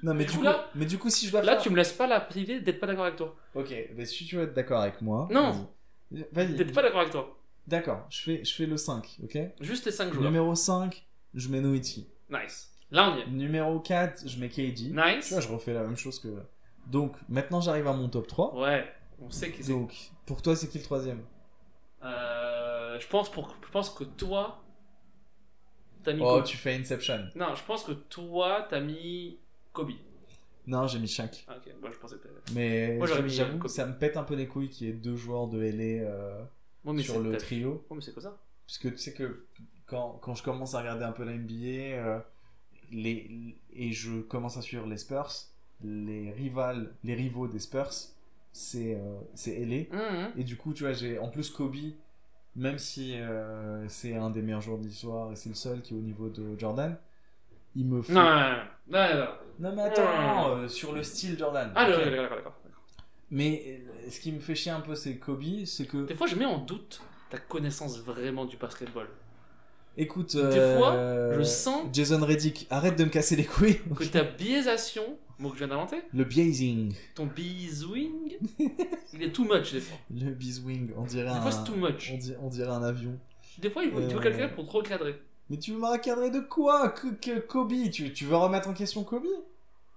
[SPEAKER 5] Non, mais du,
[SPEAKER 6] Du coup,
[SPEAKER 5] coup,
[SPEAKER 6] là-
[SPEAKER 5] mais du coup, si je dois
[SPEAKER 6] Là,
[SPEAKER 5] faire-
[SPEAKER 6] tu me laisses pas la privé d'être pas d'accord avec toi.
[SPEAKER 5] Ok, mais si tu veux être d'accord avec moi.
[SPEAKER 6] Non.
[SPEAKER 5] vas-y. Vas-y.
[SPEAKER 6] D'être pas d'accord avec toi.
[SPEAKER 5] D'accord, je fais, je fais le 5, ok
[SPEAKER 6] Juste les 5 joueurs.
[SPEAKER 5] Numéro 5, je mets Noiti.
[SPEAKER 6] Nice. Là, on y est.
[SPEAKER 5] Numéro 4, je mets KD. Tu
[SPEAKER 6] Nice.
[SPEAKER 5] vois, je refais la même chose que. Donc, maintenant j'arrive à mon top 3.
[SPEAKER 6] Ouais, on sait qu'ils ont.
[SPEAKER 5] Donc, pour toi, c'est qui le troisième
[SPEAKER 6] Euh, je, pense pour... je pense que toi. T'as mis.
[SPEAKER 5] Oh,
[SPEAKER 6] Kobe.
[SPEAKER 5] tu fais Inception.
[SPEAKER 6] Non, je pense que toi, t'as mis Kobe.
[SPEAKER 5] Non, j'ai mis Shaq.
[SPEAKER 6] Ah, ok, moi je pensais que t'avais-
[SPEAKER 5] Mais
[SPEAKER 6] Moi, j'aurais mis
[SPEAKER 5] j'avoue
[SPEAKER 6] Kobe.
[SPEAKER 5] que ça me pète un peu les couilles qu'il y ait deux joueurs de LA euh,
[SPEAKER 6] Moi, mais
[SPEAKER 5] sur
[SPEAKER 6] c'est-
[SPEAKER 5] le
[SPEAKER 6] t'as-
[SPEAKER 5] trio.
[SPEAKER 6] Oh, mais c'est quoi ça
[SPEAKER 5] Parce que tu sais que quand, quand je commence à regarder un peu la NBA euh, les, et je commence à suivre les Spurs, les rivales, les rivaux des Spurs, c'est euh, c'est LA.
[SPEAKER 6] Hum,
[SPEAKER 5] Et du coup, tu vois, j'ai en plus Kobe, même si euh, c'est un des meilleurs joueurs de l'histoire et c'est le seul qui est au niveau de Jordan, il me
[SPEAKER 6] hum.
[SPEAKER 5] fait.
[SPEAKER 6] Non, non, non, non, non, non.
[SPEAKER 5] Non, mais attends, euh, sur le style Jordan.
[SPEAKER 6] Ah,
[SPEAKER 5] ok.
[SPEAKER 6] d'accord, d'accord, d'accord. d'accord.
[SPEAKER 5] Mais euh, ce qui me fait chier un peu, c'est Kobe, c'est que.
[SPEAKER 6] Des fois, je mets en doute ta connaissance vraiment du basketball.
[SPEAKER 5] Écoute.
[SPEAKER 6] fois,
[SPEAKER 5] euh,
[SPEAKER 6] Je sens
[SPEAKER 5] Jason Reddick, arrête de me casser les couilles.
[SPEAKER 6] que ta biaisation, mot que je viens d'inventer,
[SPEAKER 5] Le biasing.
[SPEAKER 6] ton biswing, il est too much des fois.
[SPEAKER 5] Le biswing, on dirait
[SPEAKER 6] Des
[SPEAKER 5] un...
[SPEAKER 6] fois, c'est too much.
[SPEAKER 5] on, di- on dirait un avion.
[SPEAKER 6] Des fois, il faut, tu veux
[SPEAKER 5] Ah. Euh.
[SPEAKER 6] quelqu'un pour te recadrer.
[SPEAKER 5] Mais tu veux me recadrer de quoi que, que- Kobe tu, tu veux remettre en question Kobe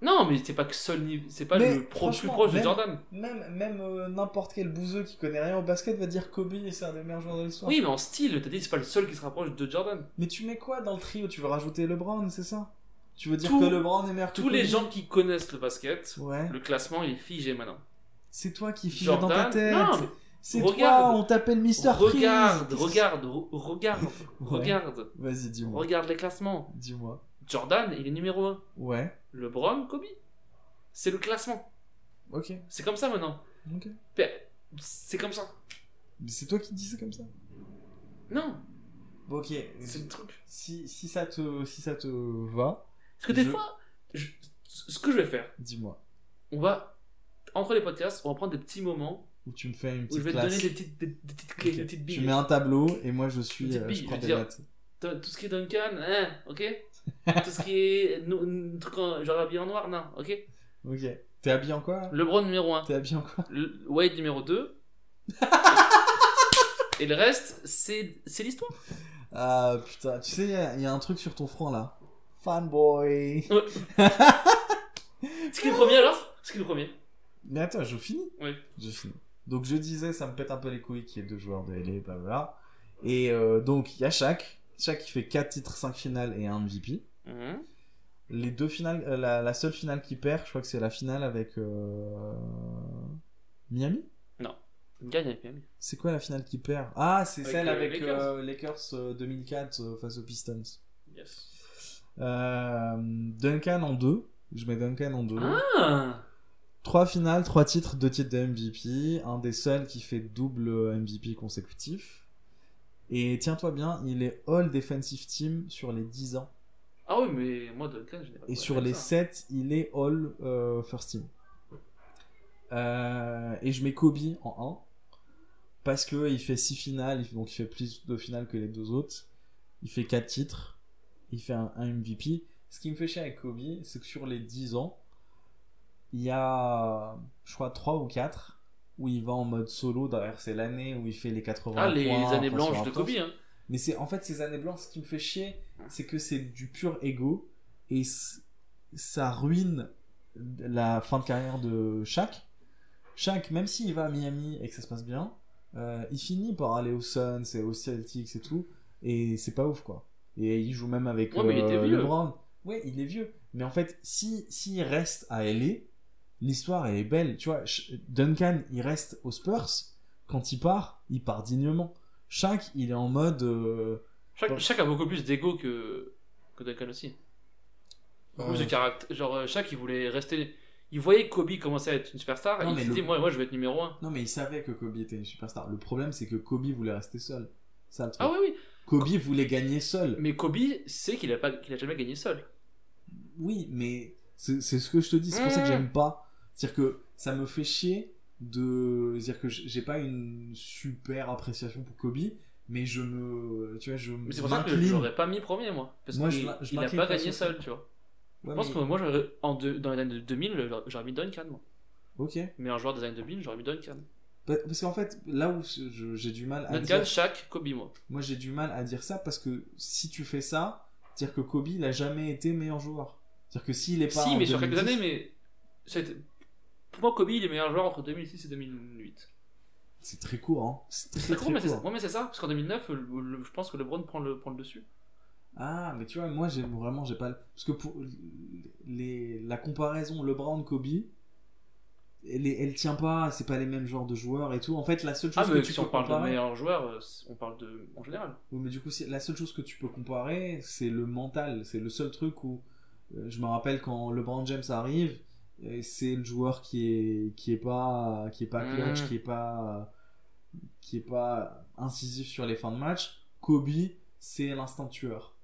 [SPEAKER 6] Non, mais c'est pas que seul niveau- c'est pas
[SPEAKER 5] Mais
[SPEAKER 6] le pro plus
[SPEAKER 5] franchement,
[SPEAKER 6] proche de
[SPEAKER 5] même-
[SPEAKER 6] Jordan.
[SPEAKER 5] Même, même euh, n'importe quel bouseux qui connaît rien au basket va dire Kobe et c'est un des meilleurs joueurs de l'histoire.
[SPEAKER 6] Oui, mais en style, t'as dit c'est pas le seul qui se rapproche de Jordan.
[SPEAKER 5] Mais tu mets quoi dans le trio Tu veux rajouter LeBron, c'est ça Tu veux dire
[SPEAKER 6] Tout-
[SPEAKER 5] que LeBron est meilleur que
[SPEAKER 6] Tous les
[SPEAKER 5] Kobe
[SPEAKER 6] gens qui connaissent le basket,
[SPEAKER 5] Ouais.
[SPEAKER 6] le classement il est figé maintenant.
[SPEAKER 5] C'est toi qui files dans ta
[SPEAKER 6] Jordan,
[SPEAKER 5] tête.
[SPEAKER 6] non, mais
[SPEAKER 5] c'est
[SPEAKER 6] regarde.
[SPEAKER 5] toi, on t'appelle Mister
[SPEAKER 6] regarde,
[SPEAKER 5] Freeze.
[SPEAKER 6] regarde, re- regarde,
[SPEAKER 5] Ouais.
[SPEAKER 6] regarde,
[SPEAKER 5] Vas-y, dis-moi.
[SPEAKER 6] regarde les classements.
[SPEAKER 5] Dis-moi.
[SPEAKER 6] Jordan, il est numéro 1.
[SPEAKER 5] Ouais.
[SPEAKER 6] LeBron, Kobe. C'est le classement.
[SPEAKER 5] Ok.
[SPEAKER 6] C'est comme ça maintenant.
[SPEAKER 5] Ok.
[SPEAKER 6] Pe- C'est comme ça.
[SPEAKER 5] Mais c'est toi qui dis ça comme ça
[SPEAKER 6] Non,
[SPEAKER 5] Bon, Ok.
[SPEAKER 6] c'est le truc.
[SPEAKER 5] Si, si, ça te, si ça te va,
[SPEAKER 6] Parce que des
[SPEAKER 5] Je-
[SPEAKER 6] fois, je- ce que je vais faire,
[SPEAKER 5] dis-moi.
[SPEAKER 6] on va, entre les podcasts, on va prendre des petits moments
[SPEAKER 5] Ou tu me fais une
[SPEAKER 6] où je
[SPEAKER 5] petite
[SPEAKER 6] vais te
[SPEAKER 5] classe.
[SPEAKER 6] donner des petites, des, des petites clés,
[SPEAKER 5] Ok.
[SPEAKER 6] des petites
[SPEAKER 5] Tu
[SPEAKER 6] billes.
[SPEAKER 5] mets un tableau et moi je suis.
[SPEAKER 6] Petite
[SPEAKER 5] euh,
[SPEAKER 6] bille,
[SPEAKER 5] je prends
[SPEAKER 6] je
[SPEAKER 5] des
[SPEAKER 6] veux dire.
[SPEAKER 5] notes.
[SPEAKER 6] Tout tout ce qui est Duncan, hein,
[SPEAKER 5] *laughs*
[SPEAKER 6] ok Tout ce qui est nou- nou- truc en- genre habillé en noir, non, ok
[SPEAKER 5] Ok. T'es habillé en quoi là
[SPEAKER 6] LeBron numéro 1,
[SPEAKER 5] T'es habillé en quoi
[SPEAKER 6] Wade numéro *laughs* 2. Et le reste, c'est c'est l'histoire.
[SPEAKER 5] Ah putain, tu sais, il y, a- il y a un truc sur ton front là. Fanboy
[SPEAKER 6] Ce qui est le premier alors Ce qui est le premier.
[SPEAKER 5] Mais attends, je finis
[SPEAKER 6] Oui.
[SPEAKER 5] Je finis. Donc je disais, ça me pète un peu les couilles qu'il y ait deux joueurs de LA, blablabla. Et euh, donc il y a Shaq. Shaq qui fait 4 titres, 5 finales et un MVP.
[SPEAKER 6] Mhm.
[SPEAKER 5] Les deux finales, euh, la, la seule finale qui perd, je crois que c'est la finale avec euh, Miami.
[SPEAKER 6] Gagne avec Miami.
[SPEAKER 5] C'est quoi la finale qui perd Ah, c'est
[SPEAKER 6] Avec,
[SPEAKER 5] celle
[SPEAKER 6] euh,
[SPEAKER 5] avec
[SPEAKER 6] Lakers.
[SPEAKER 5] euh, Lakers euh, 2004 euh, face aux Pistons.
[SPEAKER 6] Yes.
[SPEAKER 5] Euh, Duncan en deux. Je mets Duncan en deux.
[SPEAKER 6] Ah
[SPEAKER 5] trois finales, trois titres, deux titres de MVP. Un des seuls qui fait double euh, MVP consécutif. Et tiens-toi bien, il est All Defensive Team sur les 10 ans.
[SPEAKER 6] Ah oui, mais moi, Duncan, je n'ai pas
[SPEAKER 5] Et
[SPEAKER 6] de
[SPEAKER 5] sur
[SPEAKER 6] problème
[SPEAKER 5] les
[SPEAKER 6] avec ça.
[SPEAKER 5] 7, il est All euh, First Team. Euh, et je mets Kobe en 1. Parce que il fait 6 finales, il fait- donc il fait plus de finales que les deux autres. Il fait 4 titres. Il fait un, un MVP. Ce qui me fait chier avec Kobe, c'est que sur les 10 ans, il y a, je crois, 3 ou 4 où il va en mode solo. D'ailleurs, c'est l'année où il fait les 80
[SPEAKER 6] Ah, les,
[SPEAKER 5] points,
[SPEAKER 6] les années
[SPEAKER 5] enfin,
[SPEAKER 6] blanches
[SPEAKER 5] sur
[SPEAKER 6] de
[SPEAKER 5] un tour.
[SPEAKER 6] Kobe, hein.
[SPEAKER 5] Mais c'est en fait ces années blanches, ce qui me fait chier, c'est que c'est du pur ego et c- ça ruine la fin de carrière de Shaq. Shaq, même s'il va à Miami et que ça se passe bien, euh, il finit par aller aux Suns et aux Celtics et tout, et c'est pas ouf quoi. Et il joue même avec euh,
[SPEAKER 6] Ouais, mais il était vieux.
[SPEAKER 5] LeBron. ouais, il est vieux. Mais en fait, si s'il reste à LA, l'histoire elle est belle. Tu vois, Ch- Duncan, il reste aux Spurs. Quand il part, il part dignement. Shaq, il est en mode. euh,
[SPEAKER 6] Chaque,
[SPEAKER 5] Bon.
[SPEAKER 6] chaque a beaucoup plus d'ego que, que Duncan aussi. Beaucoup plus de caractère. Genre, euh, chaque, il voulait rester. Il voyait que Kobe commençait à être une superstar et
[SPEAKER 5] Non,
[SPEAKER 6] il
[SPEAKER 5] mais
[SPEAKER 6] se disait,
[SPEAKER 5] le-
[SPEAKER 6] moi, moi, je vais être numéro 1.
[SPEAKER 5] Non, mais il savait que Kobe était une superstar. Le problème, c'est que Kobe voulait rester seul. Ça, le truc.
[SPEAKER 6] Ah oui, oui.
[SPEAKER 5] Kobe voulait gagner seul.
[SPEAKER 6] Mais Kobe sait qu'il a, pas, qu'il a jamais gagné seul.
[SPEAKER 5] Oui, mais c'est c'est ce que je te dis, c'est pour ça que
[SPEAKER 6] Mmh.
[SPEAKER 5] j'aime pas. C'est-à-dire que ça me fait chier de dire que j'ai j'ai pas une super appréciation pour Kobe, mais je me. Tu vois, je
[SPEAKER 6] Mais c'est pour ça que je
[SPEAKER 5] m'incline.
[SPEAKER 6] l'aurais pas mis premier, moi. Parce
[SPEAKER 5] Moi,
[SPEAKER 6] qu'il
[SPEAKER 5] je- je
[SPEAKER 6] il a
[SPEAKER 5] m'incline
[SPEAKER 6] pas
[SPEAKER 5] face
[SPEAKER 6] gagné
[SPEAKER 5] au-
[SPEAKER 6] seul, tu vois.
[SPEAKER 5] Ouais,
[SPEAKER 6] je pense
[SPEAKER 5] mais-
[SPEAKER 6] que moi, j'aurais- en deux- dans les années 2000, j'aurais- j'aurais mis Duncan, moi.
[SPEAKER 5] Ok.
[SPEAKER 6] Mais un joueur des années 2000, j'aurais mis Duncan.
[SPEAKER 5] Pa- Parce qu'en fait, là où je- j'ai du mal à
[SPEAKER 6] Duncan,
[SPEAKER 5] dire.
[SPEAKER 6] Shaq, Kobe, moi.
[SPEAKER 5] Moi, j'ai du mal à dire ça parce que si tu fais ça, dire que Kobe, il a jamais été meilleur joueur. C'est-à-dire que s'il est pas.
[SPEAKER 6] Si,
[SPEAKER 5] Bah, en
[SPEAKER 6] mais sur quelques
[SPEAKER 5] 2010,
[SPEAKER 6] années, mais. c'est- Pour moi, Kobe, il est meilleur joueur entre 2006 et 2008.
[SPEAKER 5] C'est très court, hein. C'est très,
[SPEAKER 6] C'est
[SPEAKER 5] très
[SPEAKER 6] con, mais c'est ça.
[SPEAKER 5] court.
[SPEAKER 6] Ouais, mais c'est ça, parce qu'en 2009, le- le- je pense que LeBron prend le, prend le dessus.
[SPEAKER 5] Ah, mais tu vois, moi, j'ai vraiment, j'ai pas. le- Parce que pour les, la comparaison LeBron-Kobe, elle, est- elle tient pas, c'est pas les mêmes genres de joueurs et tout. En fait, la seule chose
[SPEAKER 6] Ah, mais
[SPEAKER 5] que tu
[SPEAKER 6] si
[SPEAKER 5] peux
[SPEAKER 6] on parle de
[SPEAKER 5] comparer.
[SPEAKER 6] meilleur joueur, euh, c'est- on parle de. en général.
[SPEAKER 5] Oui, mais du coup, c'est- la seule chose que tu peux comparer, c'est le mental. C'est le seul truc où. euh, Je me rappelle quand LeBron James arrive, et c'est le joueur qui est, qui est pas, qui est pas clutch,
[SPEAKER 6] Mm.
[SPEAKER 5] qui est pas, qui est pas incisif sur les fins de match. Kobe, c'est l'instinct tueur.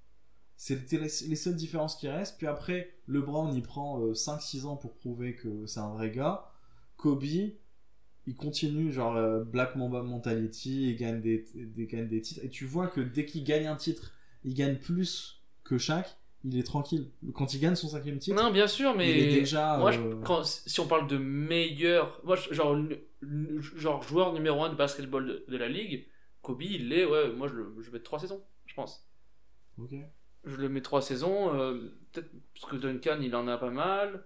[SPEAKER 5] C'était les, les seules différences qui restent. Puis après, LeBron, il prend 5-6 ans pour prouver que c'est un vrai gars. Kobe, il continue, genre euh, Black Mamba Mentality, il gagne des, des- gagne des titres. Et tu vois que dès qu'il gagne un titre, il gagne plus que chaque. Il est tranquille. Quand il gagne son cinquième titre,
[SPEAKER 6] Non, bien sûr, mais.
[SPEAKER 5] il est déjà.
[SPEAKER 6] Moi, je-
[SPEAKER 5] euh,
[SPEAKER 6] quand, si on parle de meilleur. Moi, je- genre, n- n- genre joueur numéro 1 de basketball de, de la ligue, Kobe, il est. Ouais, moi, je le je mets 3 saisons, je pense.
[SPEAKER 5] Ok.
[SPEAKER 6] Je le mets 3 saisons, euh, peut-être parce que Duncan, il en a pas mal.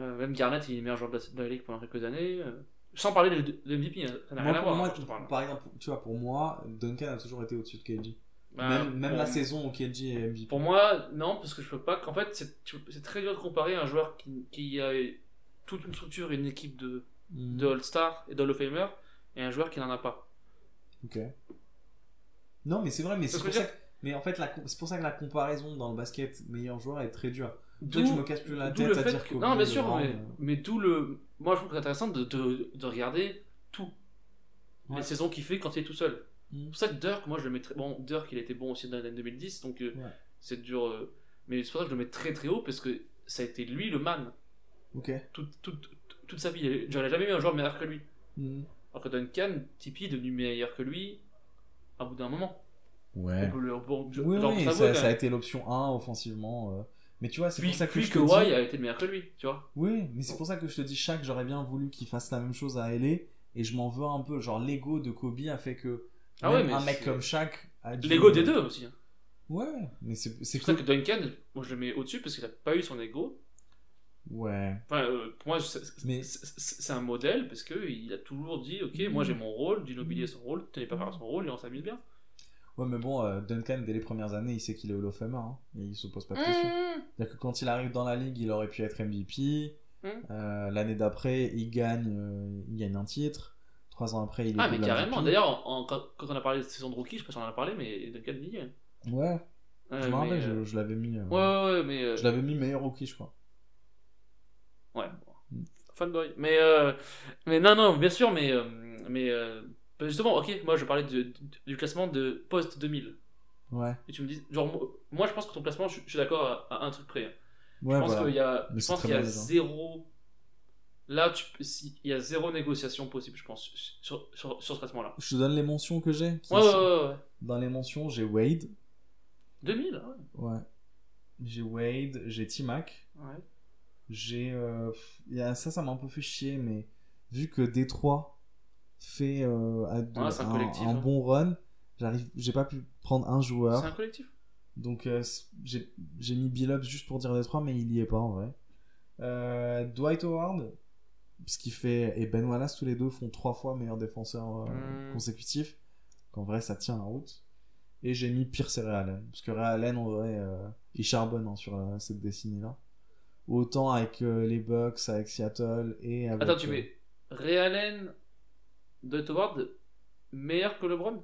[SPEAKER 6] Euh, même Garnett, il est meilleur joueur de la, de la ligue pendant quelques années. euh. sans parler de, de MVP, hein, ça n'a
[SPEAKER 5] Moi,
[SPEAKER 6] rien à
[SPEAKER 5] pour
[SPEAKER 6] voir.
[SPEAKER 5] moi,
[SPEAKER 6] hein, je te parle.
[SPEAKER 5] par exemple, tu vois, pour moi, Duncan a toujours été au-dessus de KG.
[SPEAKER 6] Bah,
[SPEAKER 5] même même
[SPEAKER 6] pour-
[SPEAKER 5] la saison où KG est MVP.
[SPEAKER 6] Pour moi, non, parce que je peux pas. qu'en fait, c'est tu- c'est très dur de comparer un joueur qui, qui a toute une structure et une équipe de,
[SPEAKER 5] Mm.
[SPEAKER 6] de All-Star et d'Hall of Famer et un joueur qui n'en a pas.
[SPEAKER 5] Ok. Non, mais c'est vrai, mais
[SPEAKER 6] C'est
[SPEAKER 5] c'est
[SPEAKER 6] ce
[SPEAKER 5] pour
[SPEAKER 6] que je
[SPEAKER 5] ça.
[SPEAKER 6] veux
[SPEAKER 5] que- Mais en fait, la com- c'est pour ça que la comparaison dans le basket meilleur joueur est très dure.
[SPEAKER 6] D'où
[SPEAKER 5] Toi, tu me casse plus la
[SPEAKER 6] d'où
[SPEAKER 5] tête
[SPEAKER 6] le
[SPEAKER 5] à
[SPEAKER 6] fait
[SPEAKER 5] dire
[SPEAKER 6] que-
[SPEAKER 5] Kobe,
[SPEAKER 6] Non, bien sûr,
[SPEAKER 5] LeBron,
[SPEAKER 6] mais,
[SPEAKER 5] euh,
[SPEAKER 6] mais d'où le. Moi, je trouve que c'est intéressant de, de- de regarder tout.
[SPEAKER 5] Ouais.
[SPEAKER 6] Les saisons qu'il fait quand il est tout seul.
[SPEAKER 5] Mm.
[SPEAKER 6] C'est pour ça que Dirk, moi, je le mets très. Bon, Dirk, il était bon aussi dans l'année 2010, donc euh,
[SPEAKER 5] Ouais.
[SPEAKER 6] c'est dur. euh, Mais c'est pour ça que je le mets très très haut parce que ça a été lui le man
[SPEAKER 5] Ok.
[SPEAKER 6] toute, toute, toute sa vie. J'aurais jamais eu un joueur meilleur que lui.
[SPEAKER 5] Mm.
[SPEAKER 6] Alors que Duncan, Tipeee est devenu meilleur que lui à bout d'un moment.
[SPEAKER 5] Ouais.
[SPEAKER 6] On peut le- bon, je-
[SPEAKER 5] Oui,
[SPEAKER 6] genre,
[SPEAKER 5] oui,
[SPEAKER 6] ça vaut
[SPEAKER 5] ça,
[SPEAKER 6] quand
[SPEAKER 5] ça a
[SPEAKER 6] même.
[SPEAKER 5] été l'option 1 offensivement. euh, Mais tu vois, c'est
[SPEAKER 6] Puis,
[SPEAKER 5] pour ça que
[SPEAKER 6] puis
[SPEAKER 5] je te
[SPEAKER 6] Kawhi
[SPEAKER 5] dis-
[SPEAKER 6] a été meilleur que euh, lui, tu vois.
[SPEAKER 5] Oui, mais c'est pour ça que je te dis, chaque, j'aurais bien voulu qu'il fasse la même chose à LA. Et je m'en veux un peu. Genre, l'ego de Kobe a fait que
[SPEAKER 6] Ah
[SPEAKER 5] même
[SPEAKER 6] ouais, mais
[SPEAKER 5] un mec
[SPEAKER 6] c'est-
[SPEAKER 5] comme Shaq a dû-
[SPEAKER 6] L'ego des deux aussi. hein.
[SPEAKER 5] Ouais, mais c'est c'est
[SPEAKER 6] C'est pour ça
[SPEAKER 5] cool.
[SPEAKER 6] que Duncan, moi je le mets au-dessus parce qu'il a pas eu son ego.
[SPEAKER 5] Ouais.
[SPEAKER 6] Enfin, euh, pour moi, c'est- c'est
[SPEAKER 5] Mais-
[SPEAKER 6] c'est- c'est un modèle parce qu'il a toujours dit Ok, moi j'ai mon rôle, Ginobili a son rôle, tu n'es pas faire son rôle et on s'amuse bien.
[SPEAKER 5] Ouais, mais bon, euh, Duncan, dès les premières années, il sait qu'il est Hall of Famer, hein, et il se pose pas de questions. C'est-à-dire que quand il arrive dans la ligue, il aurait pu être MVP.
[SPEAKER 6] Mm.
[SPEAKER 5] Euh, L'année d'après, il gagne, euh, il gagne un titre. Trois ans après, il est
[SPEAKER 6] Ah, mais
[SPEAKER 5] double
[SPEAKER 6] carrément.
[SPEAKER 5] MVP.
[SPEAKER 6] D'ailleurs, en- en- quand, quand on a parlé de saison de rookie, je sais pas si on en a parlé, mais Duncan y est. Ouais,
[SPEAKER 5] Ouais, je
[SPEAKER 6] mais,
[SPEAKER 5] me rappelle,
[SPEAKER 6] euh,
[SPEAKER 5] je, je l'avais mis. euh,
[SPEAKER 6] Ouais, ouais, ouais, mais. euh,
[SPEAKER 5] Je l'avais mis meilleur rookie, je crois.
[SPEAKER 6] Ouais. Fanboy. Mais, euh, mais non, non, bien sûr, mais, euh, mais euh, bah, justement, ok, moi je parlais de- du classement de post-2000.
[SPEAKER 5] Ouais.
[SPEAKER 6] Et tu me dis, genre, moi- moi je pense que ton classement, je, je suis d'accord à, à un truc près. hein.
[SPEAKER 5] Ouais,
[SPEAKER 6] je pense
[SPEAKER 5] Ah, voilà.
[SPEAKER 6] qu'il y a,
[SPEAKER 5] Mais
[SPEAKER 6] je
[SPEAKER 5] c'est
[SPEAKER 6] pense
[SPEAKER 5] très hein.
[SPEAKER 6] qu'il y
[SPEAKER 5] bien,
[SPEAKER 6] a
[SPEAKER 5] déjà.
[SPEAKER 6] zéro. Là, tu, peux- si, il y a zéro négociation possible, je pense, sur, sur, sur ce classement-là.
[SPEAKER 5] Je te donne les mentions que j'ai. qui
[SPEAKER 6] Ouais, ouais,
[SPEAKER 5] sont-
[SPEAKER 6] ouais, hein, ouais.
[SPEAKER 5] Dans les mentions, j'ai Wade.
[SPEAKER 6] 2000, ouais.
[SPEAKER 5] Ouais. J'ai Wade, j'ai T-Mac.
[SPEAKER 6] ouais.
[SPEAKER 5] J'ai. euh, pff, il y a- Ça, ça m'a un peu fait chier, mais vu que Détroit fait euh, à deux-
[SPEAKER 6] Ouais, c'est un collectif,
[SPEAKER 5] un
[SPEAKER 6] hein.
[SPEAKER 5] bon run, j'arrive, j'ai pas pu prendre un joueur.
[SPEAKER 6] C'est un collectif.
[SPEAKER 5] Donc euh, c- j'ai j'ai mis Billups juste pour dire Détroit, mais il y est pas en vrai. Euh, Dwight Howard, ce qui fait et Ben Wallace tous les deux font trois fois meilleur défenseur euh,
[SPEAKER 6] Mm.
[SPEAKER 5] consécutif. Qu'en vrai ça tient la route. Et j'ai mis Pierce et Ray Allen. Parce que Ray Allen, en vrai, euh, il charbonne hein, sur euh, cette décennie-là. Autant avec euh, les Bucks, avec Seattle et avec.
[SPEAKER 6] Attends, tu
[SPEAKER 5] euh,
[SPEAKER 6] mets Ray Allen, Dwight Howard, meilleur que LeBron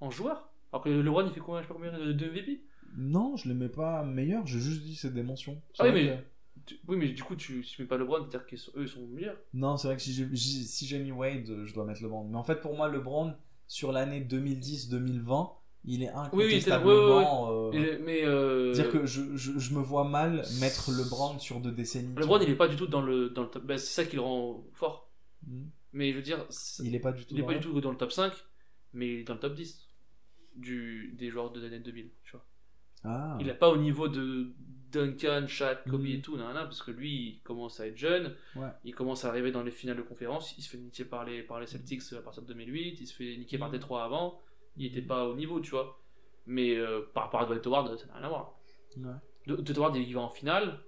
[SPEAKER 6] En joueur Alors que LeBron, il fait combien, je sais pas combien euh, de de MVP
[SPEAKER 5] Non, je les mets pas meilleurs, j'ai juste dit que c'est des mentions. C'est
[SPEAKER 6] Ah oui,
[SPEAKER 5] vrai
[SPEAKER 6] mais-
[SPEAKER 5] que-
[SPEAKER 6] Tu- Oui, mais du coup, tu, si tu mets pas LeBron, c'est-à-dire qu'eux sont, eux, sont meilleurs.
[SPEAKER 5] Non, c'est vrai que si j'ai j'ai- si j'ai mis Wade, euh, je dois mettre LeBron. Mais en fait, pour moi, LeBron, sur l'année 2010-2020, il est
[SPEAKER 6] Oui, oui, c'est-
[SPEAKER 5] incontestablement. euh,
[SPEAKER 6] Mais, mais, euh,
[SPEAKER 5] Dire que je, je, je me vois mal mettre LeBron sur deux décennies.
[SPEAKER 6] LeBron, il est pas du tout dans le, dans le top. bah, c'est ça qui le rend fort.
[SPEAKER 5] Hmm.
[SPEAKER 6] Mais je veux dire, c'est-
[SPEAKER 5] Il est pas du tout.
[SPEAKER 6] il est
[SPEAKER 5] dans
[SPEAKER 6] pas
[SPEAKER 5] le-
[SPEAKER 6] du tout dans le top 5, mais dans le top 10 du, des joueurs de l'année 2000. Tu vois.
[SPEAKER 5] Ah.
[SPEAKER 6] Il n'est pas au niveau de Duncan, Shaq, Kobe
[SPEAKER 5] Mhm.
[SPEAKER 6] et tout, nanana, parce que lui, il commence à être jeune,
[SPEAKER 5] Ouais.
[SPEAKER 6] il commence à arriver dans les finales de conférence, il se fait niquer par les, par les Celtics à partir de 2008, il se fait niquer
[SPEAKER 5] Mm.
[SPEAKER 6] par Détroit avant, il n'était pas au niveau, tu vois. Mais euh, par rapport à Dwight Howard, ça n'a rien à voir.
[SPEAKER 5] Ouais.
[SPEAKER 6] De- Dwight Howard, il va en finale,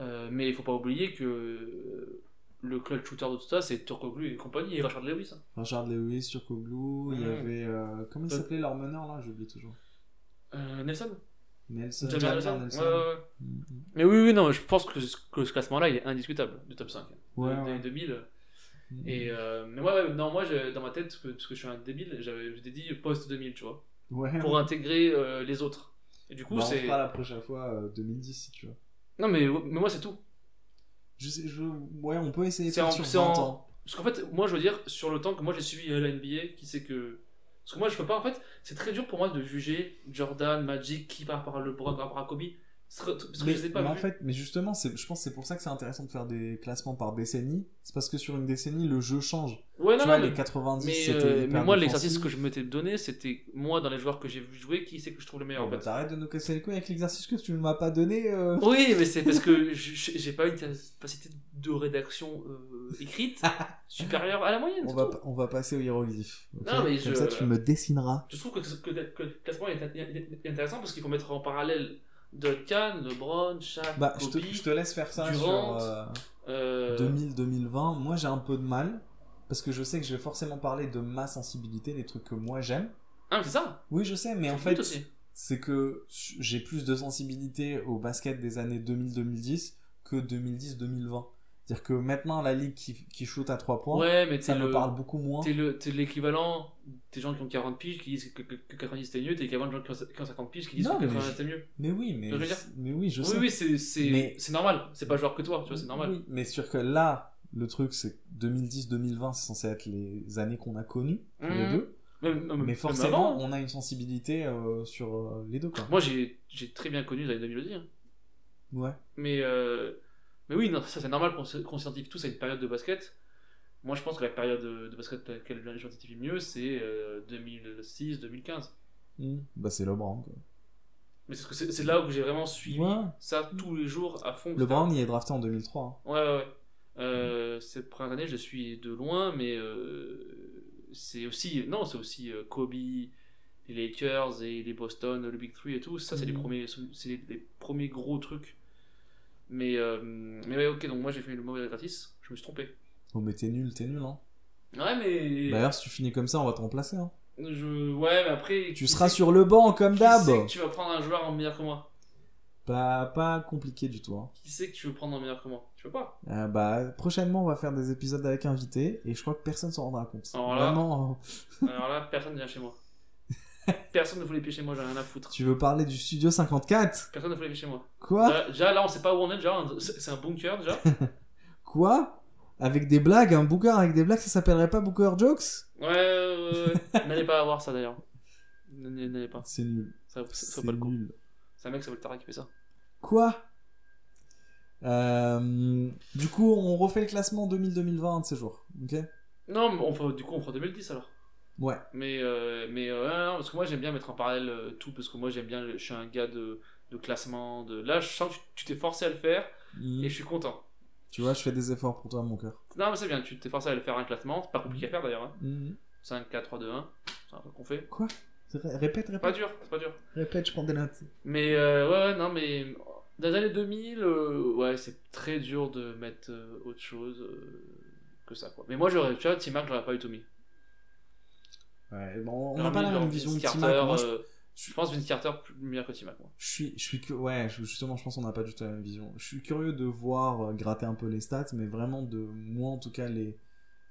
[SPEAKER 6] euh, mais il faut pas oublier que euh, le clutch shooter de tout ça, c'est Turcoglu et compagnie, et Rachard Lewis. hein.
[SPEAKER 5] Richard Lewis, Turkoglu, il y
[SPEAKER 6] Mm.
[SPEAKER 5] avait. euh, comment il
[SPEAKER 6] Donc-
[SPEAKER 5] s'appelait leur meneur là J'oublie toujours.
[SPEAKER 6] Euh, Nelson
[SPEAKER 5] Nelson.
[SPEAKER 6] Jamie
[SPEAKER 5] Jamar
[SPEAKER 6] Nelson.
[SPEAKER 5] Nelson.
[SPEAKER 6] Ouais, ouais, ouais.
[SPEAKER 5] Mm.
[SPEAKER 6] Mais oui, oui, non, je pense que ce, que ce classement-là, il est indiscutable, du top 5.
[SPEAKER 5] Hmm. Ouais,
[SPEAKER 6] des
[SPEAKER 5] ouais.
[SPEAKER 6] 2000.
[SPEAKER 5] Mm.
[SPEAKER 6] Et, euh, mais ouais, ouais, non, moi, je- dans ma tête, parce que, parce que je suis un débile, j'avais- je t'ai dit post-2000, tu vois,
[SPEAKER 5] Ouais.
[SPEAKER 6] pour intégrer euh, les autres. Et du coup,
[SPEAKER 5] Bah, on
[SPEAKER 6] c'est.
[SPEAKER 5] fera la prochaine fois euh, 2010 si tu veux.
[SPEAKER 6] Non, mais, mais moi, c'est tout.
[SPEAKER 5] Je sais, je... Ouais, on peut essayer de
[SPEAKER 6] C'est
[SPEAKER 5] faire
[SPEAKER 6] en-
[SPEAKER 5] sur
[SPEAKER 6] c'est
[SPEAKER 5] 20
[SPEAKER 6] en-
[SPEAKER 5] ans.
[SPEAKER 6] Parce qu'en fait, moi, je veux dire, sur le temps que moi j'ai suivi euh, la NBA, qui sait que. Parce que moi, je peux pas, en fait, c'est très dur pour moi de juger Jordan, Magic, qui part par le bras, par rapport à Kobe. C'est très- Parce que
[SPEAKER 5] Mais,
[SPEAKER 6] je les ai pas
[SPEAKER 5] mais en
[SPEAKER 6] vus.
[SPEAKER 5] fait, mais justement, c'est- je pense que c'est pour ça que c'est intéressant de faire des classements par décennie. C'est parce que sur une décennie, le jeu change.
[SPEAKER 6] ouais,
[SPEAKER 5] tu
[SPEAKER 6] non,
[SPEAKER 5] vois,
[SPEAKER 6] non,
[SPEAKER 5] les 90,
[SPEAKER 6] Mais,
[SPEAKER 5] c'était.
[SPEAKER 6] euh,
[SPEAKER 5] hyper
[SPEAKER 6] mais moi,
[SPEAKER 5] défensif.
[SPEAKER 6] l'exercice que je m'étais donné, c'était moi dans les joueurs que j'ai vu jouer, qui c'est que je trouve le meilleur
[SPEAKER 5] Bon,
[SPEAKER 6] en
[SPEAKER 5] bah,
[SPEAKER 6] fait.
[SPEAKER 5] T'arrêtes de nous casser les couilles avec l'exercice que tu ne m'as pas donné. euh.
[SPEAKER 6] Oui, mais c'est parce que *laughs* je- j'ai pas une capacité de rédaction euh,
[SPEAKER 5] *laughs*
[SPEAKER 6] écrite supérieure à la moyenne.
[SPEAKER 5] On
[SPEAKER 6] c'est
[SPEAKER 5] va,
[SPEAKER 6] tout.
[SPEAKER 5] pa- on va passer au hiéroglyphe. ok
[SPEAKER 6] Non, mais
[SPEAKER 5] Comme
[SPEAKER 6] je-
[SPEAKER 5] ça, tu me dessineras.
[SPEAKER 6] Je trouve que, que, que le classement est, int- est intéressant parce qu'il faut mettre en parallèle Duncan, LeBron, Shaq,
[SPEAKER 5] Bah, je
[SPEAKER 6] Kobe.
[SPEAKER 5] te, je te laisse faire ça
[SPEAKER 6] Durant,
[SPEAKER 5] sur euh,
[SPEAKER 6] euh,
[SPEAKER 5] 2000-2020. Moi, j'ai un peu de mal parce que je sais que je vais forcément parler de ma sensibilité, des trucs que moi j'aime.
[SPEAKER 6] Ah, mais c'est ça.
[SPEAKER 5] Oui, je sais, mais en
[SPEAKER 6] Tout
[SPEAKER 5] fait,
[SPEAKER 6] aussi.
[SPEAKER 5] c'est que j'ai plus de sensibilité au basket des années 2000-2010 que 2010-2020. C'est-à-dire que maintenant, la ligue qui, qui shoot à 3 points,
[SPEAKER 6] ouais, mais
[SPEAKER 5] ça
[SPEAKER 6] t'es
[SPEAKER 5] me
[SPEAKER 6] le-
[SPEAKER 5] parle beaucoup moins.
[SPEAKER 6] T'es le- t'es l'équivalent des gens qui ont 40 piges qui disent que, que- que 90 c'était mieux, t'es l'équivalent des gens qui ont qui ont 50 piges qui disent
[SPEAKER 5] Non,
[SPEAKER 6] que
[SPEAKER 5] mais
[SPEAKER 6] 80
[SPEAKER 5] je-
[SPEAKER 6] c'était mieux.
[SPEAKER 5] Mais oui, mais,
[SPEAKER 6] Je veux dire-
[SPEAKER 5] mais oui, je
[SPEAKER 6] Oui,
[SPEAKER 5] sais.
[SPEAKER 6] oui, c'est- c'est
[SPEAKER 5] Mais-
[SPEAKER 6] c'est normal. C'est pas joueur que toi, tu vois, c'est normal.
[SPEAKER 5] Oui, mais sûr que là, le truc, c'est que 2010-2020, c'est censé être les années qu'on a connues, tous les
[SPEAKER 6] Mhm.
[SPEAKER 5] deux.
[SPEAKER 6] Même- même-
[SPEAKER 5] Mais
[SPEAKER 6] même
[SPEAKER 5] forcément,
[SPEAKER 6] avant, hein.
[SPEAKER 5] on a une sensibilité euh, sur euh, les deux, quoi.
[SPEAKER 6] Moi, j'ai j'ai très bien connu les années 2000 aussi, hein.
[SPEAKER 5] Ouais.
[SPEAKER 6] Mais, euh, mais oui, non, ça c'est normal qu'on se- qu'on s'identifie tous à une période de basket. Moi, je pense que la période de, de basket à laquelle je m'identifie mieux, c'est euh, 2006-2015.
[SPEAKER 5] Mhm. Bah, c'est LeBron, quoi.
[SPEAKER 6] Mais c'est parce que c'est c'est là où j'ai vraiment suivi
[SPEAKER 5] Ouais.
[SPEAKER 6] ça tous les jours à fond.
[SPEAKER 5] LeBron, il est drafté en 2003. hein.
[SPEAKER 6] Ouais, ouais, ouais. Euh, cette première année, je le suis de loin, mais euh, c'est aussi. Non, c'est aussi euh, Kobe, les Lakers et les Boston, le Big Three et tout. Ça, c'est les,
[SPEAKER 5] Mhm.
[SPEAKER 6] premiers, c'est les, les premiers gros trucs. Mais, euh, mais ouais, ok, donc moi j'ai fait le mauvais gratis, je me suis trompé.
[SPEAKER 5] Oh, mais t'es nul, t'es nul, hein. Bah,
[SPEAKER 6] Ouais, mais.
[SPEAKER 5] D'ailleurs, si tu finis comme ça, on va te remplacer, hein.
[SPEAKER 6] je... Ouais, mais après.
[SPEAKER 5] Tu
[SPEAKER 6] qui
[SPEAKER 5] seras
[SPEAKER 6] sait-
[SPEAKER 5] sur le banc, comme
[SPEAKER 6] qui
[SPEAKER 5] d'hab.
[SPEAKER 6] sait que tu vas prendre un joueur en meilleur que moi
[SPEAKER 5] Pas, pas compliqué du tout, hein.
[SPEAKER 6] Qui sait que tu veux prendre un meilleur que moi Tu veux
[SPEAKER 5] *laughs*
[SPEAKER 6] pas
[SPEAKER 5] Euh, bah, prochainement, on va faire des épisodes avec invités, et je crois que personne s'en rendra compte.
[SPEAKER 6] Alors Oh là-
[SPEAKER 5] Vraiment, euh,
[SPEAKER 6] Alors là, personne vient chez moi. Personne ne voulait pieds chez moi, j'ai rien à foutre.
[SPEAKER 5] tu veux parler du Studio 54
[SPEAKER 6] Personne ne voulait pieds chez moi.
[SPEAKER 5] Quoi
[SPEAKER 6] Déjà- Déjà, là, on sait pas où on est. Déjà, on- c'est c'est un bunker déjà.
[SPEAKER 5] Quoi Avec des blagues, un booker avec des blagues, ça s'appellerait pas booker jokes
[SPEAKER 6] Ouais, ouais, ouais. N'allez pas avoir ça d'ailleurs. N'allez n'allez pas.
[SPEAKER 5] C'est nul.
[SPEAKER 6] Ça, ça, ça
[SPEAKER 5] C'est
[SPEAKER 6] vaut pas le coup.
[SPEAKER 5] nul.
[SPEAKER 6] C'est un mec, ça vaut le Tara qui fait ça.
[SPEAKER 5] Quoi Euh, Du coup, on refait le classement 2000-2020 de ces jours, ok
[SPEAKER 6] Non, mais on fera- du coup, on fera 2010 alors.
[SPEAKER 5] Ouais.
[SPEAKER 6] Mais, euh, mais euh, ouais, non, parce que moi j'aime bien mettre en parallèle euh, tout, parce que moi j'aime bien, je suis un gars de, de classement. De... Là, je sens que tu- tu t'es forcé à le faire
[SPEAKER 5] Mm.
[SPEAKER 6] et je suis content.
[SPEAKER 5] Tu vois, je fais des efforts pour toi, mon cœur.
[SPEAKER 6] Non, mais c'est bien, tu t'es forcé à le faire un classement, c'est pas compliqué à faire d'ailleurs. hein.
[SPEAKER 5] Mm.
[SPEAKER 6] 5, 4, 3, 2, 1, c'est un truc qu'on fait.
[SPEAKER 5] C'est vrai, Répète,
[SPEAKER 6] C'est pas
[SPEAKER 5] répète,
[SPEAKER 6] dur, c'est pas dur.
[SPEAKER 5] répète, je prends des notes.
[SPEAKER 6] Mais euh, ouais, ouais, non, mais dans les années 2000, euh, ouais, c'est très dur de mettre euh, autre chose euh, que ça, quoi. Mais moi, j'aurais, tu vois, Timac, j'aurais pas eu Tommy.
[SPEAKER 5] Ouais, bon, on
[SPEAKER 6] Alors,
[SPEAKER 5] n'a pas la
[SPEAKER 6] genre,
[SPEAKER 5] même vision de
[SPEAKER 6] Vince
[SPEAKER 5] Timac.
[SPEAKER 6] Carter,
[SPEAKER 5] Moi, je-
[SPEAKER 6] euh, je pense Vince Carter plus- meilleur que Timac. moi.
[SPEAKER 5] Je suis, je suis, cu- ouais, je- justement, je pense qu'on n'a pas du tout la même vision. Je suis curieux de voir euh, gratter un peu les stats, mais vraiment de moi, en tout cas, les,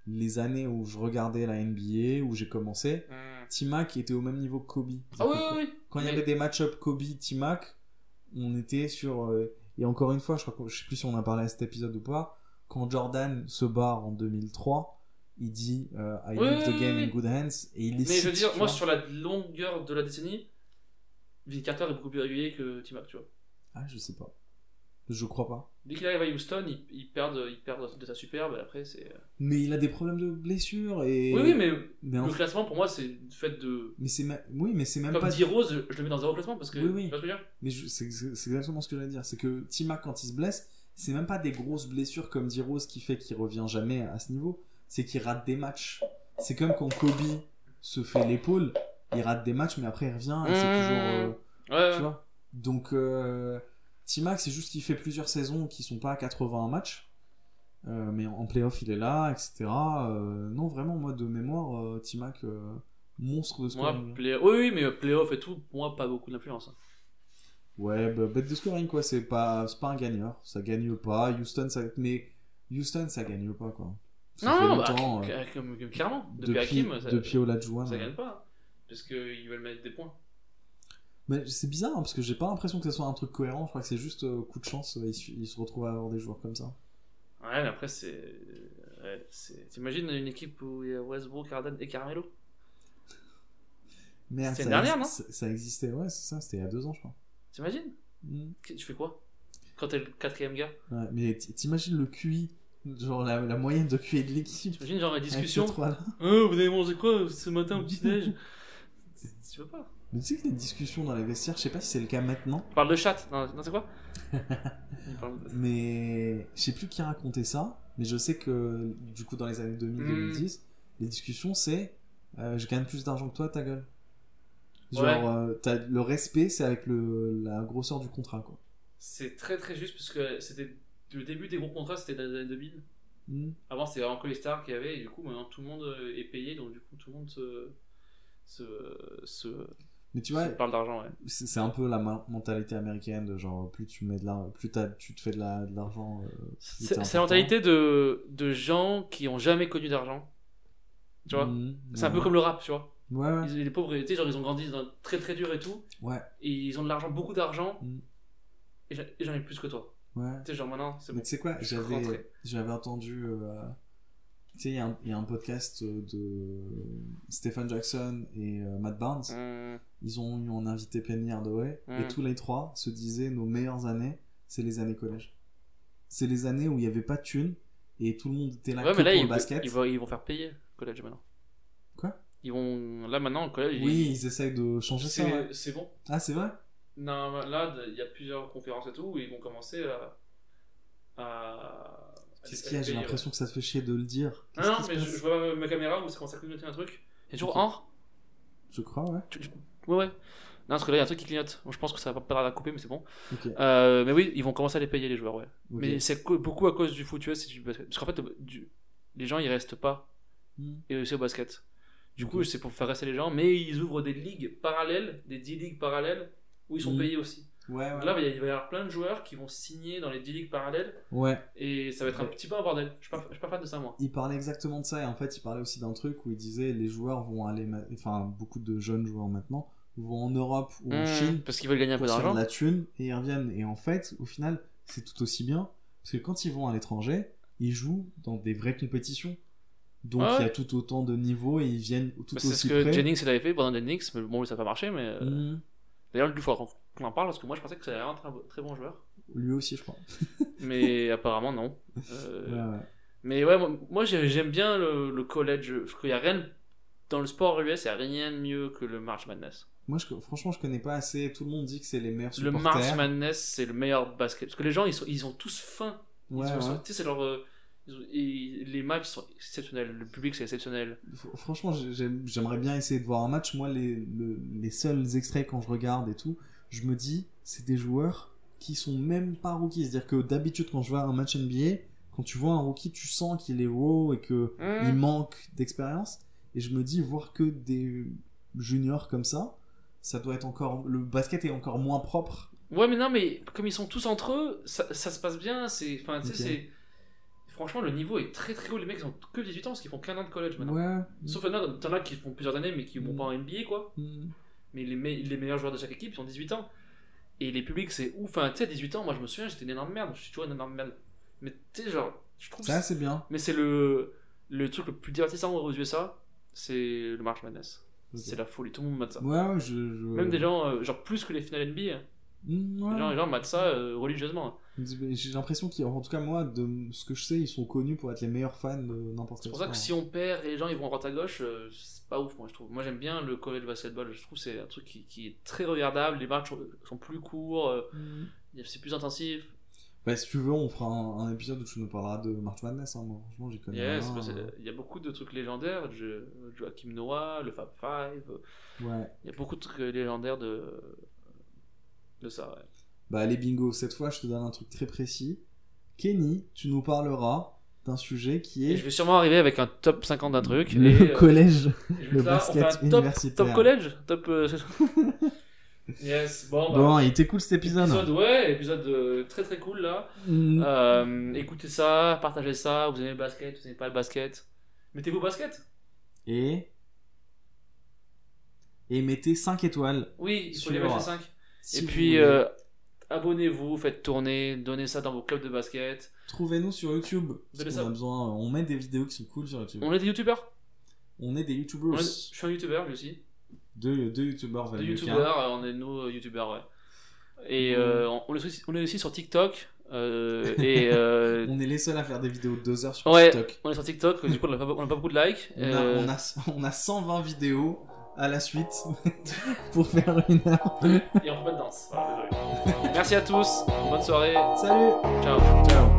[SPEAKER 5] les années où je regardais la NBA, où j'ai commencé, Timac était au même niveau que Kobe.
[SPEAKER 6] Ah oui, oui, oui.
[SPEAKER 5] Quand il y
[SPEAKER 6] Mais-
[SPEAKER 5] avait des match-up Kobe-Timac, on était sur. euh, et encore une fois, je, crois que- je sais plus si on en a parlé à cet épisode ou pas, quand Jordan se barre en 2003, il dit euh, I
[SPEAKER 6] Oui,
[SPEAKER 5] leave
[SPEAKER 6] oui,
[SPEAKER 5] the game
[SPEAKER 6] oui,
[SPEAKER 5] in
[SPEAKER 6] oui.
[SPEAKER 5] good hands, et il
[SPEAKER 6] Mais
[SPEAKER 5] les
[SPEAKER 6] je veux
[SPEAKER 5] cite,
[SPEAKER 6] dire,
[SPEAKER 5] tu
[SPEAKER 6] moi,
[SPEAKER 5] vois.
[SPEAKER 6] sur la longueur de la décennie, Vince Carter est beaucoup plus régulier que Timac, tu vois.
[SPEAKER 5] Ah, je sais pas. Je crois pas.
[SPEAKER 6] Dès qu'il arrive à Houston, il, il perd, de- il perd de sa superbe, et après, c'est... euh,
[SPEAKER 5] Mais il a des problèmes de blessure et.
[SPEAKER 6] Oui, oui, mais
[SPEAKER 5] Mais, en-
[SPEAKER 6] le classement, pour moi, c'est le fait de...
[SPEAKER 5] mais c'est ma- oui, mais c'est même
[SPEAKER 6] Comme
[SPEAKER 5] pas.
[SPEAKER 6] dit Rose, je le mets dans zéro classement, parce que...
[SPEAKER 5] Oui, oui.
[SPEAKER 6] Tu vois ce que je veux dire
[SPEAKER 5] Mais je- c'est c'est- c'est exactement ce que j'allais dire. C'est que Timac quand il se blesse, c'est même pas des grosses blessures comme dit Rose qui fait qu'il revient jamais à ce niveau. C'est qu'il rate des matchs. C'est comme quand Kobe se fait l'épaule, il rate des matchs, mais après il revient et c'est
[SPEAKER 6] Mmh.
[SPEAKER 5] toujours. euh,
[SPEAKER 6] Ouais,
[SPEAKER 5] Tu vois Donc, euh, T-Mac, c'est juste qu'il fait plusieurs saisons qui sont pas à 81 matchs. Euh, mais en playoff, il est là, etc. Euh, non, vraiment, moi, de mémoire, euh, T-Mac, euh, monstre de
[SPEAKER 6] Moi,
[SPEAKER 5] scoring.
[SPEAKER 6] play... oui, oui, mais euh, playoff et tout, pour moi, pas beaucoup d'influence. hein.
[SPEAKER 5] ouais, bah, bête de scoring, quoi. C'est pas, c'est pas un gagneur. Ça gagne pas. Houston, ça... Mais Houston, ça gagne pas, quoi. Ça fait
[SPEAKER 6] Non,
[SPEAKER 5] longtemps,
[SPEAKER 6] bah,
[SPEAKER 5] euh,
[SPEAKER 6] cl- cl- cl- clairement. Depuis,
[SPEAKER 5] depuis,
[SPEAKER 6] Hakim, ça,
[SPEAKER 5] depuis Olajuwon, euh.
[SPEAKER 6] ça
[SPEAKER 5] ouais.
[SPEAKER 6] gagne pas. hein. Parce qu'ils veulent mettre des points.
[SPEAKER 5] Mais c'est bizarre, hein, parce que j'ai pas l'impression que ce soit un truc cohérent. Je crois que c'est juste euh, coup de chance. euh, Ils se- ils se retrouvent à avoir des joueurs comme ça.
[SPEAKER 6] Ouais, mais après, c'est. ouais, c'est- T'imagines une équipe où il y a Westbrook, Harden et Carmelo
[SPEAKER 5] Merde,
[SPEAKER 6] C'était
[SPEAKER 5] ça
[SPEAKER 6] l'année
[SPEAKER 5] ex-
[SPEAKER 6] dernière, non
[SPEAKER 5] ça, ça existait, ouais, c'est ça, c'était il y a deux ans, je crois.
[SPEAKER 6] T'imagines
[SPEAKER 5] Mm.
[SPEAKER 6] Qu- Tu fais quoi Quand t'es le quatrième gars
[SPEAKER 5] Ouais, mais t- t'imagines le QI, genre la, la moyenne de QI de l'équipe.
[SPEAKER 6] T'imagines genre la discussion
[SPEAKER 5] avec ces trois-là.
[SPEAKER 6] Oh, vous avez mangé quoi ce matin
[SPEAKER 5] *laughs*
[SPEAKER 6] au petit-déj Tu veux pas
[SPEAKER 5] Mais tu sais que les discussions dans les vestiaires, je sais pas si c'est le cas maintenant,
[SPEAKER 6] On parle de chat. Non, non, c'est
[SPEAKER 5] *laughs*
[SPEAKER 6] quoi Il parle de-
[SPEAKER 5] mais je sais plus qui racontait ça, mais je sais que du coup, dans les années
[SPEAKER 6] Mm.
[SPEAKER 5] 2000-2010, les discussions c'est euh, je gagne plus d'argent que toi, ta gueule. Genre,
[SPEAKER 6] Ouais.
[SPEAKER 5] euh, t'as- le respect, c'est avec le, la grosseur du contrat, quoi.
[SPEAKER 6] C'est très très juste parce que c'était le début des gros contrats, c'était dans les années 2000.
[SPEAKER 5] Mm.
[SPEAKER 6] Avant, c'était vraiment que les stars qu'il y avait, et du coup, maintenant tout le monde euh, est payé, donc du coup, tout le monde se. se. se-
[SPEAKER 5] Mais tu vois,
[SPEAKER 6] se parle d'argent, ouais.
[SPEAKER 5] c'est c'est un peu la ma- mentalité américaine de genre plus tu mets de la, plus t'as- tu te fais de la- de l'argent euh, plus t'es
[SPEAKER 6] C'est c'est
[SPEAKER 5] important.
[SPEAKER 6] la mentalité de, de gens qui ont jamais connu d'argent. Tu vois
[SPEAKER 5] Mhm,
[SPEAKER 6] C'est un peu
[SPEAKER 5] ouais.
[SPEAKER 6] comme le rap, tu vois.
[SPEAKER 5] ouais ouais,
[SPEAKER 6] Ils- les pauvres, tu sais, genre, ils ont grandi dans très très dur et tout,
[SPEAKER 5] ouais
[SPEAKER 6] et ils ont de l'argent, beaucoup d'argent,
[SPEAKER 5] Mhm.
[SPEAKER 6] et j'en- et j'en ai plus que toi.
[SPEAKER 5] ouais
[SPEAKER 6] Tu sais, genre maintenant, c'est
[SPEAKER 5] mais
[SPEAKER 6] bon.
[SPEAKER 5] tu sais quoi
[SPEAKER 6] je suis
[SPEAKER 5] j'avais
[SPEAKER 6] rentré.
[SPEAKER 5] j'avais entendu euh, tu sais il y, a un- il y a un podcast euh, de Stephen Jackson et euh, Matt Barnes
[SPEAKER 6] Mhm.
[SPEAKER 5] ils ont eu en invité Penny Hardaway
[SPEAKER 6] Mm.
[SPEAKER 5] et tous les trois se disaient nos meilleures années c'est les années collège c'est les années où il n'y avait pas de thunes et tout le monde était là
[SPEAKER 6] Ouais,
[SPEAKER 5] que
[SPEAKER 6] mais là,
[SPEAKER 5] pour
[SPEAKER 6] ils,
[SPEAKER 5] le basket
[SPEAKER 6] ils vont, ils vont faire payer le collège maintenant.
[SPEAKER 5] Quoi
[SPEAKER 6] Ils vont. Là maintenant, le collège.
[SPEAKER 5] oui ils essayent de
[SPEAKER 6] ils-
[SPEAKER 5] changer ça ouais.
[SPEAKER 6] c'est c'est bon.
[SPEAKER 5] ah c'est vrai
[SPEAKER 6] Non, là, il y a plusieurs conférences et tout où ils vont commencer à. à...
[SPEAKER 5] Qu'est-ce
[SPEAKER 6] à-
[SPEAKER 5] qu'il y a
[SPEAKER 6] à
[SPEAKER 5] J'ai
[SPEAKER 6] payer,
[SPEAKER 5] l'impression que ça te fait chier de le dire.
[SPEAKER 6] ouais.
[SPEAKER 5] Qu'est-ce
[SPEAKER 6] Non,
[SPEAKER 5] qui se
[SPEAKER 6] non, mais je,
[SPEAKER 5] passe
[SPEAKER 6] je vois ma, ma caméra où ça commence à clignoter un truc. Et toujours
[SPEAKER 5] Ok.
[SPEAKER 6] en.
[SPEAKER 5] Je crois, ouais.
[SPEAKER 6] Ouais, ouais. Non, parce que là, il y a un truc qui clignote. Bon, je pense que ça va pas tarder à couper, mais c'est bon.
[SPEAKER 5] Ok.
[SPEAKER 6] Euh, mais oui, ils vont commencer à les payer, les joueurs, ouais.
[SPEAKER 5] ok.
[SPEAKER 6] Mais c'est co- beaucoup à cause du foot US et du basket. Parce qu'en fait, du- les gens, ils restent pas.
[SPEAKER 5] Hmm.
[SPEAKER 6] Et aussi au basket. Du coup,
[SPEAKER 5] Ok.
[SPEAKER 6] c'est pour faire rester les gens. Mais ils ouvrent des ligues parallèles, des 10 ligues parallèles, où ils sont
[SPEAKER 5] Hmm.
[SPEAKER 6] payés aussi.
[SPEAKER 5] Ouais,
[SPEAKER 6] Donc
[SPEAKER 5] ouais.
[SPEAKER 6] Là, il va y- il va y avoir plein de joueurs qui vont signer dans les 10 ligues parallèles.
[SPEAKER 5] ouais.
[SPEAKER 6] Et ça va être un petit peu un bordel. Je suis pas, je suis pas fan de ça, moi.
[SPEAKER 5] Il parlait exactement de ça et en fait, il parlait aussi d'un truc où il disait les joueurs vont aller, ma- enfin, beaucoup de jeunes joueurs maintenant vont en Europe ou en Chine
[SPEAKER 6] Hmm. parce qu'ils veulent gagner un peu
[SPEAKER 5] pour se faire
[SPEAKER 6] d'argent.
[SPEAKER 5] de la thune et ils reviennent. Et en fait, au final, c'est tout aussi bien parce que quand ils vont à l'étranger, ils jouent dans des vraies compétitions. Donc
[SPEAKER 6] Ah Ouais.
[SPEAKER 5] il y a tout autant de niveaux et ils viennent tout
[SPEAKER 6] Bah, C'est ce
[SPEAKER 5] aussi
[SPEAKER 6] que
[SPEAKER 5] près.
[SPEAKER 6] Jennings il avait fait pendant Jennings, mais bon, ça n'a pas marché. Mais euh,
[SPEAKER 5] Mhm.
[SPEAKER 6] d'ailleurs, lui, il faudra qu'on- qu'on en parle parce que moi, je pensais que c'était un très, très bon joueur,
[SPEAKER 5] Lui aussi, je crois. *laughs*
[SPEAKER 6] mais apparemment, non. Euh,
[SPEAKER 5] Ouais, ouais.
[SPEAKER 6] Mais ouais, moi, moi, j'ai- j'aime bien le, le college. Parce qu'il y a rien dans le sport US, il n'y a rien de mieux que le March Madness.
[SPEAKER 5] Moi, je- franchement, je connais pas assez. Tout le monde dit que c'est les meilleurs
[SPEAKER 6] Le
[SPEAKER 5] supporters.
[SPEAKER 6] March Madness, c'est le meilleur basket parce que les gens, ils, sont, ils ont tous faim. Ils
[SPEAKER 5] Ouais,
[SPEAKER 6] sont-
[SPEAKER 5] ouais.
[SPEAKER 6] sont- tu sais, c'est leur, euh, ils ont- et les matchs sont exceptionnels, le public c'est exceptionnel.
[SPEAKER 5] F- Franchement, j'ai- j'aime- j'aimerais bien essayer de voir un match. Moi, les, le- les seuls extraits quand je regarde et tout, je me dis, c'est des joueurs qui sont même pas rookies. C'est-à-dire que d'habitude, quand je vois un Mm.
[SPEAKER 6] Mm.
[SPEAKER 5] match NBA, quand tu vois un rookie, tu sens qu'il est raw et que il manque d'expérience. Et je me dis, voir que des juniors comme ça, ça doit être encore. Le basket est encore moins propre.
[SPEAKER 6] Ouais, mais non, mais comme ils sont tous entre eux, ça, ça se passe bien. C'est, enfin, tu sais,
[SPEAKER 5] Ok.
[SPEAKER 6] c'est. Franchement, le niveau est très très haut. Les mecs ils ont que 18 ans parce qu'ils font qu'un an de collège maintenant.
[SPEAKER 5] Ouais.
[SPEAKER 6] Sauf qu'il y en a- t'en as qui font plusieurs années mais qui vont
[SPEAKER 5] Mm.
[SPEAKER 6] pas en NBA quoi.
[SPEAKER 5] Mm.
[SPEAKER 6] Mais les, me- les meilleurs joueurs de chaque équipe sont 18 ans. Et les publics, c'est ouf. Enfin, tu sais, 18 ans, moi je me souviens, j'étais une énorme merde. Je suis toujours une énorme merde. Mais tu sais, genre, je trouve.
[SPEAKER 5] Ça, c'est bien.
[SPEAKER 6] Mais c'est le, le truc le plus divertissant aux USA, c'est le March Madness.
[SPEAKER 5] Ok.
[SPEAKER 6] C'est la folie, tout le monde mate ça.
[SPEAKER 5] Ouais, ouais, je. je-
[SPEAKER 6] Même des gens, euh, genre plus que les finales NBA, hein.
[SPEAKER 5] Mm, ouais.
[SPEAKER 6] les gens, les gens matent ça euh, religieusement.
[SPEAKER 5] J'ai l'impression qu'ils, en tout cas moi, de ce que je sais, ils sont connus pour être les meilleurs fans de n'importe
[SPEAKER 6] C'est
[SPEAKER 5] quel
[SPEAKER 6] pour ça que si
[SPEAKER 5] sport.
[SPEAKER 6] on perd et les gens ils vont à droite à gauche, euh, c'est pas ouf moi je trouve. Moi j'aime bien le college basketball, je trouve que c'est un truc qui, qui est très regardable, les matchs sont- sont plus courts, euh,
[SPEAKER 5] Mm.
[SPEAKER 6] c'est plus intensif.
[SPEAKER 5] Bah, si tu veux, on fera un, un épisode où tu nous parleras de March Madness. hein, moi, franchement, j'y connais
[SPEAKER 6] Yes,
[SPEAKER 5] rien,
[SPEAKER 6] bah, c'est-
[SPEAKER 5] hein.
[SPEAKER 6] il y a beaucoup de trucs légendaires, je, Joachim Noah, le Fab Five, euh,
[SPEAKER 5] Ouais.
[SPEAKER 6] il y a beaucoup de trucs euh, légendaires de, de ça. ouais.
[SPEAKER 5] Bah, les bingo, cette fois, je te donne un truc très précis. Kenny, tu nous parleras d'un sujet qui
[SPEAKER 6] Et
[SPEAKER 5] est
[SPEAKER 6] je vais sûrement arriver avec un top 50 d'un truc.
[SPEAKER 5] le
[SPEAKER 6] et, euh,
[SPEAKER 5] collège,
[SPEAKER 6] je vais
[SPEAKER 5] le
[SPEAKER 6] être là, on fait un
[SPEAKER 5] basket
[SPEAKER 6] top-
[SPEAKER 5] universitaire.
[SPEAKER 6] Top, collège Top. euh, *laughs* yes, bon, bah,
[SPEAKER 5] Bon, il était cool cet épisode.
[SPEAKER 6] épisode, ouais, épisode euh, très très cool là.
[SPEAKER 5] Mm.
[SPEAKER 6] Euh, écoutez ça, partagez ça. Vous aimez le basket, vous n'aimez pas le basket. Mettez-vous au basket
[SPEAKER 5] Et... Et mettez 5 étoiles.
[SPEAKER 6] Oui, il faut
[SPEAKER 5] Sur-
[SPEAKER 6] les mettre à 5.
[SPEAKER 5] si
[SPEAKER 6] Et
[SPEAKER 5] vous
[SPEAKER 6] puis,
[SPEAKER 5] voulez.
[SPEAKER 6] euh, abonnez-vous, faites tourner, donnez ça dans vos clubs de basket.
[SPEAKER 5] Trouvez-nous sur YouTube.
[SPEAKER 6] Donnez
[SPEAKER 5] parce
[SPEAKER 6] ça.
[SPEAKER 5] qu'on a besoin... On met des vidéos qui sont cool sur YouTube.
[SPEAKER 6] On est des youtubeurs
[SPEAKER 5] On est des
[SPEAKER 6] On
[SPEAKER 5] YouTubers.
[SPEAKER 6] est- Je suis un youtubeur, lui aussi.
[SPEAKER 5] Deux, deux YouTubers valent
[SPEAKER 6] Des
[SPEAKER 5] mieux qu'un.
[SPEAKER 6] youtubeurs, euh, on est nos euh, youtubeurs, ouais.
[SPEAKER 5] Mm.
[SPEAKER 6] Et euh, on, on est aussi, on est aussi sur TikTok. euh, et
[SPEAKER 5] *laughs*
[SPEAKER 6] euh,
[SPEAKER 5] On est les seuls à faire des vidéos de 2 heures sur
[SPEAKER 6] Ouais.
[SPEAKER 5] TikTok.
[SPEAKER 6] on est sur TikTok, du coup, on n'a pas, on a pas beaucoup de likes.
[SPEAKER 5] On, a,
[SPEAKER 6] Euh,
[SPEAKER 5] on, a, on a 120 vidéos à la suite *laughs* pour faire une heure.
[SPEAKER 6] Et on peut pas de danse. Voilà, désolé. Merci à tous, bonne soirée,
[SPEAKER 5] Salut
[SPEAKER 6] ciao. Ciao.